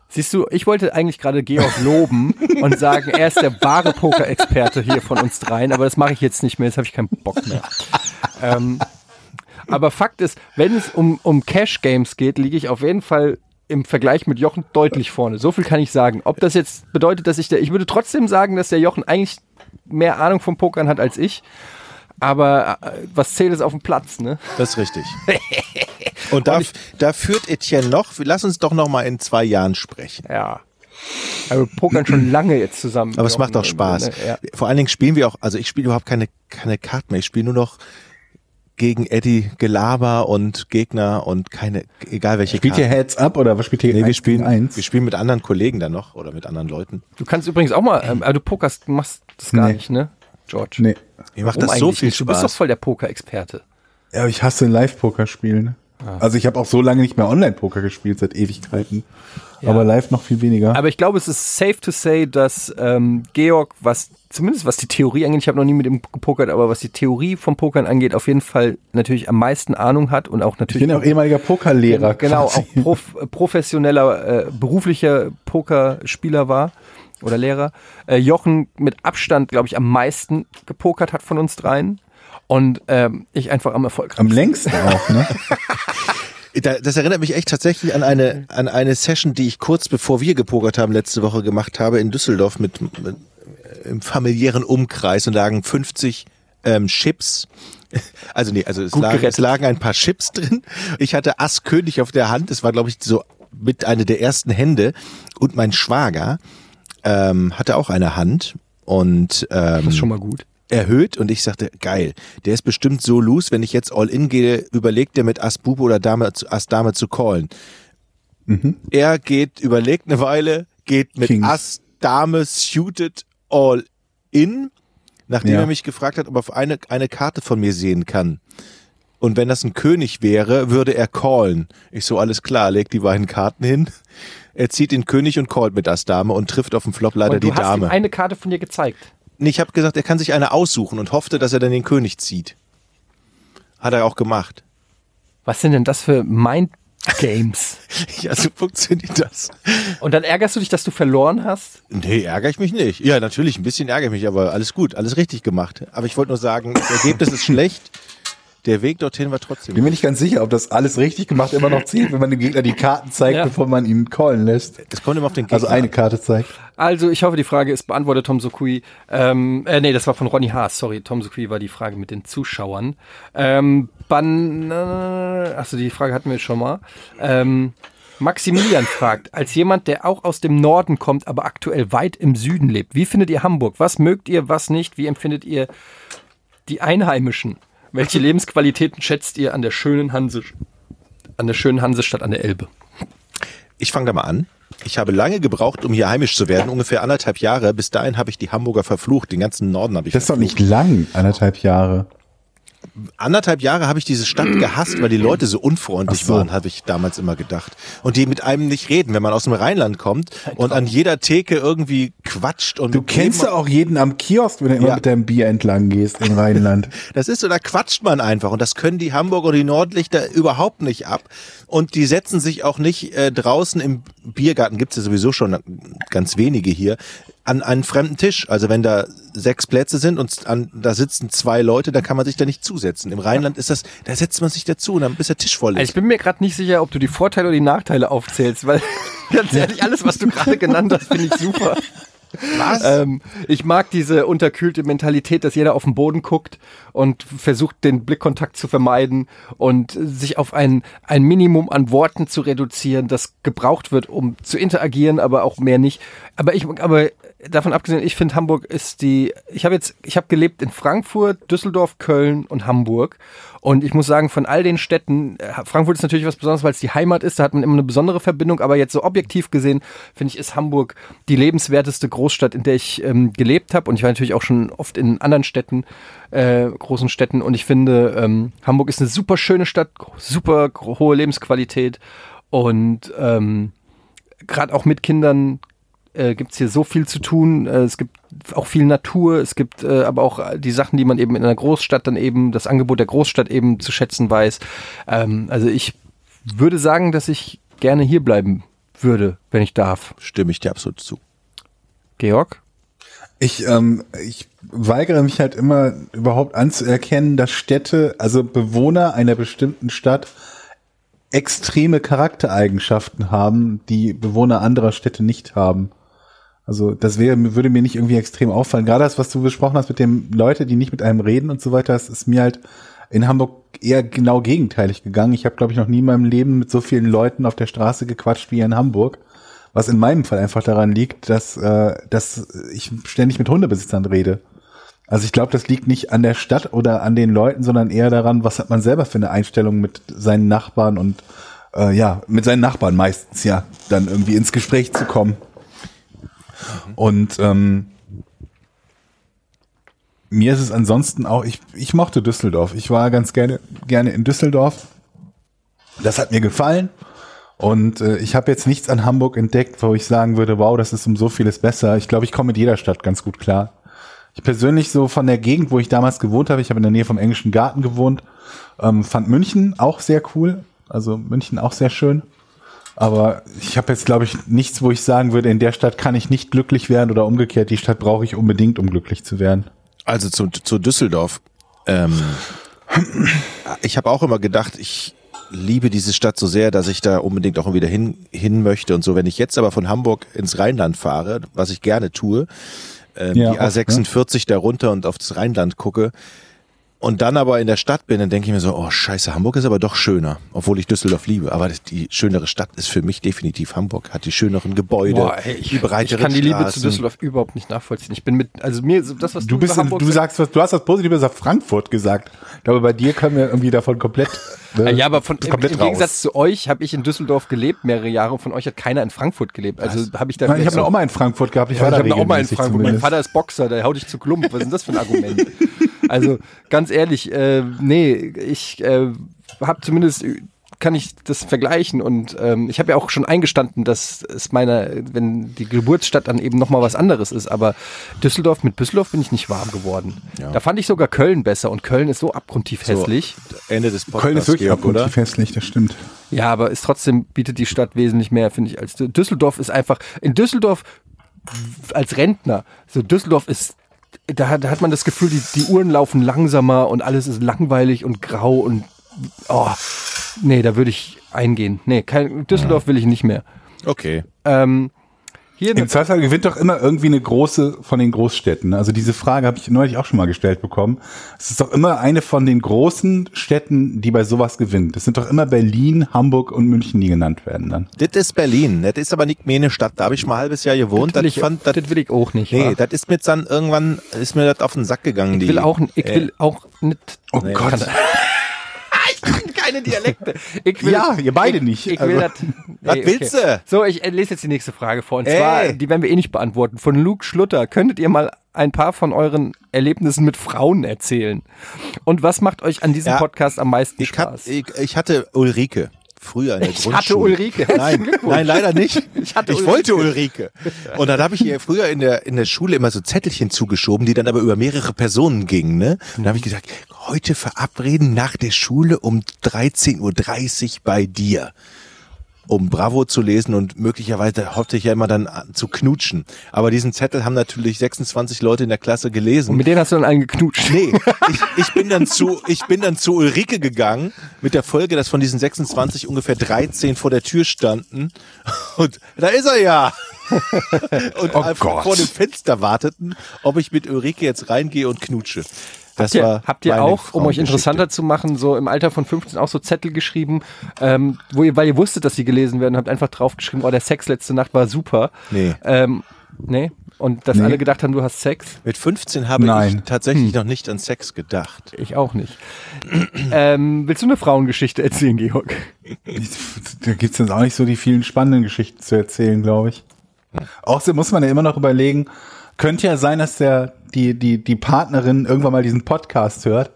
[SPEAKER 1] Siehst du, ich wollte eigentlich gerade Georg loben und sagen, er ist der wahre Poker-Experte hier von uns dreien, aber das mache ich jetzt nicht mehr, jetzt habe ich keinen Bock mehr. Ähm, aber Fakt ist, wenn es um, um Cash-Games geht, liege ich auf jeden Fall im Vergleich mit Jochen deutlich vorne. So viel kann ich sagen. Ob das jetzt bedeutet, dass ich der, ich würde trotzdem sagen, dass der Jochen eigentlich mehr Ahnung vom Pokern hat als ich. Aber äh, was zählt ist auf dem Platz, ne?
[SPEAKER 3] Das ist richtig. <laughs> Und da, da führt Etienne noch. Lass uns doch noch mal in zwei Jahren sprechen.
[SPEAKER 1] Ja. Aber wir pokern schon lange jetzt zusammen.
[SPEAKER 3] Aber es macht auch Spaß.
[SPEAKER 1] ne, Ja.
[SPEAKER 3] Vor allen Dingen spielen wir auch, also ich spiele überhaupt keine, keine Karten mehr. Ich spiele nur noch gegen Eddie Gelaber und Gegner und keine, egal welche
[SPEAKER 2] Spielt ihr
[SPEAKER 3] Karten.
[SPEAKER 2] Heads Up oder was spielt ihr?
[SPEAKER 3] Nee, wir
[SPEAKER 2] Eins
[SPEAKER 3] spielen,
[SPEAKER 2] gegen eins.
[SPEAKER 3] wir spielen mit anderen Kollegen dann noch oder mit anderen Leuten.
[SPEAKER 1] Du kannst übrigens auch mal, ähm, aber du pokerst, machst das gar
[SPEAKER 2] Nee.
[SPEAKER 1] nicht, ne? George.
[SPEAKER 2] Nee.
[SPEAKER 3] Mir macht
[SPEAKER 1] Warum
[SPEAKER 3] das so
[SPEAKER 1] eigentlich
[SPEAKER 3] viel
[SPEAKER 1] nicht? Du bist doch
[SPEAKER 3] Spaß.
[SPEAKER 1] voll der Poker-Experte.
[SPEAKER 2] Ja, aber ich hasse Live-Poker spielen.
[SPEAKER 1] Ah.
[SPEAKER 2] Also ich habe auch so lange nicht mehr Online-Poker gespielt seit Ewigkeiten. Aber live noch viel weniger.
[SPEAKER 1] Aber ich glaube, es ist safe to say, dass ähm, Georg, was zumindest was die Theorie angeht, ich habe noch nie mit ihm gepokert, aber was die Theorie vom Pokern angeht, auf jeden Fall natürlich am meisten Ahnung hat und auch
[SPEAKER 2] ich
[SPEAKER 1] natürlich
[SPEAKER 2] bin
[SPEAKER 3] Genau.
[SPEAKER 2] auch ehemaliger Pokerlehrer.
[SPEAKER 1] genau
[SPEAKER 2] quasi.
[SPEAKER 1] auch prof, äh, professioneller äh, beruflicher Pokerspieler war oder Lehrer. Äh, Jochen mit Abstand, glaube ich, am meisten gepokert hat von uns dreien und ähm, ich einfach am erfolgreichsten.
[SPEAKER 2] Am längsten auch, ne?
[SPEAKER 3] Da- Das erinnert mich echt tatsächlich an eine, an eine Session, die ich kurz bevor wir gepokert haben, letzte Woche gemacht habe in Düsseldorf mit, mit äh, im familiären Umkreis und lagen 50 ähm, Chips. <laughs> Also nee, also es
[SPEAKER 1] Gut
[SPEAKER 3] lagen, es
[SPEAKER 1] gerettet.
[SPEAKER 3] lagen ein paar Chips drin. Ich hatte Ass König auf der Hand. Es war, glaube ich, so mit einer der ersten Hände. Und mein Schwager ähm, hatte auch eine Hand und
[SPEAKER 1] Das
[SPEAKER 3] ähm,
[SPEAKER 1] ist schon mal gut.
[SPEAKER 3] erhöht und ich sagte, geil, der ist bestimmt so loose, wenn ich jetzt all in gehe, überlegt er mit Ass Bube oder Dame, zu- Ass Dame zu callen. Er geht, überlegt eine Weile, geht mit
[SPEAKER 2] Mhm. Kings.
[SPEAKER 3] Ass Dame suited all in, nachdem
[SPEAKER 2] Ja.
[SPEAKER 3] er mich gefragt hat, ob er auf eine, eine Karte von mir sehen kann. Und wenn das ein König wäre, würde er callen. Ich so, alles klar, legt die beiden Karten hin. Er zieht den König und callt mit Ass Dame und trifft auf dem Flop leider
[SPEAKER 1] Und du
[SPEAKER 3] die
[SPEAKER 1] hast
[SPEAKER 3] Dame.
[SPEAKER 1] ihm eine Karte von dir gezeigt.
[SPEAKER 3] Nee, ich habe gesagt, er kann sich eine aussuchen und hoffte, dass er dann den König zieht. Hat er auch gemacht. <laughs>
[SPEAKER 1] Was sind denn das für Mind
[SPEAKER 3] <laughs>
[SPEAKER 1] Games?
[SPEAKER 3] Ja, so funktioniert das.
[SPEAKER 1] Und dann ärgerst du dich, dass du verloren hast?
[SPEAKER 3] Nee, ärgere ich mich nicht. Ja, natürlich, ein bisschen ärgere ich mich, aber alles gut, alles richtig gemacht. Aber ich wollte nur sagen, das Ergebnis ist schlecht. Der Weg dorthin war
[SPEAKER 2] Bin
[SPEAKER 3] trotzdem.
[SPEAKER 2] mir nicht ganz sicher, ob das alles richtig gemacht immer noch zählt, wenn man dem Gegner die Karten zeigt,
[SPEAKER 1] Ja.
[SPEAKER 2] bevor man ihn callen lässt.
[SPEAKER 3] Es kommt immer auf den Gegner.
[SPEAKER 2] Also eine
[SPEAKER 3] an.
[SPEAKER 2] Karte zeigt.
[SPEAKER 1] Also, ich hoffe, die Frage ist beantwortet, Tom Sokui. Ähm, äh, nee, das war von Ronny Haas, sorry. Tom Sokui war die Frage mit den Zuschauern. Ähm, Ban Achso, die Frage hatten wir schon mal. Ähm, Maximilian fragt, als jemand, der auch aus dem Norden kommt, aber aktuell weit im Süden lebt, wie findet ihr Hamburg? Was mögt ihr, was nicht? Wie empfindet ihr die Einheimischen? Welche Lebensqualitäten schätzt ihr an der schönen Hanse, an der schönen Hansestadt an der Elbe?
[SPEAKER 3] Ich fange da mal an. Ich habe lange gebraucht, um hier heimisch zu werden, ungefähr anderthalb Jahre. Bis dahin habe ich die Hamburger verflucht, den ganzen Norden habe ich
[SPEAKER 2] Das ist doch
[SPEAKER 3] verflucht.
[SPEAKER 2] nicht lang, anderthalb Jahre.
[SPEAKER 3] anderthalb Jahre habe ich diese Stadt gehasst, weil die Leute so unfreundlich
[SPEAKER 2] Ach so.
[SPEAKER 3] waren, habe ich damals immer gedacht. Und die mit einem nicht reden, wenn man aus dem Rheinland kommt und an jeder Theke irgendwie quatscht und
[SPEAKER 2] Du kennst ja auch jeden am Kiosk, wenn du immer
[SPEAKER 3] Ja.
[SPEAKER 2] mit deinem Bier entlang gehst im Rheinland.
[SPEAKER 3] Das ist so, da quatscht man einfach und das können die Hamburger oder die Nordlichter überhaupt nicht ab und die setzen sich auch nicht äh, draußen im Biergarten, gibt's ja sowieso schon ganz wenige hier, an einen fremden Tisch. Also wenn da sechs Plätze sind und an, da sitzen zwei Leute, dann kann man sich da nicht zusetzen. Im Rheinland ist das, da setzt man sich dazu und dann bis der Tisch voll
[SPEAKER 1] Also ich
[SPEAKER 3] ist.
[SPEAKER 1] bin mir gerade nicht sicher, ob du die Vorteile oder die Nachteile aufzählst, weil <laughs> ganz ehrlich, alles, was du gerade genannt hast, finde ich super.
[SPEAKER 3] Was?
[SPEAKER 1] Ähm, ich mag diese unterkühlte Mentalität, dass jeder auf den Boden guckt und versucht, den Blickkontakt zu vermeiden und äh, sich auf ein, ein Minimum an Worten zu reduzieren, das gebraucht wird, um zu interagieren, aber auch mehr nicht. Aber ich, aber davon abgesehen, ich finde Hamburg ist die, ich habe jetzt, ich habe gelebt in Frankfurt, Düsseldorf, Köln und Hamburg. Und ich muss sagen, von all den Städten, äh, Frankfurt ist natürlich was Besonderes, weil es die Heimat ist, da hat man immer eine besondere Verbindung, aber jetzt so objektiv gesehen, finde ich, ist Hamburg die lebenswerteste Großstadt, in der ich ähm, gelebt habe. Und ich war natürlich auch schon oft in anderen Städten, äh, großen Städten. Und ich finde, ähm, Hamburg ist eine super schöne Stadt, super gro- hohe Lebensqualität. Und ähm, gerade auch mit Kindern äh, gibt es hier so viel zu tun. Äh, es gibt auch viel Natur, es gibt äh, aber auch äh, die Sachen, die man eben in einer Großstadt dann eben, das Angebot der Großstadt eben zu schätzen weiß. Ähm, also ich würde sagen, dass ich gerne hier bleiben würde, wenn ich darf.
[SPEAKER 3] Stimme ich dir absolut zu.
[SPEAKER 1] Georg?
[SPEAKER 2] Ich, ähm, ich weigere mich halt immer überhaupt anzuerkennen, dass Städte, also Bewohner einer bestimmten Stadt, extreme Charaktereigenschaften haben, die Bewohner anderer Städte nicht haben. Also das wäre, würde mir nicht irgendwie extrem auffallen. Gerade das, was du besprochen hast mit den Leuten, die nicht mit einem reden und so weiter, das ist mir halt in Hamburg eher genau gegenteilig gegangen. Ich habe, glaube ich, noch nie in meinem Leben mit so vielen Leuten auf der Straße gequatscht wie in Hamburg. Was in meinem Fall einfach daran liegt, dass, äh, dass ich ständig mit Hundebesitzern rede. Also ich glaube, das liegt nicht an der Stadt oder an den Leuten, sondern eher daran, was hat man selber für eine Einstellung mit seinen Nachbarn und äh, ja, mit seinen Nachbarn meistens ja, dann irgendwie ins Gespräch zu kommen. Und ähm, mir ist es ansonsten auch, ich, ich mochte Düsseldorf. Ich war ganz gerne, gerne in Düsseldorf. Das hat mir gefallen. Und äh, ich habe jetzt nichts an Hamburg entdeckt, wo ich sagen würde, wow, das ist um so vieles besser. Ich glaube, ich komme mit jeder Stadt ganz gut klar. Ich persönlich so von der Gegend, wo ich damals gewohnt habe, ich habe in der Nähe vom Englischen Garten gewohnt, ähm, fand München auch sehr cool. Also München auch sehr schön. Aber ich habe jetzt, glaube ich, nichts, wo ich sagen würde, in der Stadt kann ich nicht glücklich werden oder umgekehrt, die Stadt brauche ich unbedingt, um glücklich zu werden.
[SPEAKER 3] Also zu, zu Düsseldorf. Ähm, ich habe auch immer gedacht, ich liebe diese Stadt so sehr, dass ich da unbedingt auch wieder hin, hin möchte und so. Wenn ich jetzt aber von Hamburg ins Rheinland fahre, was ich gerne tue, ähm,
[SPEAKER 2] Ja,
[SPEAKER 1] ne?
[SPEAKER 3] die
[SPEAKER 2] oft,
[SPEAKER 3] A46 da runter und aufs Rheinland gucke und dann aber in der Stadt bin, dann denke ich mir so, oh scheiße, Hamburg ist aber doch schöner, obwohl ich Düsseldorf liebe. Aber die schönere Stadt ist für mich definitiv Hamburg, hat die schöneren Gebäude, die breitere
[SPEAKER 1] ich kann die Liebe zu
[SPEAKER 3] Straßen.
[SPEAKER 1] Düsseldorf überhaupt nicht nachvollziehen. Ich bin mit, also mir, so das, was
[SPEAKER 2] Du bist,
[SPEAKER 1] über
[SPEAKER 2] in,
[SPEAKER 1] Hamburg
[SPEAKER 2] du sagst was, du hast was Positives auf Frankfurt gesagt. Ich glaube, bei dir können wir irgendwie
[SPEAKER 1] <laughs>
[SPEAKER 2] davon komplett. ne,
[SPEAKER 1] Ja, aber von, im, im
[SPEAKER 2] komplett raus.
[SPEAKER 1] Gegensatz zu euch habe ich in Düsseldorf gelebt mehrere Jahre und von euch hat keiner in Frankfurt gelebt. Also habe ich da
[SPEAKER 2] Nein, ich
[SPEAKER 1] vielleicht
[SPEAKER 2] habe eine
[SPEAKER 1] so-
[SPEAKER 2] Oma in Frankfurt gehabt. Ich
[SPEAKER 1] Ja,
[SPEAKER 2] war
[SPEAKER 1] ich
[SPEAKER 2] da
[SPEAKER 1] habe eine Oma in
[SPEAKER 2] regelmäßig
[SPEAKER 1] Frankfurt. Mein
[SPEAKER 2] zumindest.
[SPEAKER 1] Vater ist Boxer, der haut dich zu Klump. Was ist denn das für ein
[SPEAKER 2] <laughs>
[SPEAKER 1] Argument? also ganz ehrlich, äh, nee, ich äh, habe zumindest äh, kann ich das vergleichen und ähm, ich habe ja auch schon eingestanden, dass es meiner, wenn die Geburtsstadt dann eben nochmal was anderes ist, aber Düsseldorf mit Düsseldorf bin ich nicht warm geworden. Da fand ich sogar Köln besser und Köln ist so abgrundtief hässlich.
[SPEAKER 3] Ende des Podcasts,
[SPEAKER 2] Köln ist wirklich
[SPEAKER 3] Georg, oder?
[SPEAKER 2] abgrundtief hässlich, das stimmt.
[SPEAKER 1] Ja, aber ist trotzdem bietet die Stadt wesentlich mehr, finde ich, als Dü- Düsseldorf ist einfach in Düsseldorf w- als Rentner. So Düsseldorf ist da, hat- da hat man das Gefühl, die, die Uhren laufen langsamer und alles ist langweilig und grau und oh, nee, da würde ich eingehen. Nee, kein, Düsseldorf will ich nicht mehr.
[SPEAKER 3] Okay.
[SPEAKER 1] Ähm, hier
[SPEAKER 2] Im Zweifel gewinnt doch immer irgendwie eine große von den Großstädten. Also diese Frage habe ich neulich auch schon mal gestellt bekommen. Es ist doch immer eine von den großen Städten, die bei sowas gewinnt. Es sind doch immer Berlin, Hamburg und München, die genannt werden dann.
[SPEAKER 3] Das ist Berlin. Das ist aber nicht meine Stadt. Da habe ich mal ein halbes Jahr gewohnt.
[SPEAKER 1] will
[SPEAKER 3] Das,
[SPEAKER 1] ich,
[SPEAKER 3] fand, das,
[SPEAKER 1] äh, das will ich auch nicht. wa?
[SPEAKER 3] nee, das ist mir dann irgendwann ist mir das auf den Sack gegangen.
[SPEAKER 1] ich
[SPEAKER 3] die- äh,
[SPEAKER 1] will auch, ich will auch nicht.
[SPEAKER 2] Oh Gott.
[SPEAKER 1] Ich kann keine Dialekte. Ich will,
[SPEAKER 2] Ja, ihr beide nicht.
[SPEAKER 1] Ich, ich
[SPEAKER 2] Also-
[SPEAKER 1] will das.
[SPEAKER 3] <laughs> Was willst du?
[SPEAKER 1] So, ich äh, lese jetzt die nächste Frage vor. Und
[SPEAKER 3] Ey.
[SPEAKER 1] zwar, die werden wir eh nicht beantworten. Von Luke Schlutter. Könntet ihr mal ein paar von euren Erlebnissen mit Frauen erzählen. Und was macht euch an diesem
[SPEAKER 3] Ja.
[SPEAKER 1] Podcast am meisten
[SPEAKER 3] Ich, hab,
[SPEAKER 1] Spaß?
[SPEAKER 3] ich, ich hatte Ulrike früher in der
[SPEAKER 1] Ich
[SPEAKER 3] Grundschule.
[SPEAKER 1] hatte Ulrike.
[SPEAKER 3] Nein, nein,
[SPEAKER 1] <laughs>
[SPEAKER 3] leider nicht. Ich,
[SPEAKER 1] hatte
[SPEAKER 3] wollte Ulrike. Und dann habe ich ihr früher in der, in der Schule immer so Zettelchen zugeschoben, die dann aber über mehrere Personen gingen. Ne? Und dann habe ich gesagt, heute verabreden nach der Schule um 13.30 Uhr bei dir. Um Bravo zu lesen und möglicherweise hoffte ich ja immer dann an- zu knutschen. Aber diesen Zettel haben natürlich 26 Leute in der Klasse gelesen.
[SPEAKER 1] Und mit denen hast du dann einen geknutscht.
[SPEAKER 3] Nee, ich, ich, bin dann zu, ich bin dann zu Ulrike gegangen, mit der Folge, dass von diesen 26 ungefähr 13 vor der Tür standen. Und da ist er
[SPEAKER 2] <laughs>
[SPEAKER 3] ja. Und einfach
[SPEAKER 2] Oh Gott.
[SPEAKER 3] vor dem Fenster warteten, ob ich mit Ulrike jetzt reingehe und knutsche.
[SPEAKER 1] <laughs>
[SPEAKER 3] Das
[SPEAKER 1] Habt ihr,
[SPEAKER 3] war
[SPEAKER 1] habt ihr
[SPEAKER 3] meine
[SPEAKER 1] auch, um euch
[SPEAKER 3] Frauengeschichte.
[SPEAKER 1] interessanter zu machen, so im Alter von 15 auch so Zettel geschrieben, ähm, wo ihr, weil ihr wusstet, dass sie gelesen werden, habt einfach draufgeschrieben, oh, der Sex letzte Nacht war super.
[SPEAKER 3] Nee.
[SPEAKER 1] Ähm, nee. Und dass
[SPEAKER 2] Nee.
[SPEAKER 1] alle gedacht haben, du hast Sex?
[SPEAKER 3] Mit 15 habe
[SPEAKER 2] Nein. Hm.
[SPEAKER 3] ich tatsächlich noch nicht an Sex gedacht.
[SPEAKER 1] Ich auch nicht. ähm, willst du eine Frauengeschichte erzählen, Georg?
[SPEAKER 2] Da gibt's jetzt auch nicht so die vielen spannenden Geschichten zu erzählen, glaube ich. Außerdem muss man ja immer noch überlegen, könnte ja sein, dass der, die, die, die Partnerin irgendwann mal diesen Podcast hört,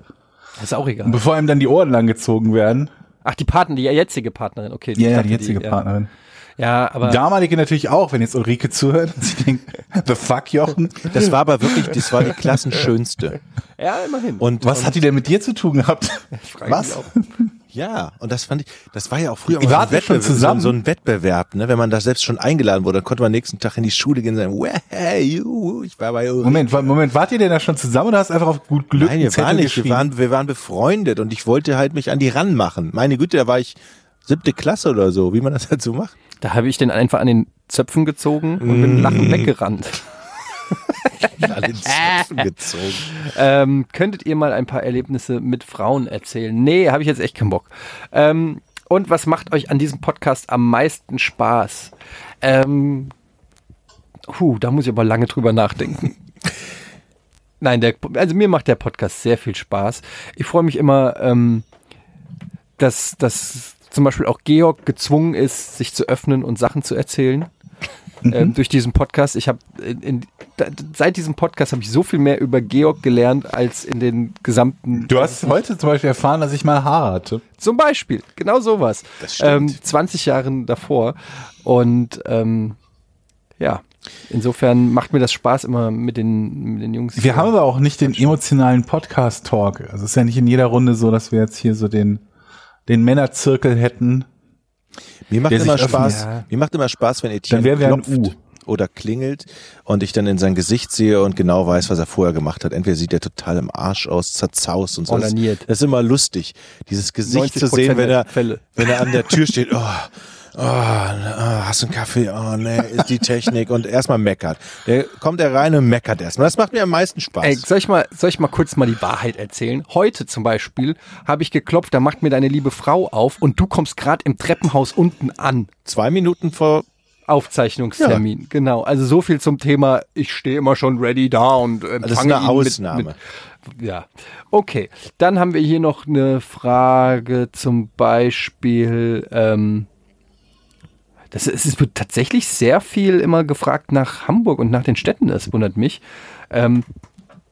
[SPEAKER 1] Ist auch egal.
[SPEAKER 2] bevor ihm dann die Ohren langgezogen werden.
[SPEAKER 1] Ach, die Partnerin, die jetzige Partnerin, okay.
[SPEAKER 2] Ja,
[SPEAKER 1] Ich
[SPEAKER 2] ja,
[SPEAKER 1] dachte,
[SPEAKER 2] die jetzige
[SPEAKER 1] ja. Ah.
[SPEAKER 2] Partnerin.
[SPEAKER 1] Ja, aber
[SPEAKER 2] Damalige natürlich auch, wenn jetzt Ulrike zuhört und sie denkt, the fuck, Jochen?
[SPEAKER 3] Das war aber wirklich, das
[SPEAKER 2] <laughs>
[SPEAKER 3] war die klassenschönste.
[SPEAKER 1] ja, immerhin.
[SPEAKER 3] Und
[SPEAKER 2] Was hat die denn mit dir zu tun gehabt?
[SPEAKER 1] frage mich auch.
[SPEAKER 3] Ja, und das fand ich, das war ja auch früher
[SPEAKER 2] Ihr
[SPEAKER 3] so
[SPEAKER 2] wart
[SPEAKER 3] ein,
[SPEAKER 2] ja schon
[SPEAKER 3] Wettbewerb, so, ein-
[SPEAKER 2] zusammen.
[SPEAKER 3] so ein Wettbewerb, ne? wenn man da selbst schon eingeladen wurde, dann konnte man am nächsten Tag in die Schule gehen und sagen, "Wahey, juhu, ich war bei Ulrike.
[SPEAKER 2] Moment, wa- Moment, wart ihr denn da schon zusammen oder hast du einfach auf gut Glück
[SPEAKER 3] Nein,
[SPEAKER 2] einen
[SPEAKER 3] wir
[SPEAKER 2] Zettel
[SPEAKER 3] waren nicht, wir
[SPEAKER 2] geschrieben?
[SPEAKER 3] waren, wir waren befreundet und ich wollte halt mich an die ranmachen. Meine Güte, da war ich siebte Klasse oder so, wie man das halt
[SPEAKER 2] <laughs>
[SPEAKER 3] so macht.
[SPEAKER 1] da habe ich den einfach an den Zöpfen gezogen und bin mit Lachen weggerannt.
[SPEAKER 3] Alle in Zöpfen gezogen.
[SPEAKER 1] Ähm, könntet ihr mal ein paar Erlebnisse mit Frauen erzählen? Nee, habe ich jetzt echt keinen Bock. Ähm, und was macht euch an diesem Podcast am meisten Spaß? Ähm, huh, da muss ich aber lange drüber nachdenken. Nein, der, also mir macht der Podcast sehr viel Spaß. Ich freue mich immer, ähm, dass, dass zum Beispiel auch Georg gezwungen ist, sich zu öffnen und Sachen zu erzählen ähm, durch diesen Podcast. Ich habe in, in, da, seit diesem Podcast habe ich so viel mehr über Georg gelernt als in den gesamten.
[SPEAKER 2] Du hast heute zum Beispiel erfahren, dass ich mal Haare hatte.
[SPEAKER 1] Zum Beispiel genau sowas.
[SPEAKER 3] Das stimmt.
[SPEAKER 1] 20 Jahren davor und ähm, ja. Insofern macht mir das Spaß immer mit den, mit den Jungs.
[SPEAKER 2] Wir haben aber auch nicht den emotionalen Podcast-Talk. Also es ist ja nicht in jeder Runde so, dass wir jetzt hier so den, den Männerzirkel hätten.
[SPEAKER 3] Mir macht
[SPEAKER 2] Der sich
[SPEAKER 3] immer
[SPEAKER 2] öffnet.
[SPEAKER 3] Spaß,
[SPEAKER 1] Ja.
[SPEAKER 3] mir macht immer Spaß, wenn Etienne
[SPEAKER 2] Dann wären wir ein U.
[SPEAKER 3] klopft oder klingelt und ich dann in sein Gesicht sehe und genau weiß, was er vorher gemacht hat. Entweder sieht er total im Arsch aus, zerzaust und so. Das,
[SPEAKER 1] Onaniert.
[SPEAKER 3] das ist immer lustig, dieses Gesicht zu
[SPEAKER 1] 90%
[SPEAKER 3] sehen, wenn er,
[SPEAKER 1] der Fälle.
[SPEAKER 3] wenn er an
[SPEAKER 1] <laughs>
[SPEAKER 3] der Tür steht. Oh, oh, ah, hast du einen Kaffee? Oh, nee, ist die Technik und erstmal meckert. Der kommt er rein und meckert erstmal. Das macht mir am meisten Spaß.
[SPEAKER 1] Ey, soll ich, mal, soll ich mal kurz mal die Wahrheit erzählen? Heute zum Beispiel habe ich geklopft, da macht mir deine liebe Frau auf und du kommst gerade im Treppenhaus unten an.
[SPEAKER 3] Zwei Minuten vor
[SPEAKER 1] Aufzeichnungstermin, genau. Also so viel zum Thema, ich stehe immer schon ready da und äh, empfange
[SPEAKER 3] das ist eine
[SPEAKER 1] ihn
[SPEAKER 3] Ausnahme.
[SPEAKER 1] Mit, mit, ja, okay. Dann haben wir hier noch eine Frage zum Beispiel, ähm, das ist, es wird tatsächlich sehr viel immer gefragt nach Hamburg und nach den Städten, das wundert mich. Ähm,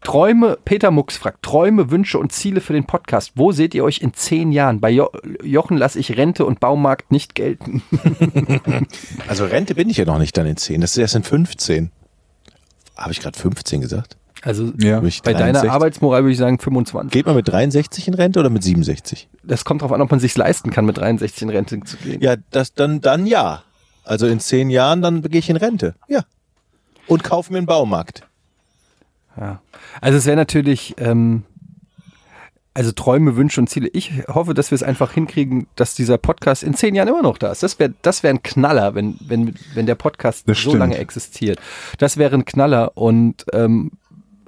[SPEAKER 1] Träume, Peter Mux fragt, Träume, Wünsche und Ziele für den Podcast. Wo seht ihr euch in zehn Jahren? Bei jo Jochen lasse ich Rente und Baumarkt nicht gelten.
[SPEAKER 3] Also Rente bin ich ja noch nicht dann in 10. Das ist erst in 15. Habe ich gerade 15 gesagt?
[SPEAKER 1] Also
[SPEAKER 2] Ja.
[SPEAKER 3] Durch
[SPEAKER 1] Bei deiner
[SPEAKER 3] 63.
[SPEAKER 1] Arbeitsmoral würde ich sagen 25.
[SPEAKER 3] Geht man mit 63 in Rente oder mit 67?
[SPEAKER 1] Das kommt drauf an, ob man sich leisten kann, mit 63 in Rente zu gehen.
[SPEAKER 3] Ja, das dann, dann ja. Also in zehn Jahren, dann gehe ich in Rente. Ja. Und kaufe mir einen Baumarkt.
[SPEAKER 1] Ja. Also es wäre natürlich, ähm, also Träume, Wünsche und Ziele. Ich hoffe, dass wir es einfach hinkriegen, dass dieser Podcast in zehn Jahren immer noch da ist. Das wäre das wär ein Knaller, wenn, wenn, wenn der Podcast
[SPEAKER 2] Das
[SPEAKER 1] so
[SPEAKER 2] stimmt.
[SPEAKER 1] lange existiert. Das wäre ein Knaller und ähm,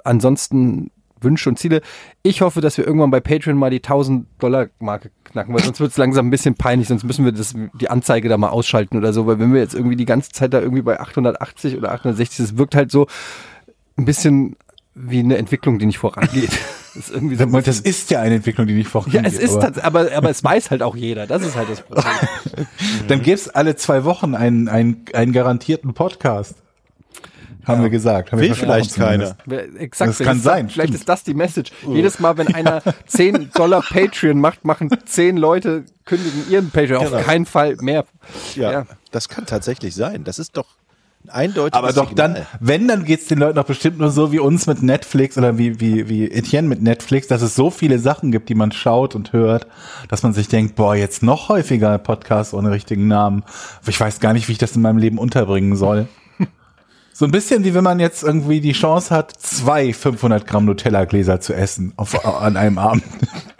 [SPEAKER 1] ansonsten Wünsche und Ziele. Ich hoffe, dass wir irgendwann bei Patreon mal die 1000-Dollar-Marke knacken, weil sonst wird es langsam ein bisschen peinlich, sonst müssen wir das, die Anzeige da mal ausschalten oder so, weil wenn wir jetzt irgendwie die ganze Zeit da irgendwie bei 880 oder 860, das wirkt halt so ein bisschen wie eine Entwicklung, die nicht vorangeht. <laughs> Das ist irgendwie so ein
[SPEAKER 2] Das ist ja eine Entwicklung, die nicht
[SPEAKER 1] ja,
[SPEAKER 2] vorangeht.
[SPEAKER 1] es ist
[SPEAKER 2] aber
[SPEAKER 1] aber, aber, aber es weiß halt auch jeder. Das ist halt das <laughs> Problem.
[SPEAKER 2] Dann gäbe es alle zwei Wochen einen, einen, einen garantierten Podcast. Haben wir gesagt. Haben
[SPEAKER 3] Will
[SPEAKER 2] wir
[SPEAKER 3] vielleicht
[SPEAKER 2] versprochen
[SPEAKER 3] keiner.
[SPEAKER 1] Wer- Exakt,
[SPEAKER 2] Das
[SPEAKER 1] vielleicht
[SPEAKER 2] kann
[SPEAKER 1] ist
[SPEAKER 2] sein,
[SPEAKER 1] Vielleicht
[SPEAKER 2] stimmt. Oh.
[SPEAKER 1] ist das die Message. Jedes Mal, wenn
[SPEAKER 2] <laughs>
[SPEAKER 1] einer 10 Dollar Patreon macht, machen 10 Leute, kündigen ihren Patreon.
[SPEAKER 3] Genau.
[SPEAKER 1] Auf keinen Fall mehr.
[SPEAKER 3] Ja,
[SPEAKER 1] Ja.
[SPEAKER 3] das kann tatsächlich sein. Das ist doch ein eindeutiges
[SPEAKER 2] Aber Also doch
[SPEAKER 3] Signal. <laughs>
[SPEAKER 2] dann, wenn, dann geht's den Leuten doch bestimmt nur so wie uns mit Netflix oder wie, wie, wie Etienne mit Netflix, dass es so viele Sachen gibt, die man schaut und hört, dass man sich denkt, boah, jetzt noch häufiger Podcast ohne richtigen Namen. Ich weiß gar nicht, wie ich das in meinem Leben unterbringen soll. So ein bisschen wie wenn man jetzt irgendwie die Chance hat, zwei 500 Gramm Nutella-Gläser zu essen auf, an einem Abend.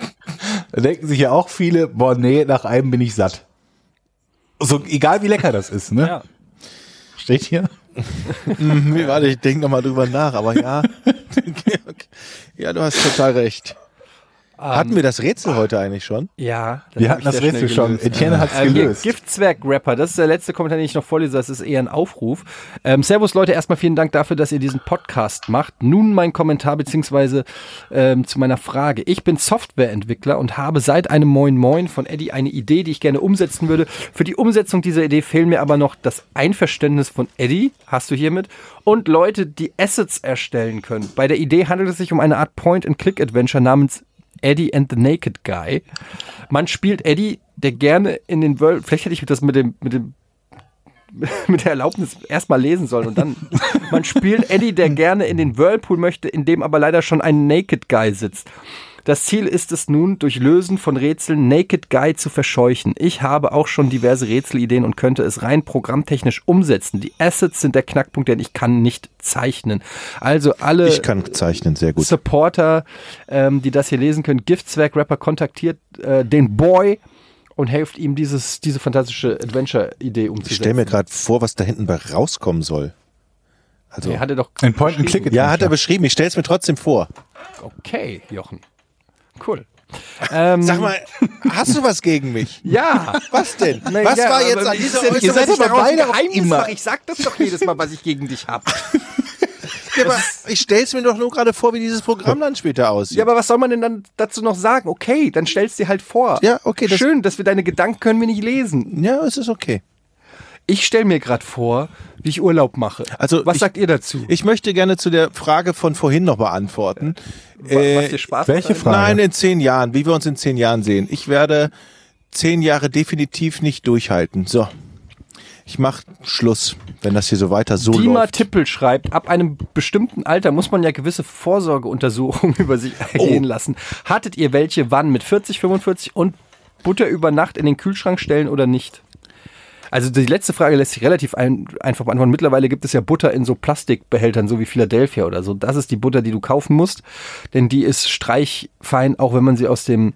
[SPEAKER 2] <laughs> da denken sich ja auch viele, boah, nee, nach einem bin ich satt. So, egal wie lecker das ist, ne?
[SPEAKER 1] Ja.
[SPEAKER 2] Steht hier.
[SPEAKER 3] Hm, Warte, ich denke nochmal drüber nach, aber ja. Georg, <laughs> ja, du hast total recht. Hatten wir das Rätsel heute eigentlich schon?
[SPEAKER 1] Ja, das
[SPEAKER 2] Wir
[SPEAKER 1] hab
[SPEAKER 2] hatten
[SPEAKER 1] ich
[SPEAKER 2] das
[SPEAKER 1] sehr schnell
[SPEAKER 2] Rätsel schon.
[SPEAKER 1] gelöst.
[SPEAKER 2] Etienne hat es
[SPEAKER 1] Ähm, hier,
[SPEAKER 2] gelöst.
[SPEAKER 1] Giftzwerg-Rapper, das ist der letzte Kommentar, den ich noch vorlese, das ist eher ein Aufruf. Ähm, servus Leute, erstmal vielen Dank dafür, dass ihr diesen Podcast macht. Nun mein Kommentar beziehungsweise ähm, zu meiner Frage. Ich bin Softwareentwickler und habe seit einem Moin Moin von Eddie eine Idee, die ich gerne umsetzen würde. Für die Umsetzung dieser Idee fehlen mir aber noch das Einverständnis von Eddie, hast du hiermit, und Leute, die Assets erstellen können. Bei der Idee handelt es sich um eine Art Point-and-Click-Adventure namens Eddie and the Naked Guy. Man spielt Eddie, der gerne in den World. Vielleicht hätte ich das mit dem, mit dem <laughs> mit der Erlaubnis erstmal lesen sollen und dann. Man spielt Eddie, der gerne in den Whirlpool möchte, in dem aber leider schon ein Naked Guy sitzt. Das Ziel ist es nun, durch Lösen von Rätseln Naked Guy zu verscheuchen. Ich habe auch schon diverse Rätselideen und könnte es rein programmtechnisch umsetzen. Die Assets sind der Knackpunkt, denn ich kann nicht zeichnen. Also alle.
[SPEAKER 3] Ich kann zeichnen, sehr gut.
[SPEAKER 1] Supporter, ähm, die das hier lesen können. Giftzwerg Rapper kontaktiert äh, den Boy und hilft ihm, dieses, diese fantastische Adventure-Idee
[SPEAKER 3] Ich
[SPEAKER 1] umzusetzen.
[SPEAKER 3] stelle mir gerade vor, was da hinten bei rauskommen soll. Also,
[SPEAKER 1] Er hatte doch.
[SPEAKER 2] Ein Point-and-Click.
[SPEAKER 3] ja, hat er beschrieben. Ich stelle es mir trotzdem vor.
[SPEAKER 1] Okay, Jochen. Cool.
[SPEAKER 3] Sag mal, hast du was gegen mich?
[SPEAKER 1] <laughs> Ja.
[SPEAKER 3] Was <laughs> denn?
[SPEAKER 1] Na
[SPEAKER 3] was
[SPEAKER 1] ja,
[SPEAKER 3] war
[SPEAKER 1] aber
[SPEAKER 3] jetzt an
[SPEAKER 1] wie ist
[SPEAKER 3] dieser
[SPEAKER 1] denn-
[SPEAKER 2] Ihr
[SPEAKER 3] Äußerung?
[SPEAKER 2] seid
[SPEAKER 1] dass ich
[SPEAKER 2] aber
[SPEAKER 1] daraus ein
[SPEAKER 2] beide auch
[SPEAKER 1] Geheimnis
[SPEAKER 2] immer-
[SPEAKER 1] mache? Ich sag das doch jedes Mal, was ich gegen dich habe.
[SPEAKER 3] Ja, aber ich stelle es mir doch nur gerade vor, wie dieses Programm dann später
[SPEAKER 1] <laughs>
[SPEAKER 3] aussieht.
[SPEAKER 1] Ja, aber was soll man denn dann dazu noch sagen? Okay, dann stellst dir halt vor.
[SPEAKER 3] Ja, okay, das-
[SPEAKER 1] Schön, dass wir deine Gedanken können wir nicht lesen.
[SPEAKER 3] ja es ist okay.
[SPEAKER 1] Ich stelle mir gerade vor, wie ich Urlaub mache.
[SPEAKER 3] Also
[SPEAKER 1] was
[SPEAKER 3] ich-
[SPEAKER 1] sagt ihr dazu?
[SPEAKER 3] Ich möchte gerne zu der Frage von vorhin noch beantworten.
[SPEAKER 1] was dir Spaß
[SPEAKER 3] äh,
[SPEAKER 1] macht?
[SPEAKER 2] welche Frage?
[SPEAKER 3] Nein, in zehn Jahren, wie wir uns in zehn Jahren sehen. Ich werde zehn Jahre definitiv nicht durchhalten. So. Ich mach Schluss, wenn das hier so weiter so
[SPEAKER 1] Dima
[SPEAKER 3] läuft.
[SPEAKER 1] Tippel schreibt, ab einem bestimmten Alter muss man ja gewisse Vorsorgeuntersuchungen <laughs> über sich ergehen lassen. Hattet ihr welche wann mit 40, 45 und Butter über Nacht in den Kühlschrank stellen oder nicht? Also die letzte Frage lässt sich relativ ein, einfach beantworten. Mittlerweile gibt es ja Butter in so Plastikbehältern, so wie Philadelphia oder so. Das ist die Butter, die du kaufen musst, denn die ist streichfein, auch wenn man sie aus dem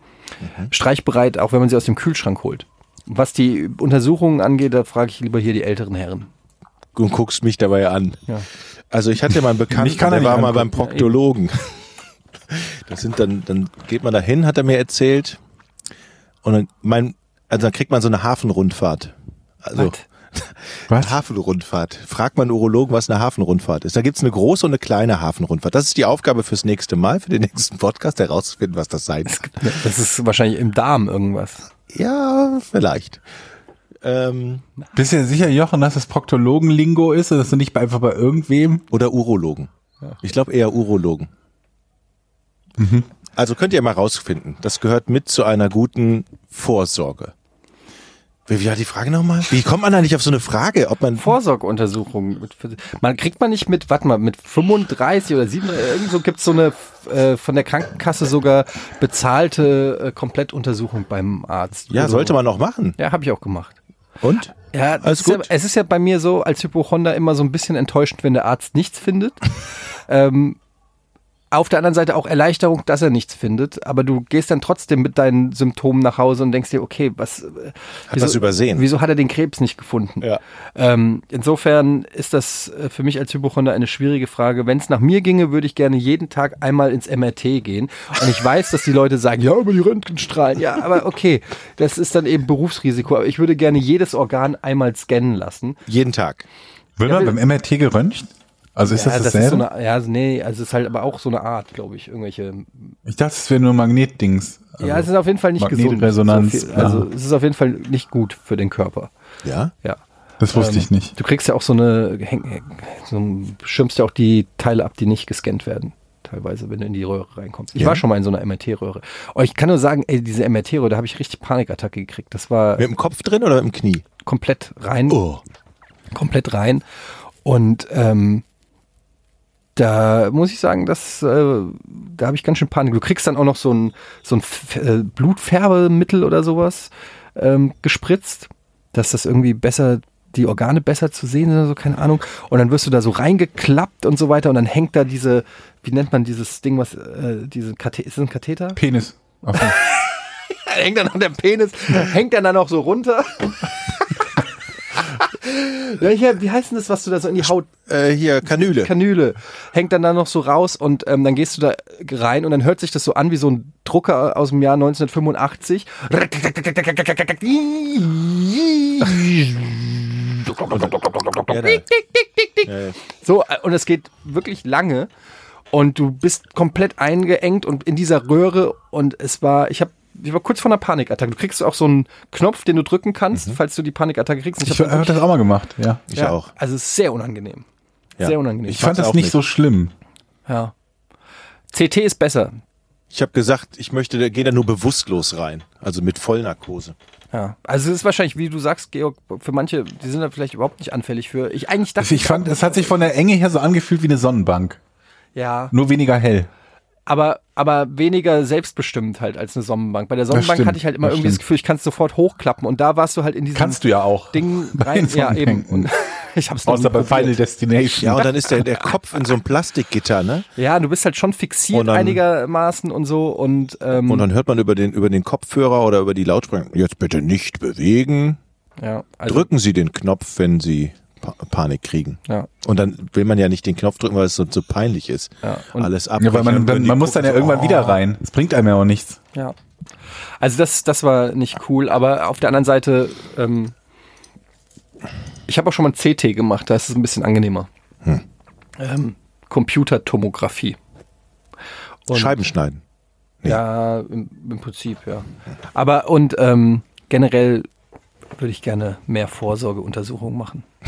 [SPEAKER 1] streichbereit, auch wenn man sie aus dem Kühlschrank holt. Was die Untersuchungen angeht, da frage ich lieber hier die älteren Herren.
[SPEAKER 3] Und guckst mich dabei an. Also ich hatte mal einen Bekannten,
[SPEAKER 2] Mich kann er
[SPEAKER 3] der war
[SPEAKER 2] nicht
[SPEAKER 3] mal beim Proktologen. Das sind dann, dann geht man da hin, hat er mir erzählt. Und dann, mein, also dann kriegt man so eine Hafenrundfahrt. Also,
[SPEAKER 1] Was?
[SPEAKER 3] <laughs>
[SPEAKER 2] Was?
[SPEAKER 3] Hafenrundfahrt. Fragt man Urologen, was eine Hafenrundfahrt ist. Da gibt's eine große und eine kleine Hafenrundfahrt. Das ist die Aufgabe fürs nächste Mal, für den nächsten Podcast, herauszufinden, was das sein kann.
[SPEAKER 1] Das ist wahrscheinlich im Darm irgendwas.
[SPEAKER 3] Ja, vielleicht. Ähm,
[SPEAKER 2] Bist du dir sicher, Jochen, dass das Proktologen-Lingo ist und dass du nicht bei- einfach bei irgendwem?
[SPEAKER 3] oder Urologen. Ich glaube eher Urologen. Also könnt ihr mal rausfinden. Das gehört mit zu einer guten Vorsorge. Wie, wie war die Frage nochmal? Wie kommt man da nicht auf so eine Frage? Ob man
[SPEAKER 1] Vorsorgeuntersuchungen. Mit, man kriegt man nicht mit, warte mal, mit 35 oder 37, irgend so gibt es so eine äh, von der Krankenkasse sogar bezahlte äh, Komplettuntersuchung beim Arzt. Also,
[SPEAKER 3] ja, sollte man auch machen.
[SPEAKER 1] Ja, habe ich auch gemacht.
[SPEAKER 3] Und?
[SPEAKER 1] Ja, es
[SPEAKER 3] Alles
[SPEAKER 1] ist ja,
[SPEAKER 3] gut?
[SPEAKER 1] es ist ja bei mir so als Hypochonder immer so ein bisschen enttäuschend, wenn der Arzt nichts
[SPEAKER 3] <laughs>
[SPEAKER 1] findet. ähm, auf der anderen Seite auch Erleichterung, dass er nichts findet, aber du gehst dann trotzdem mit deinen Symptomen nach Hause und denkst dir, okay, was äh, wieso,
[SPEAKER 3] was übersehen?
[SPEAKER 1] Wieso hat er den Krebs nicht gefunden?
[SPEAKER 3] Ja.
[SPEAKER 1] Ähm, insofern ist das äh, für mich als Hypochonder eine schwierige Frage. Wenn es nach mir ginge, würde ich gerne jeden Tag einmal ins MRT gehen. Und ich weiß, dass die Leute sagen, ja, über die Röntgenstrahlen. Ja, aber okay, das ist dann eben Berufsrisiko. Aber ich würde gerne jedes Organ einmal scannen lassen.
[SPEAKER 3] Jeden Tag.
[SPEAKER 2] Wird man beim MRT geröntgt? Also ist
[SPEAKER 1] ja,
[SPEAKER 2] das
[SPEAKER 1] das
[SPEAKER 2] dasselbe?
[SPEAKER 1] ist so eine, ja, nee, also es ist halt aber auch so eine Art, glaube ich, irgendwelche.
[SPEAKER 2] ich dachte, es wäre nur Magnetdings. Also,
[SPEAKER 1] ja, es ist auf jeden Fall nicht gesund.
[SPEAKER 2] Magnetresonanz,
[SPEAKER 1] So viel, also es ist auf jeden Fall nicht gut für den Körper.
[SPEAKER 3] Ja?
[SPEAKER 1] Ja.
[SPEAKER 2] Das wusste ich nicht.
[SPEAKER 1] Du kriegst ja auch so eine, häng, so ein, schirmst ja auch die Teile ab, die nicht gescannt werden. Teilweise, wenn du in die Röhre reinkommst. Ich war schon mal in so einer MRT-Röhre. Oh, ich kann nur sagen, ey, diese MRT-Röhre, da habe ich richtig Panikattacke gekriegt. Das war
[SPEAKER 3] Mit dem Kopf drin oder mit dem Knie?
[SPEAKER 1] komplett rein.
[SPEAKER 3] Oh.
[SPEAKER 1] komplett rein. Und ähm, da muss ich sagen, das, äh, da habe ich ganz schön Panik. Du kriegst dann auch noch so ein, so ein F äh, Blutfärbemittel oder sowas ähm, gespritzt, dass das irgendwie besser, die Organe besser zu sehen sind oder so, keine Ahnung. Und dann wirst du da so reingeklappt und so weiter und dann hängt da diese, wie nennt man dieses Ding, was, äh, diese Kathe ist das ein Katheter? <laughs>
[SPEAKER 2] Penis. Ach so.
[SPEAKER 1] hängt dann noch der Penis, hängt dann da noch so <laughs> runter. Welcher, wie heißt denn das, was du da so in die Haut
[SPEAKER 3] Äh, hier, Kanüle.
[SPEAKER 1] Kanüle. Hängt dann da noch so raus und ähm, dann gehst du da rein und dann hört sich das so an wie so ein Drucker aus dem Jahr 1985.
[SPEAKER 3] ja, da.
[SPEAKER 1] <laughs> So, äh, und es geht wirklich lange und du bist komplett eingeengt und in dieser Röhre und es war, ich habe ich war kurz vor einer Panikattacke. Du kriegst auch so einen Knopf, den du drücken kannst, falls du die Panikattacke kriegst. Und
[SPEAKER 2] Ich habe das auch mal gemacht, ja.
[SPEAKER 3] Ich
[SPEAKER 1] ja,
[SPEAKER 3] auch.
[SPEAKER 1] Also es ist sehr unangenehm.
[SPEAKER 3] Ja.
[SPEAKER 1] Sehr unangenehm.
[SPEAKER 2] Ich fand
[SPEAKER 3] mag's
[SPEAKER 2] das
[SPEAKER 3] auch
[SPEAKER 2] nicht
[SPEAKER 3] nicht.
[SPEAKER 2] so schlimm.
[SPEAKER 1] ja. CT ist besser.
[SPEAKER 3] Ich habe gesagt, ich möchte, da- geh da nur bewusstlos rein. Also mit Vollnarkose.
[SPEAKER 1] Ja, also es ist wahrscheinlich, wie du sagst, Georg, für manche, die sind da vielleicht überhaupt nicht anfällig für. Ich eigentlich dachte,
[SPEAKER 2] Also ich fand, es hat sich von der Enge her so angefühlt wie eine Sonnenbank.
[SPEAKER 1] ja,
[SPEAKER 2] Nur weniger hell.
[SPEAKER 1] aber, aber weniger selbstbestimmt halt als eine Sonnenbank. Bei der Sonnenbank
[SPEAKER 2] stimmt,
[SPEAKER 1] hatte ich halt immer
[SPEAKER 2] das
[SPEAKER 1] irgendwie das
[SPEAKER 2] stimmt.
[SPEAKER 1] Gefühl, ich kann es sofort hochklappen und da warst du halt in diesem
[SPEAKER 2] Kannst du ja auch.
[SPEAKER 1] Ding
[SPEAKER 2] <laughs> Bei
[SPEAKER 1] rein.
[SPEAKER 2] den
[SPEAKER 1] Ja, eben.
[SPEAKER 2] Sonnenbänken.
[SPEAKER 1] Und <laughs> ich hab's noch
[SPEAKER 2] Außer
[SPEAKER 1] nie
[SPEAKER 2] bei
[SPEAKER 1] probiert.
[SPEAKER 2] Final Destination.
[SPEAKER 3] Ja, und dann ist der, der Kopf in so einem Plastikgitter, ne?
[SPEAKER 1] Ja, du bist halt schon fixiert
[SPEAKER 3] Und dann-
[SPEAKER 1] einigermaßen und so und, ähm,
[SPEAKER 3] Und dann hört man über den, über den Kopfhörer oder über die Lautsprecher, jetzt bitte nicht bewegen.
[SPEAKER 1] ja, also,
[SPEAKER 3] Drücken Sie den Knopf, wenn Sie pa Panik kriegen.
[SPEAKER 1] Ja.
[SPEAKER 3] Und dann will man ja nicht den Knopf drücken, weil es so, so peinlich ist.
[SPEAKER 1] Ja, Oh. und-
[SPEAKER 3] Alles ab.
[SPEAKER 2] Ja, weil man, dann, man muss dann ja irgendwann wieder rein. Das bringt einem ja auch nichts.
[SPEAKER 1] ja. Also das, das war nicht cool, aber auf der anderen Seite, ähm, ich habe auch schon mal ein CT gemacht, da ist es ein bisschen angenehmer.
[SPEAKER 2] Hm.
[SPEAKER 1] Ähm, Computertomographie. Und-
[SPEAKER 3] Scheiben schneiden.
[SPEAKER 1] Ja, im, im Prinzip, ja. Aber und ähm, generell würde ich gerne mehr Vorsorgeuntersuchungen machen. <laughs>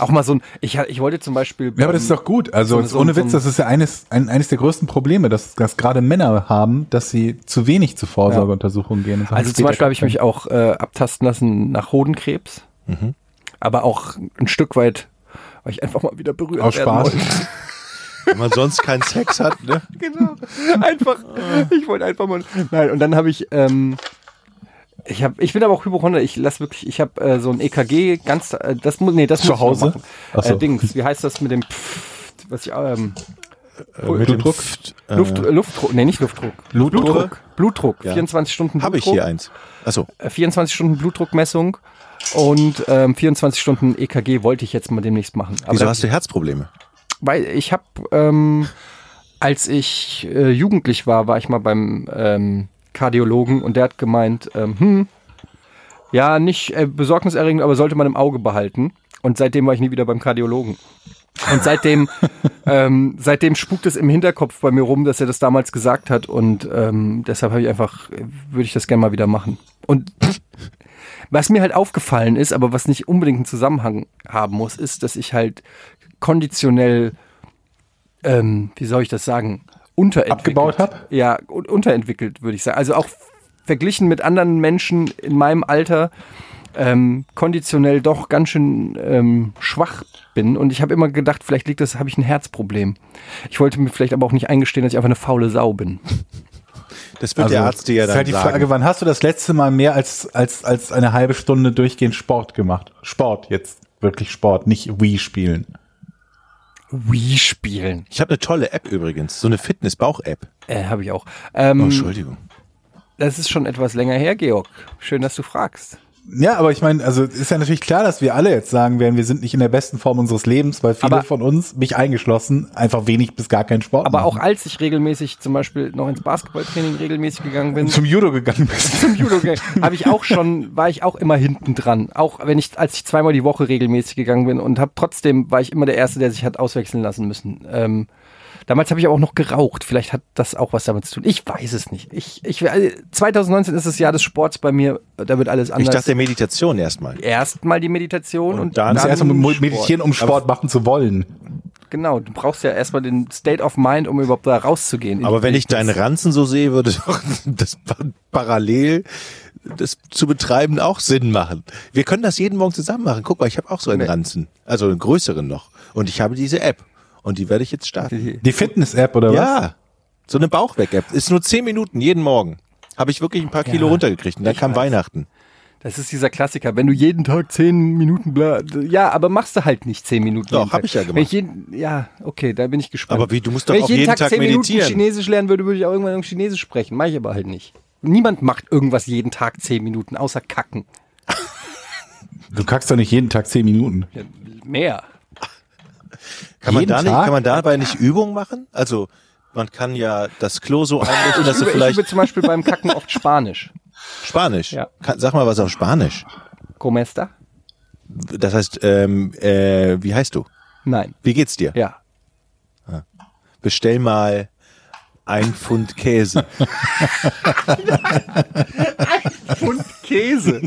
[SPEAKER 1] Auch mal so ein, ich, ich wollte zum Beispiel.
[SPEAKER 2] Ja, aber das ist doch gut. Also
[SPEAKER 1] Ähm, So-
[SPEAKER 2] jetzt
[SPEAKER 1] so-
[SPEAKER 2] ohne
[SPEAKER 1] so-
[SPEAKER 2] Witz, das ist ja eines, ein, eines der größten Probleme, dass, dass gerade Männer haben, dass sie zu wenig zu Vorsorgeuntersuchungen gehen. und sagen,
[SPEAKER 1] Also
[SPEAKER 2] es
[SPEAKER 1] zum
[SPEAKER 2] geht
[SPEAKER 1] Beispiel habe ich
[SPEAKER 2] ja
[SPEAKER 1] mich auch äh, abtasten lassen nach Hodenkrebs.
[SPEAKER 2] Mhm.
[SPEAKER 1] Aber auch ein Stück weit, weil ich einfach mal wieder berührt
[SPEAKER 2] Aus
[SPEAKER 1] werden <laughs>
[SPEAKER 2] Spaß.
[SPEAKER 1] wollte.
[SPEAKER 3] Wenn man sonst keinen Sex hat, ne?
[SPEAKER 1] genau.
[SPEAKER 3] <laughs>
[SPEAKER 1] Einfach, ich wollte einfach mal. Nein, und dann habe ich, ähm, ich habe, ich bin aber auch Hypochonder. Ich lass wirklich, ich habe äh, so ein EKG ganz, äh, das muss, nee, das
[SPEAKER 2] Zu
[SPEAKER 1] muss ich noch
[SPEAKER 2] Hause?
[SPEAKER 1] machen.
[SPEAKER 2] Ach so.
[SPEAKER 1] Äh, Dings, wie heißt das mit dem, Pfft, was ich, ähm,
[SPEAKER 3] Äh, mit dem
[SPEAKER 2] Blutdruck?
[SPEAKER 3] Pft- äh,
[SPEAKER 1] Luft, äh, Luftdruck, nee, nicht Luftdruck.
[SPEAKER 2] Blutdruck?
[SPEAKER 1] Blutdruck,
[SPEAKER 3] Ja.
[SPEAKER 1] 24 Stunden
[SPEAKER 3] Habe ich
[SPEAKER 1] Blutdruck.
[SPEAKER 3] hier eins. Achso,
[SPEAKER 1] äh, 24 Stunden Blutdruckmessung und ähm, 24 Stunden EKG wollte ich jetzt mal demnächst machen. Aber
[SPEAKER 3] wieso
[SPEAKER 1] da-
[SPEAKER 3] hast du Herzprobleme?
[SPEAKER 1] weil ich habe, ähm, als ich äh, jugendlich war, war ich mal beim ähm, Kardiologen und der hat gemeint, ähm, hm, ja, nicht äh, besorgniserregend, aber sollte man im Auge behalten. Und seitdem war ich nie wieder beim Kardiologen. Und seitdem, ähm, seitdem spukt es im Hinterkopf bei mir rum, dass er das damals gesagt hat. Und ähm, deshalb habe ich einfach, äh, würde ich das gerne mal wieder machen. Und was mir halt aufgefallen ist, aber was nicht unbedingt einen Zusammenhang haben muss, ist, dass ich halt konditionell, ähm, wie soll ich das sagen, unterentwickelt.
[SPEAKER 2] Abgebaut hab?
[SPEAKER 1] Ja, un unterentwickelt, würde ich sagen. Also auch verglichen mit anderen Menschen in meinem Alter ähm, konditionell doch ganz schön ähm, schwach bin und ich habe immer gedacht, vielleicht liegt das, habe ich ein Herzproblem. Ich wollte mir vielleicht aber auch nicht eingestehen, dass ich einfach eine faule Sau bin.
[SPEAKER 3] Das wird der Arzt dir ja
[SPEAKER 2] ist
[SPEAKER 3] dann
[SPEAKER 2] halt die
[SPEAKER 3] sagen.
[SPEAKER 2] Frage, wann hast du das letzte Mal mehr als, als, als eine halbe Stunde durchgehend Sport gemacht? Sport jetzt, wirklich Sport, nicht Wii spielen.
[SPEAKER 1] Wii spielen,
[SPEAKER 3] ich habe eine tolle App übrigens, so eine Fitness-Bauch-App.
[SPEAKER 1] äh, habe ich auch.
[SPEAKER 3] Oh,
[SPEAKER 2] Hm.
[SPEAKER 1] Ähm,
[SPEAKER 3] Entschuldigung.
[SPEAKER 1] das ist schon etwas länger her, Georg. Schön, dass du fragst.
[SPEAKER 2] Ja, aber ich meine, also ist ja natürlich klar, dass wir alle jetzt sagen werden, wir sind nicht in der besten Form unseres Lebens, weil viele
[SPEAKER 1] Aber-
[SPEAKER 2] von uns, mich eingeschlossen, einfach wenig bis gar keinen Sport
[SPEAKER 1] Aber auch
[SPEAKER 2] machen.
[SPEAKER 1] als ich regelmäßig zum Beispiel noch ins Basketballtraining regelmäßig gegangen bin,
[SPEAKER 2] zum Judo gegangen
[SPEAKER 1] <laughs>
[SPEAKER 2] bist.
[SPEAKER 1] zum Judo gegangen, habe ich auch schon, war ich auch immer hinten dran. Auch wenn ich, als ich zweimal die Woche regelmäßig gegangen bin und habe trotzdem, war ich immer der Erste, der sich hat auswechseln lassen müssen. Ähm, Damals habe ich aber auch noch geraucht. Vielleicht hat das auch was damit zu tun. Ich weiß es nicht. Ich, ich, also 2019 ist das Jahr des Sports bei mir. Da wird alles
[SPEAKER 3] Ich
[SPEAKER 1] anders.
[SPEAKER 3] dachte Meditation erstmal.
[SPEAKER 1] erstmal die Meditation und,
[SPEAKER 3] dann-
[SPEAKER 2] Du musst erstmal
[SPEAKER 1] Sport.
[SPEAKER 2] meditieren, um Sport machen zu wollen.
[SPEAKER 1] Genau, du brauchst ja erstmal den State of Mind, um überhaupt da rauszugehen.
[SPEAKER 3] Aber wenn ich deinen Ranzen so sehe, würde doch <laughs> das pa- parallel das zu betreiben auch Sinn machen. Wir können das jeden Morgen zusammen machen. Guck mal, ich habe auch so einen Ranzen, also einen größeren noch. Und ich habe diese App und die werde ich jetzt starten.
[SPEAKER 2] Die Fitness-App oder was?
[SPEAKER 3] Ja, so eine Bauchweg-App. Ist nur zehn Minuten jeden Morgen. Habe ich wirklich ein paar Kilo runtergekriegt. Und dann kam Weihnachten.
[SPEAKER 1] Das ist dieser Klassiker, wenn du jeden Tag zehn Minuten bla. Ja, aber machst du halt nicht zehn Minuten.
[SPEAKER 3] Doch,
[SPEAKER 1] jeden Tag.
[SPEAKER 3] hab ich ja gemacht.
[SPEAKER 1] Wenn ich jeden, ja, okay, da bin ich gespannt.
[SPEAKER 3] Aber wie, du musst
[SPEAKER 1] wenn
[SPEAKER 3] doch
[SPEAKER 1] ich
[SPEAKER 3] auch
[SPEAKER 1] jeden, Tag, zehn
[SPEAKER 3] meditieren.
[SPEAKER 1] Minuten Chinesisch lernen würde, würde ich auch irgendwann Chinesisch sprechen. Mach ich aber halt nicht. Niemand macht irgendwas jeden Tag zehn Minuten, außer Kacken.
[SPEAKER 2] Du kackst doch nicht jeden Tag zehn Minuten.
[SPEAKER 1] Ja, mehr.
[SPEAKER 3] Kann man,
[SPEAKER 2] Jeden
[SPEAKER 3] da nicht,
[SPEAKER 2] Tag?
[SPEAKER 3] kann man dabei nicht Übungen machen? Also man kann ja das Klo so einrichten, dass du
[SPEAKER 1] Ich übe
[SPEAKER 3] vielleicht
[SPEAKER 1] zum Beispiel beim Kacken oft
[SPEAKER 3] <laughs>
[SPEAKER 1] Spanisch.
[SPEAKER 3] Spanisch.
[SPEAKER 1] Ja.
[SPEAKER 3] Kann, sag mal was auf Spanisch.
[SPEAKER 1] ¿Cómo está?
[SPEAKER 3] Das heißt, ähm, äh, wie heißt du?
[SPEAKER 1] Nein.
[SPEAKER 3] Wie geht's dir?
[SPEAKER 1] Ja.
[SPEAKER 3] Bestell mal ein
[SPEAKER 1] <laughs>
[SPEAKER 3] Pfund Käse.
[SPEAKER 1] Und Käse.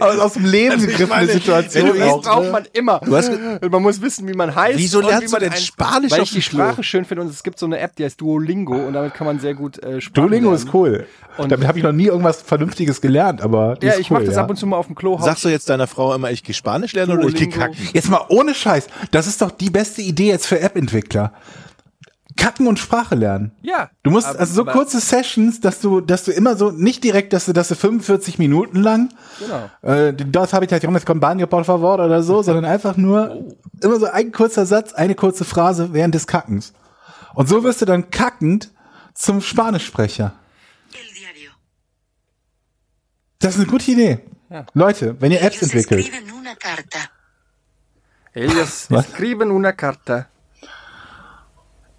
[SPEAKER 2] Aber aus dem Leben gegriffene
[SPEAKER 1] Also Wenn du
[SPEAKER 2] Situation.
[SPEAKER 1] isst,
[SPEAKER 2] Auch,
[SPEAKER 1] braucht man immer.
[SPEAKER 3] hast
[SPEAKER 1] man muss wissen, wie man heißt.
[SPEAKER 3] Wieso
[SPEAKER 1] und
[SPEAKER 3] lernst
[SPEAKER 1] wie
[SPEAKER 3] du
[SPEAKER 1] man
[SPEAKER 3] denn
[SPEAKER 1] ein-
[SPEAKER 3] Spanisch
[SPEAKER 1] Weil
[SPEAKER 3] auf
[SPEAKER 1] ich
[SPEAKER 3] dem
[SPEAKER 1] die
[SPEAKER 3] Klo?
[SPEAKER 1] Sprache schön finde und es gibt so eine App, die heißt Duolingo und damit kann man sehr gut äh, Sprachen
[SPEAKER 2] Duolingo
[SPEAKER 1] lernen.
[SPEAKER 2] ist cool.
[SPEAKER 1] Und-
[SPEAKER 2] Damit habe ich noch nie irgendwas Vernünftiges gelernt, aber die
[SPEAKER 1] Ja,
[SPEAKER 2] ist
[SPEAKER 1] ich
[SPEAKER 2] cool,
[SPEAKER 1] mache das
[SPEAKER 2] ja.
[SPEAKER 1] ab und zu mal auf dem Klo. hau-
[SPEAKER 3] Sagst du jetzt deiner Frau immer, ich gehe Spanisch lernen oder ich gehe
[SPEAKER 1] Duolingo.
[SPEAKER 3] Oh, kacken?
[SPEAKER 2] Jetzt mal ohne Scheiß. Das ist doch die beste Idee jetzt für App-Entwickler. Kacken und Sprache lernen.
[SPEAKER 1] Ja.
[SPEAKER 2] Du musst,
[SPEAKER 1] Aber-
[SPEAKER 2] also so
[SPEAKER 1] aber-
[SPEAKER 2] kurze Sessions, dass du, dass du immer so, nicht direkt, dass du, dass du 45 Minuten lang,
[SPEAKER 1] Genau.
[SPEAKER 2] äh, das habe ich halt, das kommt Banjo, por favor oder so, sondern einfach nur
[SPEAKER 1] Oh.
[SPEAKER 2] immer so ein kurzer Satz, eine kurze Phrase während des Kackens. Und so wirst du dann kackend zum Spanischsprecher.
[SPEAKER 6] El diario.
[SPEAKER 2] Das ist eine gute Idee. Leute, wenn ihr Apps
[SPEAKER 6] Ellos
[SPEAKER 2] entwickelt,
[SPEAKER 6] escriben una carta.
[SPEAKER 1] Elias
[SPEAKER 2] Was?
[SPEAKER 1] escriben una carta.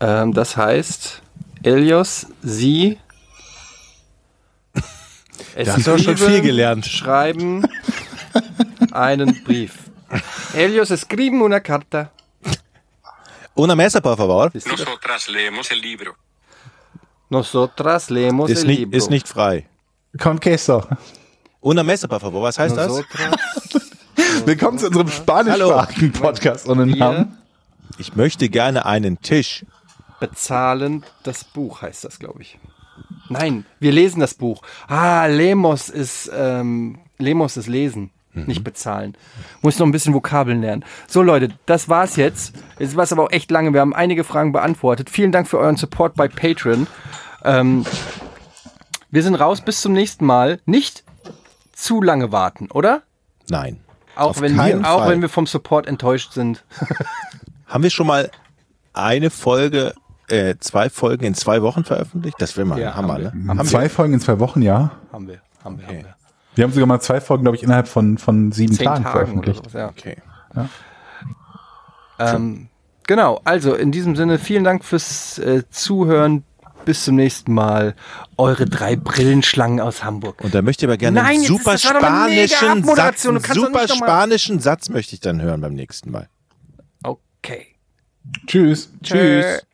[SPEAKER 1] Ähm, das heißt, Elios, sie.
[SPEAKER 3] <laughs>
[SPEAKER 1] Es
[SPEAKER 3] hast du schon viel gelernt.
[SPEAKER 1] Schreiben einen
[SPEAKER 3] <laughs>
[SPEAKER 1] Brief. Elios escriben una carta.
[SPEAKER 3] Una mesa, por favor.
[SPEAKER 4] Nosotras leemos el libro.
[SPEAKER 1] Nosotras leemos
[SPEAKER 3] Ist
[SPEAKER 1] el
[SPEAKER 3] nicht,
[SPEAKER 1] libro.
[SPEAKER 3] ist nicht frei.
[SPEAKER 2] con queso.
[SPEAKER 3] Una mesa, por favor. Was heißt das?
[SPEAKER 1] Nosotras
[SPEAKER 2] Willkommen zu unserem spanischsprachigen Podcast ohne
[SPEAKER 1] wir
[SPEAKER 2] Namen.
[SPEAKER 3] Ich möchte gerne einen Tisch.
[SPEAKER 1] bezahlen das Buch, heißt das, glaube ich. Nein, wir lesen das Buch. Ah, Lemos ist, ähm, Lemos ist lesen,
[SPEAKER 3] Mhm.
[SPEAKER 1] nicht bezahlen. Muss noch ein bisschen Vokabeln lernen. So, Leute, das war's jetzt. Jetzt war's aber auch echt lange. Wir haben einige Fragen beantwortet. Vielen Dank für euren Support bei Patreon. Ähm, wir sind raus. Bis zum nächsten Mal. Nicht zu lange warten, oder?
[SPEAKER 3] Nein.
[SPEAKER 1] Auch,
[SPEAKER 3] Auf
[SPEAKER 1] wenn
[SPEAKER 3] keinen
[SPEAKER 1] wir, auch
[SPEAKER 3] Fall.
[SPEAKER 1] wenn wir vom Support enttäuscht sind.
[SPEAKER 3] Haben wir schon mal eine Folge, äh, zwei Folgen in zwei Wochen veröffentlicht? Das wäre mal
[SPEAKER 1] Ja,
[SPEAKER 3] ein Hammer,
[SPEAKER 1] haben wir.
[SPEAKER 3] ne?
[SPEAKER 2] Haben zwei Folgen in zwei Wochen, ja.
[SPEAKER 1] Haben wir, haben wir, haben wir.
[SPEAKER 2] Wir haben sogar mal zwei Folgen, glaube ich, innerhalb von, von sieben
[SPEAKER 1] Zehn
[SPEAKER 2] Tagen
[SPEAKER 1] Tagen oder
[SPEAKER 2] veröffentlicht.
[SPEAKER 1] sowas, ja.
[SPEAKER 3] Okay.
[SPEAKER 1] Ähm, genau, also in diesem Sinne vielen Dank fürs äh, Zuhören. Bis zum nächsten Mal. Eure drei Brillenschlangen aus Hamburg.
[SPEAKER 3] Und da möchte ich aber gerne
[SPEAKER 1] Nein,
[SPEAKER 3] einen
[SPEAKER 1] jetzt ist-
[SPEAKER 3] super
[SPEAKER 1] das war doch eine mega
[SPEAKER 3] spanischen Satz,
[SPEAKER 1] Abmoderation.
[SPEAKER 3] einen
[SPEAKER 1] Du kannst doch
[SPEAKER 3] super
[SPEAKER 1] nicht noch mal-
[SPEAKER 3] spanischen Satz möchte ich dann hören beim nächsten Mal.
[SPEAKER 1] Okay.
[SPEAKER 2] Tschüss.
[SPEAKER 1] Tschüss.